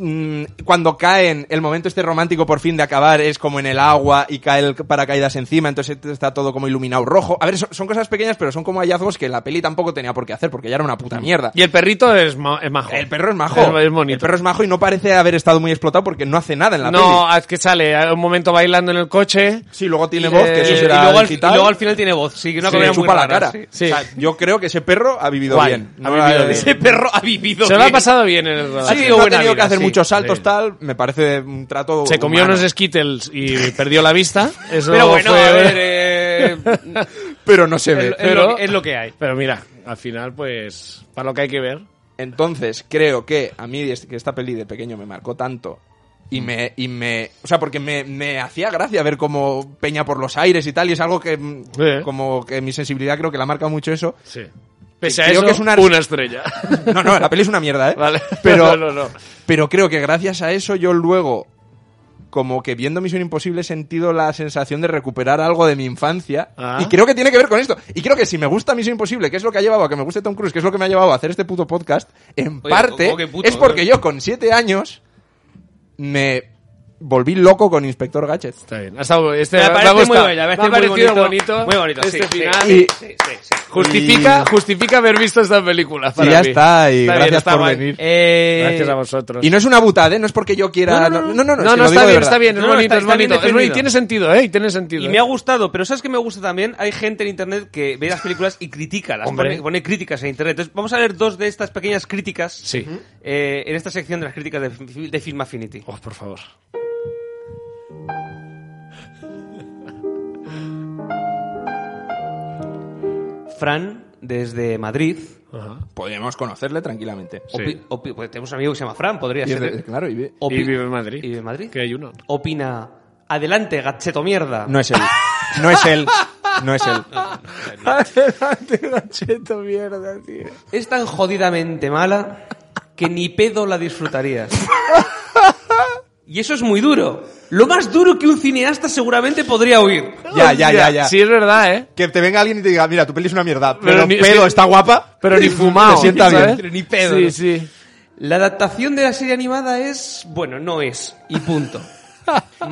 Speaker 2: Mm, Cuando caen, el momento este romántico por fin de acabar es como en el agua y cae el paracaídas encima, entonces este está todo como iluminado rojo. A ver, son, son cosas pequeñas, pero son como hallazgos que la peli tampoco tenía por qué hacer, porque ya era una
Speaker 4: Mm.
Speaker 2: puta mierda.
Speaker 4: Y el perrito es, ma- es majo.
Speaker 2: El perro es majo.
Speaker 4: Es, es bonito.
Speaker 2: El perro es majo y no parece haber estado muy explotado porque no hace nada en la
Speaker 4: no, es que sale a un momento bailando en el coche.
Speaker 2: peli. Sí, luego tiene
Speaker 4: Y,
Speaker 2: voz, que
Speaker 4: eh,
Speaker 2: eso
Speaker 4: y
Speaker 2: será
Speaker 3: y, luego al, y
Speaker 2: digital.
Speaker 3: luego al final tiene voz, sí, que una
Speaker 2: Sí,
Speaker 3: comedia muy
Speaker 2: chupa la
Speaker 3: rara,
Speaker 2: cara.
Speaker 3: sí.
Speaker 4: sí.
Speaker 2: O sea, yo creo que ese perro ha vivido
Speaker 4: Guay,
Speaker 2: bien.
Speaker 4: ha
Speaker 2: No
Speaker 4: vivido bien.
Speaker 3: Ese perro ha vivido
Speaker 4: Se lo ha
Speaker 3: bien.
Speaker 4: pasado bien en el rodaje.
Speaker 2: Sí,
Speaker 3: Sí,
Speaker 2: no ha
Speaker 3: buena
Speaker 2: tenido que
Speaker 3: vida,
Speaker 2: hacer
Speaker 3: sí,
Speaker 2: muchos saltos,
Speaker 3: sí.
Speaker 2: tal. Me parece un trato.
Speaker 4: Se comió
Speaker 2: humano.
Speaker 4: unos Skittles y perdió la vista. Eso
Speaker 3: Pero bueno,
Speaker 4: fue-
Speaker 3: a ver, eh,
Speaker 2: Pero no se
Speaker 3: es,
Speaker 2: ve.
Speaker 3: lo- es lo,
Speaker 4: Eh, Pero-
Speaker 3: que- es lo que hay.
Speaker 4: Pero mira, al final, pues, para lo que hay que ver.
Speaker 2: Entonces, creo que a mí es- que esta peli de pequeño me marcó tanto. Y me, y me. O sea, porque me, me hacía gracia ver como peña por los aires y tal. Y es algo que. mm,
Speaker 4: Sí.
Speaker 2: Como que mi sensibilidad creo que la marca mucho eso.
Speaker 4: Sí. Pese a
Speaker 2: Creo
Speaker 4: eso,
Speaker 2: que es una-
Speaker 4: estrella.
Speaker 2: No, no, la peli es una mierda, ¿eh?
Speaker 4: vale.
Speaker 2: Pero,
Speaker 4: No, no, no.
Speaker 2: pero creo que gracias a eso yo luego, como que viendo Misión Imposible, he sentido la sensación de recuperar algo de mi infancia.
Speaker 4: Ah.
Speaker 2: Y creo que tiene que ver con esto. Y creo que si me gusta Misión Imposible, que es lo que ha llevado a que me guste Tom Cruise, que es lo que me ha llevado a hacer este puto podcast, en
Speaker 3: Oye,
Speaker 2: parte
Speaker 3: o- o qué puto,
Speaker 2: es porque
Speaker 3: eh.
Speaker 2: yo con siete años me volví loco con Inspector Gadget.
Speaker 4: Está bien. Ha estado- este,
Speaker 3: Me
Speaker 4: me, ha
Speaker 3: parece muy
Speaker 4: gustado.
Speaker 3: buena, me
Speaker 4: Me ha
Speaker 3: parece muy
Speaker 4: parecido
Speaker 3: bonito.
Speaker 4: bonito,
Speaker 3: Muy bonito,
Speaker 4: este
Speaker 3: sí, sí,
Speaker 4: final.
Speaker 3: sí,
Speaker 2: Y-
Speaker 3: sí, sí, sí.
Speaker 4: Justifica, justifica haber visto esta película. Para
Speaker 2: y ya
Speaker 4: mí.
Speaker 2: está, y
Speaker 4: Está bien,
Speaker 2: gracias
Speaker 4: está
Speaker 2: por
Speaker 4: guay.
Speaker 2: venir.
Speaker 3: Eh,
Speaker 4: Gracias a vosotros.
Speaker 2: Y no es una butada, ¿eh? No es porque yo quiera...
Speaker 4: no, no, no,
Speaker 2: es que lo digo
Speaker 4: está
Speaker 2: de
Speaker 4: bien,
Speaker 2: verdad.
Speaker 4: está bien, es
Speaker 3: No, no,
Speaker 4: bonito,
Speaker 3: está-
Speaker 4: es
Speaker 3: está bien
Speaker 4: bonito. Es bonito, y
Speaker 3: defendido.
Speaker 4: tiene sentido, ¿eh? Y tiene sentido.
Speaker 3: Y
Speaker 4: ¿eh?
Speaker 3: me ha gustado, pero ¿sabes qué me gusta también? Hay gente en internet que ve las películas y critica las
Speaker 4: Hombre.
Speaker 3: pone, pone críticas en internet. Entonces, vamos a ver dos de estas pequeñas críticas
Speaker 4: Sí.
Speaker 3: eh, en esta sección de las críticas de, fi- de Film Affinity.
Speaker 4: Oh, por favor. Oh.
Speaker 3: Fran, desde Madrid.
Speaker 4: Ajá.
Speaker 2: Podríamos conocerle tranquilamente.
Speaker 4: Sí.
Speaker 3: opi- opi- pues tenemos un amigo que se llama Fran, podría
Speaker 2: Y es
Speaker 3: ser. ¿eh?
Speaker 2: de- claro, y ve-
Speaker 3: Opi-
Speaker 4: Y vive en Madrid.
Speaker 3: y vive en Madrid.
Speaker 4: Que hay uno.
Speaker 3: Opina. Adelante, gacheto mierda.
Speaker 2: No es él. No es él. No es él.
Speaker 4: Cheto mierda, tío.
Speaker 3: Es tan jodidamente mala que ni pedo la disfrutarías. Y eso es muy duro. Lo más duro que un cineasta seguramente podría oír.
Speaker 2: Ya, ya, ya, ya.
Speaker 4: Sí, es verdad, ¿eh?
Speaker 2: Que te venga alguien y te diga, mira, tu peli es una mierda,
Speaker 4: Pero
Speaker 2: pero,
Speaker 4: ni-
Speaker 2: pedo, está guapa.
Speaker 4: Pero ni fumado.
Speaker 2: Te sienta bien.
Speaker 4: ¿sabes?
Speaker 3: Pero ni pedo.
Speaker 4: Sí, sí.
Speaker 3: La adaptación de la serie animada es, bueno, no es, y punto.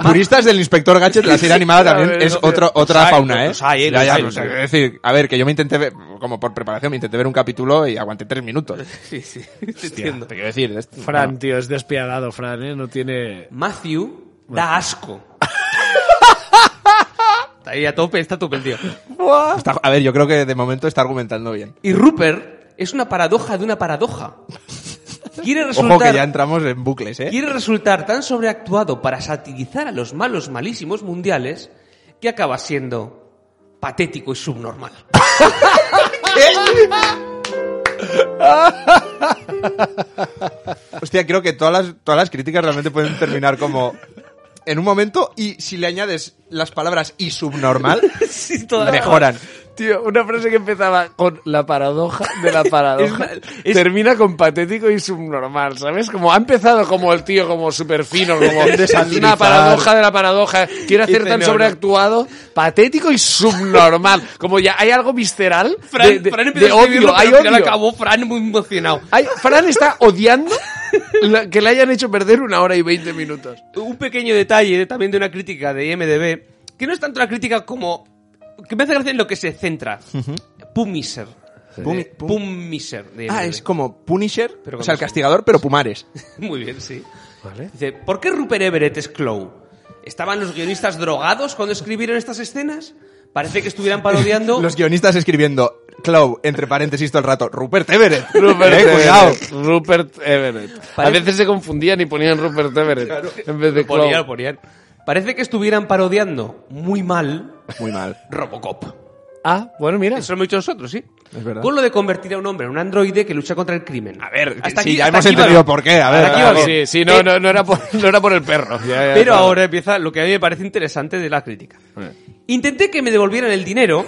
Speaker 2: Turistas del Inspector Gadget, la serie animada también
Speaker 4: ver,
Speaker 2: es
Speaker 4: no,
Speaker 2: otro,
Speaker 4: pero-
Speaker 2: otra
Speaker 4: los hay,
Speaker 2: fauna, ¿eh?
Speaker 4: los hay, eh,
Speaker 2: Ya,
Speaker 4: los
Speaker 2: ya,
Speaker 4: hay,
Speaker 2: pues,
Speaker 4: los hay.
Speaker 2: es decir, a ver, que yo me intenté ver, como por preparación, me intenté ver un capítulo y aguanté tres minutos.
Speaker 3: Sí, sí, te entiendo.
Speaker 2: Te quiero decir, es-
Speaker 4: Fran, tío, es despiadado, Fran, ¿eh? No tiene...
Speaker 3: Matthew da asco. Está ahí a tope, está a tope el tío.
Speaker 2: está- a ver, yo creo que de momento está argumentando bien.
Speaker 3: Y Rupert es una paradoja de una paradoja. Quiere
Speaker 2: Ojo que
Speaker 3: resultar
Speaker 2: ya entramos en bucles, ¿eh?
Speaker 3: Quiere resultar tan sobreactuado para satirizar a los malos malísimos mundiales que acaba siendo patético y subnormal.
Speaker 2: Hostia, creo que todas las, todas las críticas realmente pueden terminar como en un momento y si le añades las palabras y subnormal,
Speaker 3: Sí, toda-
Speaker 2: mejoran.
Speaker 4: Tío, una frase que empezaba con la paradoja de la paradoja
Speaker 3: Es mal- es-
Speaker 4: termina con patético y subnormal, ¿sabes? Como ha empezado como el tío como súper fino, como una
Speaker 2: satirizar.
Speaker 4: paradoja de la paradoja, quiere hacer
Speaker 2: Dice,
Speaker 4: tan
Speaker 2: no,
Speaker 4: sobreactuado, patético y subnormal, como ya hay algo visceral
Speaker 3: Fran,
Speaker 4: de, de-
Speaker 3: Fran
Speaker 4: de
Speaker 3: empieza a escribirlo,
Speaker 4: odio,
Speaker 3: pero
Speaker 4: hay
Speaker 3: al final
Speaker 4: odio.
Speaker 3: acabó Fran muy emocionado.
Speaker 4: Hay- Fran está odiando la- que le hayan hecho perder una hora y veinte minutos.
Speaker 3: un pequeño detalle también de una crítica de IMDB, que no es tanto una crítica como... que me hace gracia en lo que se centra. Pumiser.
Speaker 2: Pum-
Speaker 3: Eh,
Speaker 2: pum-
Speaker 3: Pumiser. de
Speaker 2: Ah,
Speaker 3: IMDb.
Speaker 2: es como Punisher, o
Speaker 3: Pero con
Speaker 2: sea, el
Speaker 3: dos.
Speaker 2: castigador, pero Pumares.
Speaker 3: Muy bien, sí. Dice, ¿por qué Rupert Everett es Clow? ¿Estaban los guionistas drogados cuando escribieron estas escenas? Parece que estuvieran parodiando...
Speaker 2: Los guionistas escribiendo Clow, entre paréntesis todo el rato, Rupert Everett.
Speaker 4: Rupert
Speaker 2: Eh, cuidado.
Speaker 4: Everett. Rupert Everett. A
Speaker 3: Parece-
Speaker 4: veces se confundían y ponían Rupert Everett en vez de
Speaker 3: Lo ponían,
Speaker 4: Clown.
Speaker 3: lo ponían. Parece que estuvieran parodiando muy mal
Speaker 2: Muy mal.
Speaker 3: Robocop.
Speaker 4: Ah, bueno, mira.
Speaker 3: Eso lo hemos dicho nosotros, ¿sí?
Speaker 2: Es verdad.
Speaker 3: Con lo de convertir a un hombre en un androide que lucha contra el crimen. A ver, hasta
Speaker 2: sí,
Speaker 3: aquí,
Speaker 2: ya
Speaker 3: hasta
Speaker 2: hemos
Speaker 3: aquí va
Speaker 2: entendido
Speaker 3: bien.
Speaker 2: por qué. A ver,
Speaker 3: Hasta aquí
Speaker 2: a
Speaker 3: va
Speaker 2: ver.
Speaker 3: bien.
Speaker 4: Sí, sí, no,
Speaker 3: Eh,
Speaker 4: no, no, era por, no era por el perro. Ya, ya,
Speaker 3: Pero
Speaker 4: claro.
Speaker 3: ahora empieza lo que a mí me parece interesante de la crítica. Intenté que me devolvieran el dinero,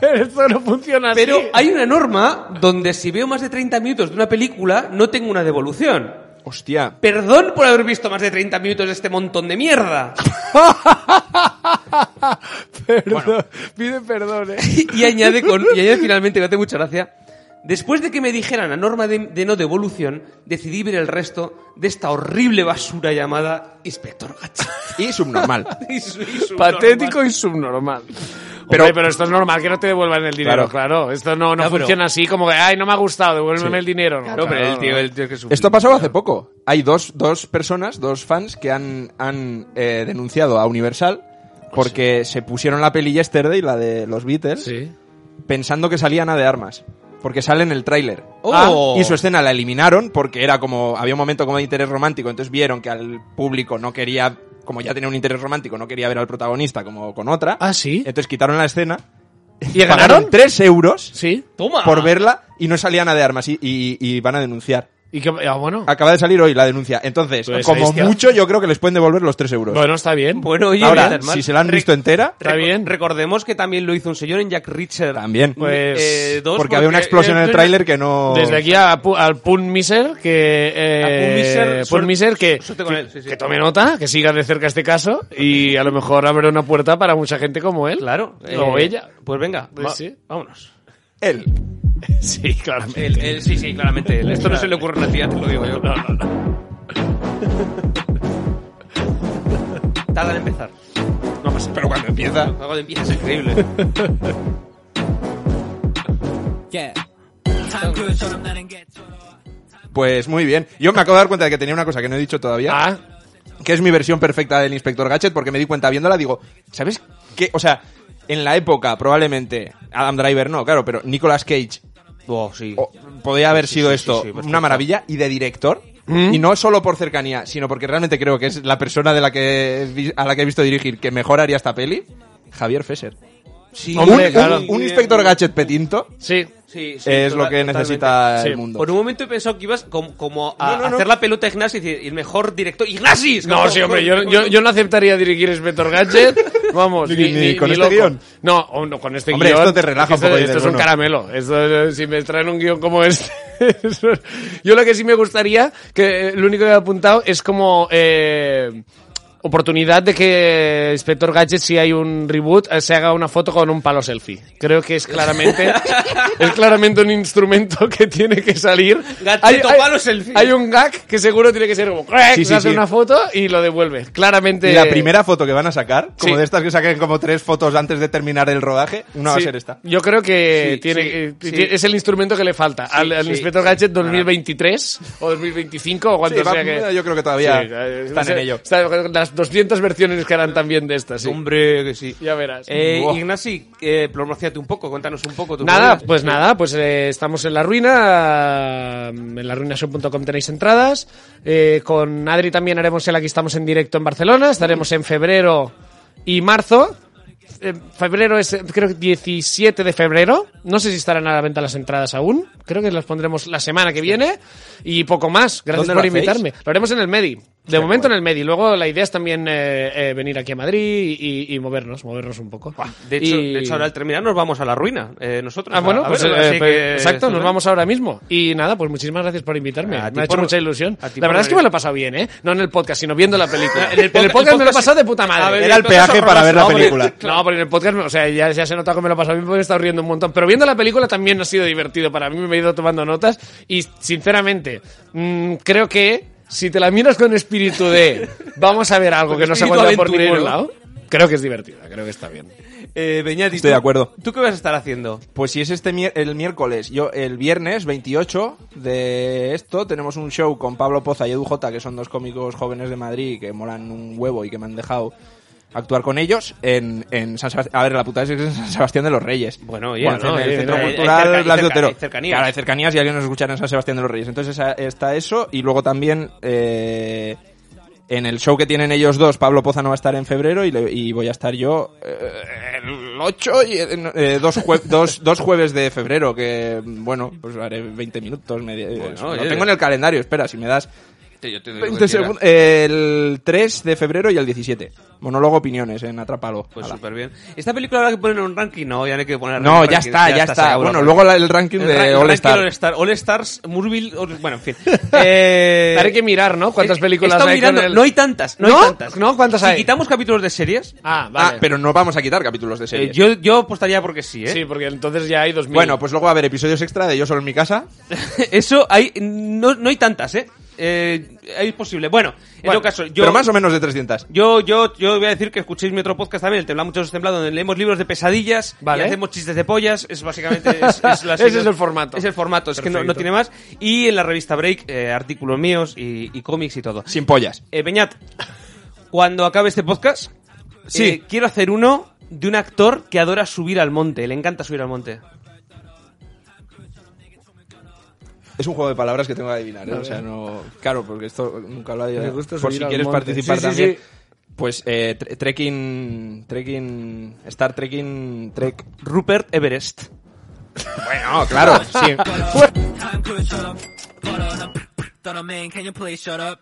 Speaker 4: Pero esto no funciona así.
Speaker 3: pero hay una norma donde si veo más de 30 minutos de una película, no tengo una devolución.
Speaker 2: Hostia.
Speaker 3: Perdón por haber visto más de 30 minutos de este montón de mierda.
Speaker 4: Ah, Perdón. Pide perdón, eh.
Speaker 3: y añade con y añade finalmente que hace mucha gracia después de que me dijeran la norma de, de no devolución decidí ver el resto de esta horrible basura llamada Inspector Gadget
Speaker 2: Y subnormal.
Speaker 3: Y su- y su
Speaker 4: Patético
Speaker 3: norma.
Speaker 4: y subnormal. Pero,
Speaker 2: Pero-
Speaker 4: pero esto es normal que no te devuelvan el dinero, claro.
Speaker 2: Claro.
Speaker 4: Esto no, no
Speaker 3: Claro, pero-
Speaker 4: funciona así como que, ay, no me ha gustado, devuélveme el dinero. No,
Speaker 3: claro pero el tío el tío que sufre.
Speaker 2: Esto ha pasado hace poco. Hay dos, dos personas, dos fans, que han, han eh, denunciado a Universal
Speaker 4: Pues
Speaker 2: porque se pusieron la peli Yesterday, la de los Beatles,
Speaker 4: Sí.
Speaker 2: pensando que salía Ana de Armas. Porque sale en el tráiler. Ah,
Speaker 3: Oh.
Speaker 2: Y su escena la eliminaron porque era como. Había un momento como de interés romántico. Entonces vieron que al público no quería. Como ya tenía un interés romántico, no quería ver al protagonista como con otra.
Speaker 4: Ah, ¿sí?
Speaker 2: Entonces quitaron la escena.
Speaker 4: ¿Y
Speaker 2: Pagaron
Speaker 4: ganaron?
Speaker 2: 3 euros
Speaker 4: Sí.
Speaker 3: toma
Speaker 2: por verla y no salía Ana de Armas. Y, y- y van a denunciar.
Speaker 4: Y que, ah, bueno.
Speaker 2: Acaba de salir hoy la denuncia. Entonces,
Speaker 4: Pues,
Speaker 2: como
Speaker 4: bestia.
Speaker 2: mucho, yo creo que les pueden devolver los 3 euros.
Speaker 4: Bueno, está bien.
Speaker 3: bueno oye mira,
Speaker 2: Ahora,
Speaker 3: hermano,
Speaker 2: si se la han
Speaker 3: rec-
Speaker 2: visto entera,
Speaker 4: Está
Speaker 3: reco-
Speaker 4: bien.
Speaker 3: recordemos que también lo hizo un señor en Jack Richard
Speaker 2: también.
Speaker 4: Pues-
Speaker 3: eh, dos,
Speaker 2: porque había una explosión en el tráiler que no.
Speaker 4: Desde aquí a Pu- al Pun Miser, que. eh,
Speaker 3: A Pun Miser,
Speaker 4: Pun
Speaker 3: suerte-
Speaker 4: Miser, que.
Speaker 3: suerte con él, sí, sí.
Speaker 4: Que tome nota, que siga de cerca este caso y a lo mejor abre una puerta para mucha gente como él.
Speaker 3: claro
Speaker 4: O
Speaker 3: eh,
Speaker 4: ella.
Speaker 3: pues venga
Speaker 4: Pues
Speaker 3: va-
Speaker 4: sí.
Speaker 3: vámonos
Speaker 2: Él.
Speaker 4: Sí, claramente.
Speaker 3: El- el- sí sí claramente él. esto no se le ocurre a una tía te lo digo yo tarda en empezar
Speaker 2: No pasa, pero cuando empieza.
Speaker 3: Algo de pieza es increíble.
Speaker 2: Pues muy bien. Yo me acabo de dar cuenta de que tenía una cosa que no he dicho todavía,
Speaker 4: Ah,
Speaker 2: que es mi versión perfecta del Inspector Gadget, porque me di cuenta viéndola, digo, ¿sabes qué? O sea, en la época, probablemente, Adam Driver no, claro, pero Nicolas Cage
Speaker 3: Oh, sí.
Speaker 2: o- podría haber sido
Speaker 3: sí,
Speaker 2: esto
Speaker 3: sí, sí, perfecto. Mm.
Speaker 2: una maravilla y de director. Y no solo por cercanía, sino porque realmente creo que es la persona de la que he vi- a la que he visto dirigir que mejor haría esta peli, Javier Fesser.
Speaker 3: Sí,
Speaker 4: Hombre,
Speaker 2: Un- un,
Speaker 4: claro.
Speaker 2: un Inspector Gadget petinto
Speaker 4: sí.
Speaker 3: Sí, sí,
Speaker 2: es lo
Speaker 3: total-
Speaker 2: que
Speaker 3: totalmente.
Speaker 2: necesita
Speaker 4: Sí.
Speaker 2: el mundo.
Speaker 3: Por un momento he pensado que ibas como, como a
Speaker 2: No, no, no.
Speaker 3: hacer la pelota a Ignasi y decir, el mejor director. ¡Ignasis!
Speaker 4: No,
Speaker 3: Como-
Speaker 4: sí, hombre, yo,
Speaker 3: como-
Speaker 4: yo, yo no aceptaría dirigir Inspector Gadget. Vamos,
Speaker 2: Ni-
Speaker 4: ni,
Speaker 2: ni
Speaker 4: ni-
Speaker 2: con
Speaker 4: ni
Speaker 2: este
Speaker 4: loco.
Speaker 2: guión.
Speaker 4: No, o no, con este
Speaker 2: Hombre,
Speaker 4: guión.
Speaker 2: esto te relaja un
Speaker 4: esto-
Speaker 2: poco y
Speaker 4: Esto
Speaker 2: dices,
Speaker 4: es un
Speaker 2: bueno.
Speaker 4: caramelo. Esto, eh, si me traen un guión como este. eso es- yo lo que sí me gustaría, que eh, lo único que he apuntado es como. eh, Oportunidad de que Inspector Gadget, si hay un reboot, eh, se haga una foto con un palo selfie. Creo que es claramente, es claramente un instrumento que tiene que salir.
Speaker 3: Gadget o palo selfie.
Speaker 4: Hay un gag que seguro tiene que ser como,
Speaker 2: Sí,
Speaker 4: se
Speaker 2: sí,
Speaker 4: hace
Speaker 2: sí.
Speaker 4: una foto y lo devuelve. Claramente.
Speaker 2: Y la primera foto que van a sacar, como
Speaker 4: Sí.
Speaker 2: de estas que saquen como tres fotos antes de terminar el rodaje, una va a
Speaker 4: Sí.
Speaker 2: ser esta.
Speaker 4: Yo creo que
Speaker 3: Sí,
Speaker 4: tiene,
Speaker 3: sí,
Speaker 4: eh,
Speaker 3: sí.
Speaker 4: ti- es el instrumento que le falta al, al
Speaker 3: sí,
Speaker 4: Inspector
Speaker 3: sí.
Speaker 4: Gadget 2023 o 2025 o cuanto
Speaker 2: Sí, va-
Speaker 4: sea que.
Speaker 2: Yo creo que todavía
Speaker 4: Sí, eh,
Speaker 2: están
Speaker 4: se-
Speaker 2: en ello.
Speaker 4: está- las las 200 versiones que harán también de estas, sí.
Speaker 3: Hombre, que sí.
Speaker 4: Ya verás.
Speaker 3: Eh,
Speaker 2: Buah.
Speaker 3: Ignasi, eh, promocionate un poco, cuéntanos un poco. tus
Speaker 4: Nada,
Speaker 3: movidas.
Speaker 4: pues nada, pues eh, estamos en la ruina. mm, En laruinashow.com tenéis entradas. Eh, con Adri también haremos el aquí estamos en directo en Barcelona. Estaremos en febrero y marzo. Eh, febrero es, eh, creo que 17 de febrero. No sé si estarán a la venta las entradas aún. Creo que las pondremos la semana que viene. Y poco más. Gracias
Speaker 2: ¿Dónde
Speaker 4: por
Speaker 2: lo hacéis?
Speaker 4: invitarme. Lo haremos en el Medi. De momento en el Medi. Luego la idea es también eh, eh, venir aquí a Madrid y, y movernos, movernos un poco.
Speaker 3: De hecho,
Speaker 4: Y-
Speaker 3: de hecho, ahora al terminar nos vamos a la ruina, eh, nosotros.
Speaker 4: Ah, bueno,
Speaker 3: A
Speaker 4: pues
Speaker 3: ver,
Speaker 4: eh,
Speaker 3: así
Speaker 4: pues,
Speaker 3: que-
Speaker 4: exacto, nos
Speaker 3: estupendo.
Speaker 4: vamos ahora mismo. Y nada, pues muchísimas gracias por invitarme.
Speaker 3: A ti
Speaker 4: me ha hecho
Speaker 3: por-
Speaker 4: mucha ilusión.
Speaker 3: a ti
Speaker 4: La
Speaker 3: por
Speaker 4: verdad es que
Speaker 3: venir.
Speaker 4: me lo he pasado bien, ¿eh? No en el podcast, sino viendo la película. en el podcast,
Speaker 3: podcast-
Speaker 4: me lo he
Speaker 3: podcast-
Speaker 4: pasado de puta madre.
Speaker 3: A ver,
Speaker 2: Era el
Speaker 3: Entonces,
Speaker 2: peaje para ver la
Speaker 4: No, porque-
Speaker 2: película.
Speaker 4: No, pero en el podcast, o sea, ya, ya se nota que me lo he pasado bien porque he estado riendo un montón. Pero viendo la película también ha sido divertido para mí, me he ido tomando notas. Y sinceramente, mm, creo que si te la miras con espíritu de vamos a ver algo
Speaker 3: Con
Speaker 4: que no se
Speaker 3: espíritu
Speaker 4: encuentra por
Speaker 3: aventurero.
Speaker 4: ningún lado, creo que es divertida, creo que está bien.
Speaker 3: Eh, Beñati,
Speaker 2: Estoy
Speaker 3: ¿tú-
Speaker 2: de acuerdo.
Speaker 3: ¿Tú qué vas a estar haciendo?
Speaker 2: Pues si es este mier- el miércoles, yo el viernes 28 de esto tenemos un show con Pablo Poza y Edu J, que son dos cómicos jóvenes de Madrid que molan un huevo y que me han dejado actuar con ellos en, en San Sebastián. A ver, la puta es que es en San Sebastián de los Reyes.
Speaker 3: Bueno, oye,
Speaker 2: en
Speaker 3: no,
Speaker 2: el
Speaker 3: oye,
Speaker 2: Centro
Speaker 3: no, hay- hay
Speaker 2: Cultural
Speaker 3: cerca-
Speaker 2: Blas
Speaker 3: hay
Speaker 2: de
Speaker 3: cerca-
Speaker 2: Otero.
Speaker 3: hay cercanías.
Speaker 2: Claro, hay cercanías y alguien nos escuchará en San Sebastián de los Reyes. Entonces esa- está eso y luego también... eh, en el show que tienen ellos dos, Pablo Poza no va a estar en febrero y, le- y voy a estar yo eh, el 8 y el- eh, dos, jue- dos, dos jueves de febrero, que bueno, pues haré 20 minutos. media- eh,
Speaker 3: Bueno,
Speaker 2: eso. lo
Speaker 3: oye.
Speaker 2: tengo en el calendario, espera, si me das
Speaker 3: Yo te
Speaker 2: 20 segundos. el 3 de febrero y el 17. Monólogo opiniones en Atrápalo.
Speaker 3: Pues
Speaker 2: Hala.
Speaker 3: súper bien. ¿Esta película habrá que poner en un ranking? No, ya no hay que poner
Speaker 2: No,
Speaker 3: ranking,
Speaker 2: ya está, ya,
Speaker 3: se
Speaker 2: está.
Speaker 3: acabó la
Speaker 2: Bueno,
Speaker 3: película.
Speaker 2: luego la- el ranking
Speaker 3: El
Speaker 2: de
Speaker 3: ranking-
Speaker 2: All
Speaker 3: ranking
Speaker 2: Star.
Speaker 3: All Star. All Stars, Murville, All- bueno, en fin. Eh,
Speaker 4: Habrá que mirar, ¿no? ¿Cuántas
Speaker 3: eh,
Speaker 4: películas
Speaker 3: he estado
Speaker 4: hay con
Speaker 3: mirando,
Speaker 4: el-
Speaker 3: No hay tantas, no,
Speaker 4: ¿No?
Speaker 3: hay tantas.
Speaker 4: ¿No? ¿Cuántas
Speaker 3: si
Speaker 4: hay?
Speaker 3: quitamos capítulos de series,
Speaker 4: Ah,
Speaker 2: Ah,
Speaker 4: vale.
Speaker 2: pero no vamos a quitar capítulos de
Speaker 3: eh,
Speaker 2: series.
Speaker 3: yo, yo apostaría porque sí, ¿eh?
Speaker 4: Sí, porque entonces ya hay 2000.
Speaker 2: Bueno, pues luego va a haber episodios extra de Yo solo en mi casa.
Speaker 3: Eso hay, no, no hay tantas, ¿eh? Eh, es posible. Bueno, en
Speaker 4: Bueno,
Speaker 3: todo caso, yo...
Speaker 2: Pero más o menos de 300.
Speaker 3: Yo, yo, yo voy a decir que escuchéis mi otro podcast también, el Tembla Muchos Temblado, donde leemos libros de pesadillas
Speaker 4: Vale.
Speaker 3: y hacemos chistes de pollas. Es básicamente. Es, es la-
Speaker 4: Ese es el formato.
Speaker 3: Es el formato, es que no- no,
Speaker 4: Perfecto.
Speaker 3: tiene más. Y en la revista Break, eh, artículos míos y, y cómics y todo.
Speaker 2: Sin pollas.
Speaker 3: Eh, Beñat, cuando acabe este podcast,
Speaker 2: Sí.
Speaker 3: eh, quiero hacer uno de un actor que adora subir al monte, le encanta subir al monte.
Speaker 2: Es un juego de palabras que tengo que adivinar, ¿eh? O sea, no... Claro, porque esto nunca lo he adivinado.
Speaker 4: Me gusta
Speaker 2: Por
Speaker 4: subir
Speaker 2: si
Speaker 4: al
Speaker 2: quieres
Speaker 4: monte.
Speaker 2: participar
Speaker 4: Sí, sí,
Speaker 2: también.
Speaker 4: sí.
Speaker 2: Pues eh, tre- trekking... Trekking... Star trekking... Trek...
Speaker 3: Rupert Everest.
Speaker 2: Bueno, claro, sí.
Speaker 5: time could shut up. But uh, the- the main, can you please shut up?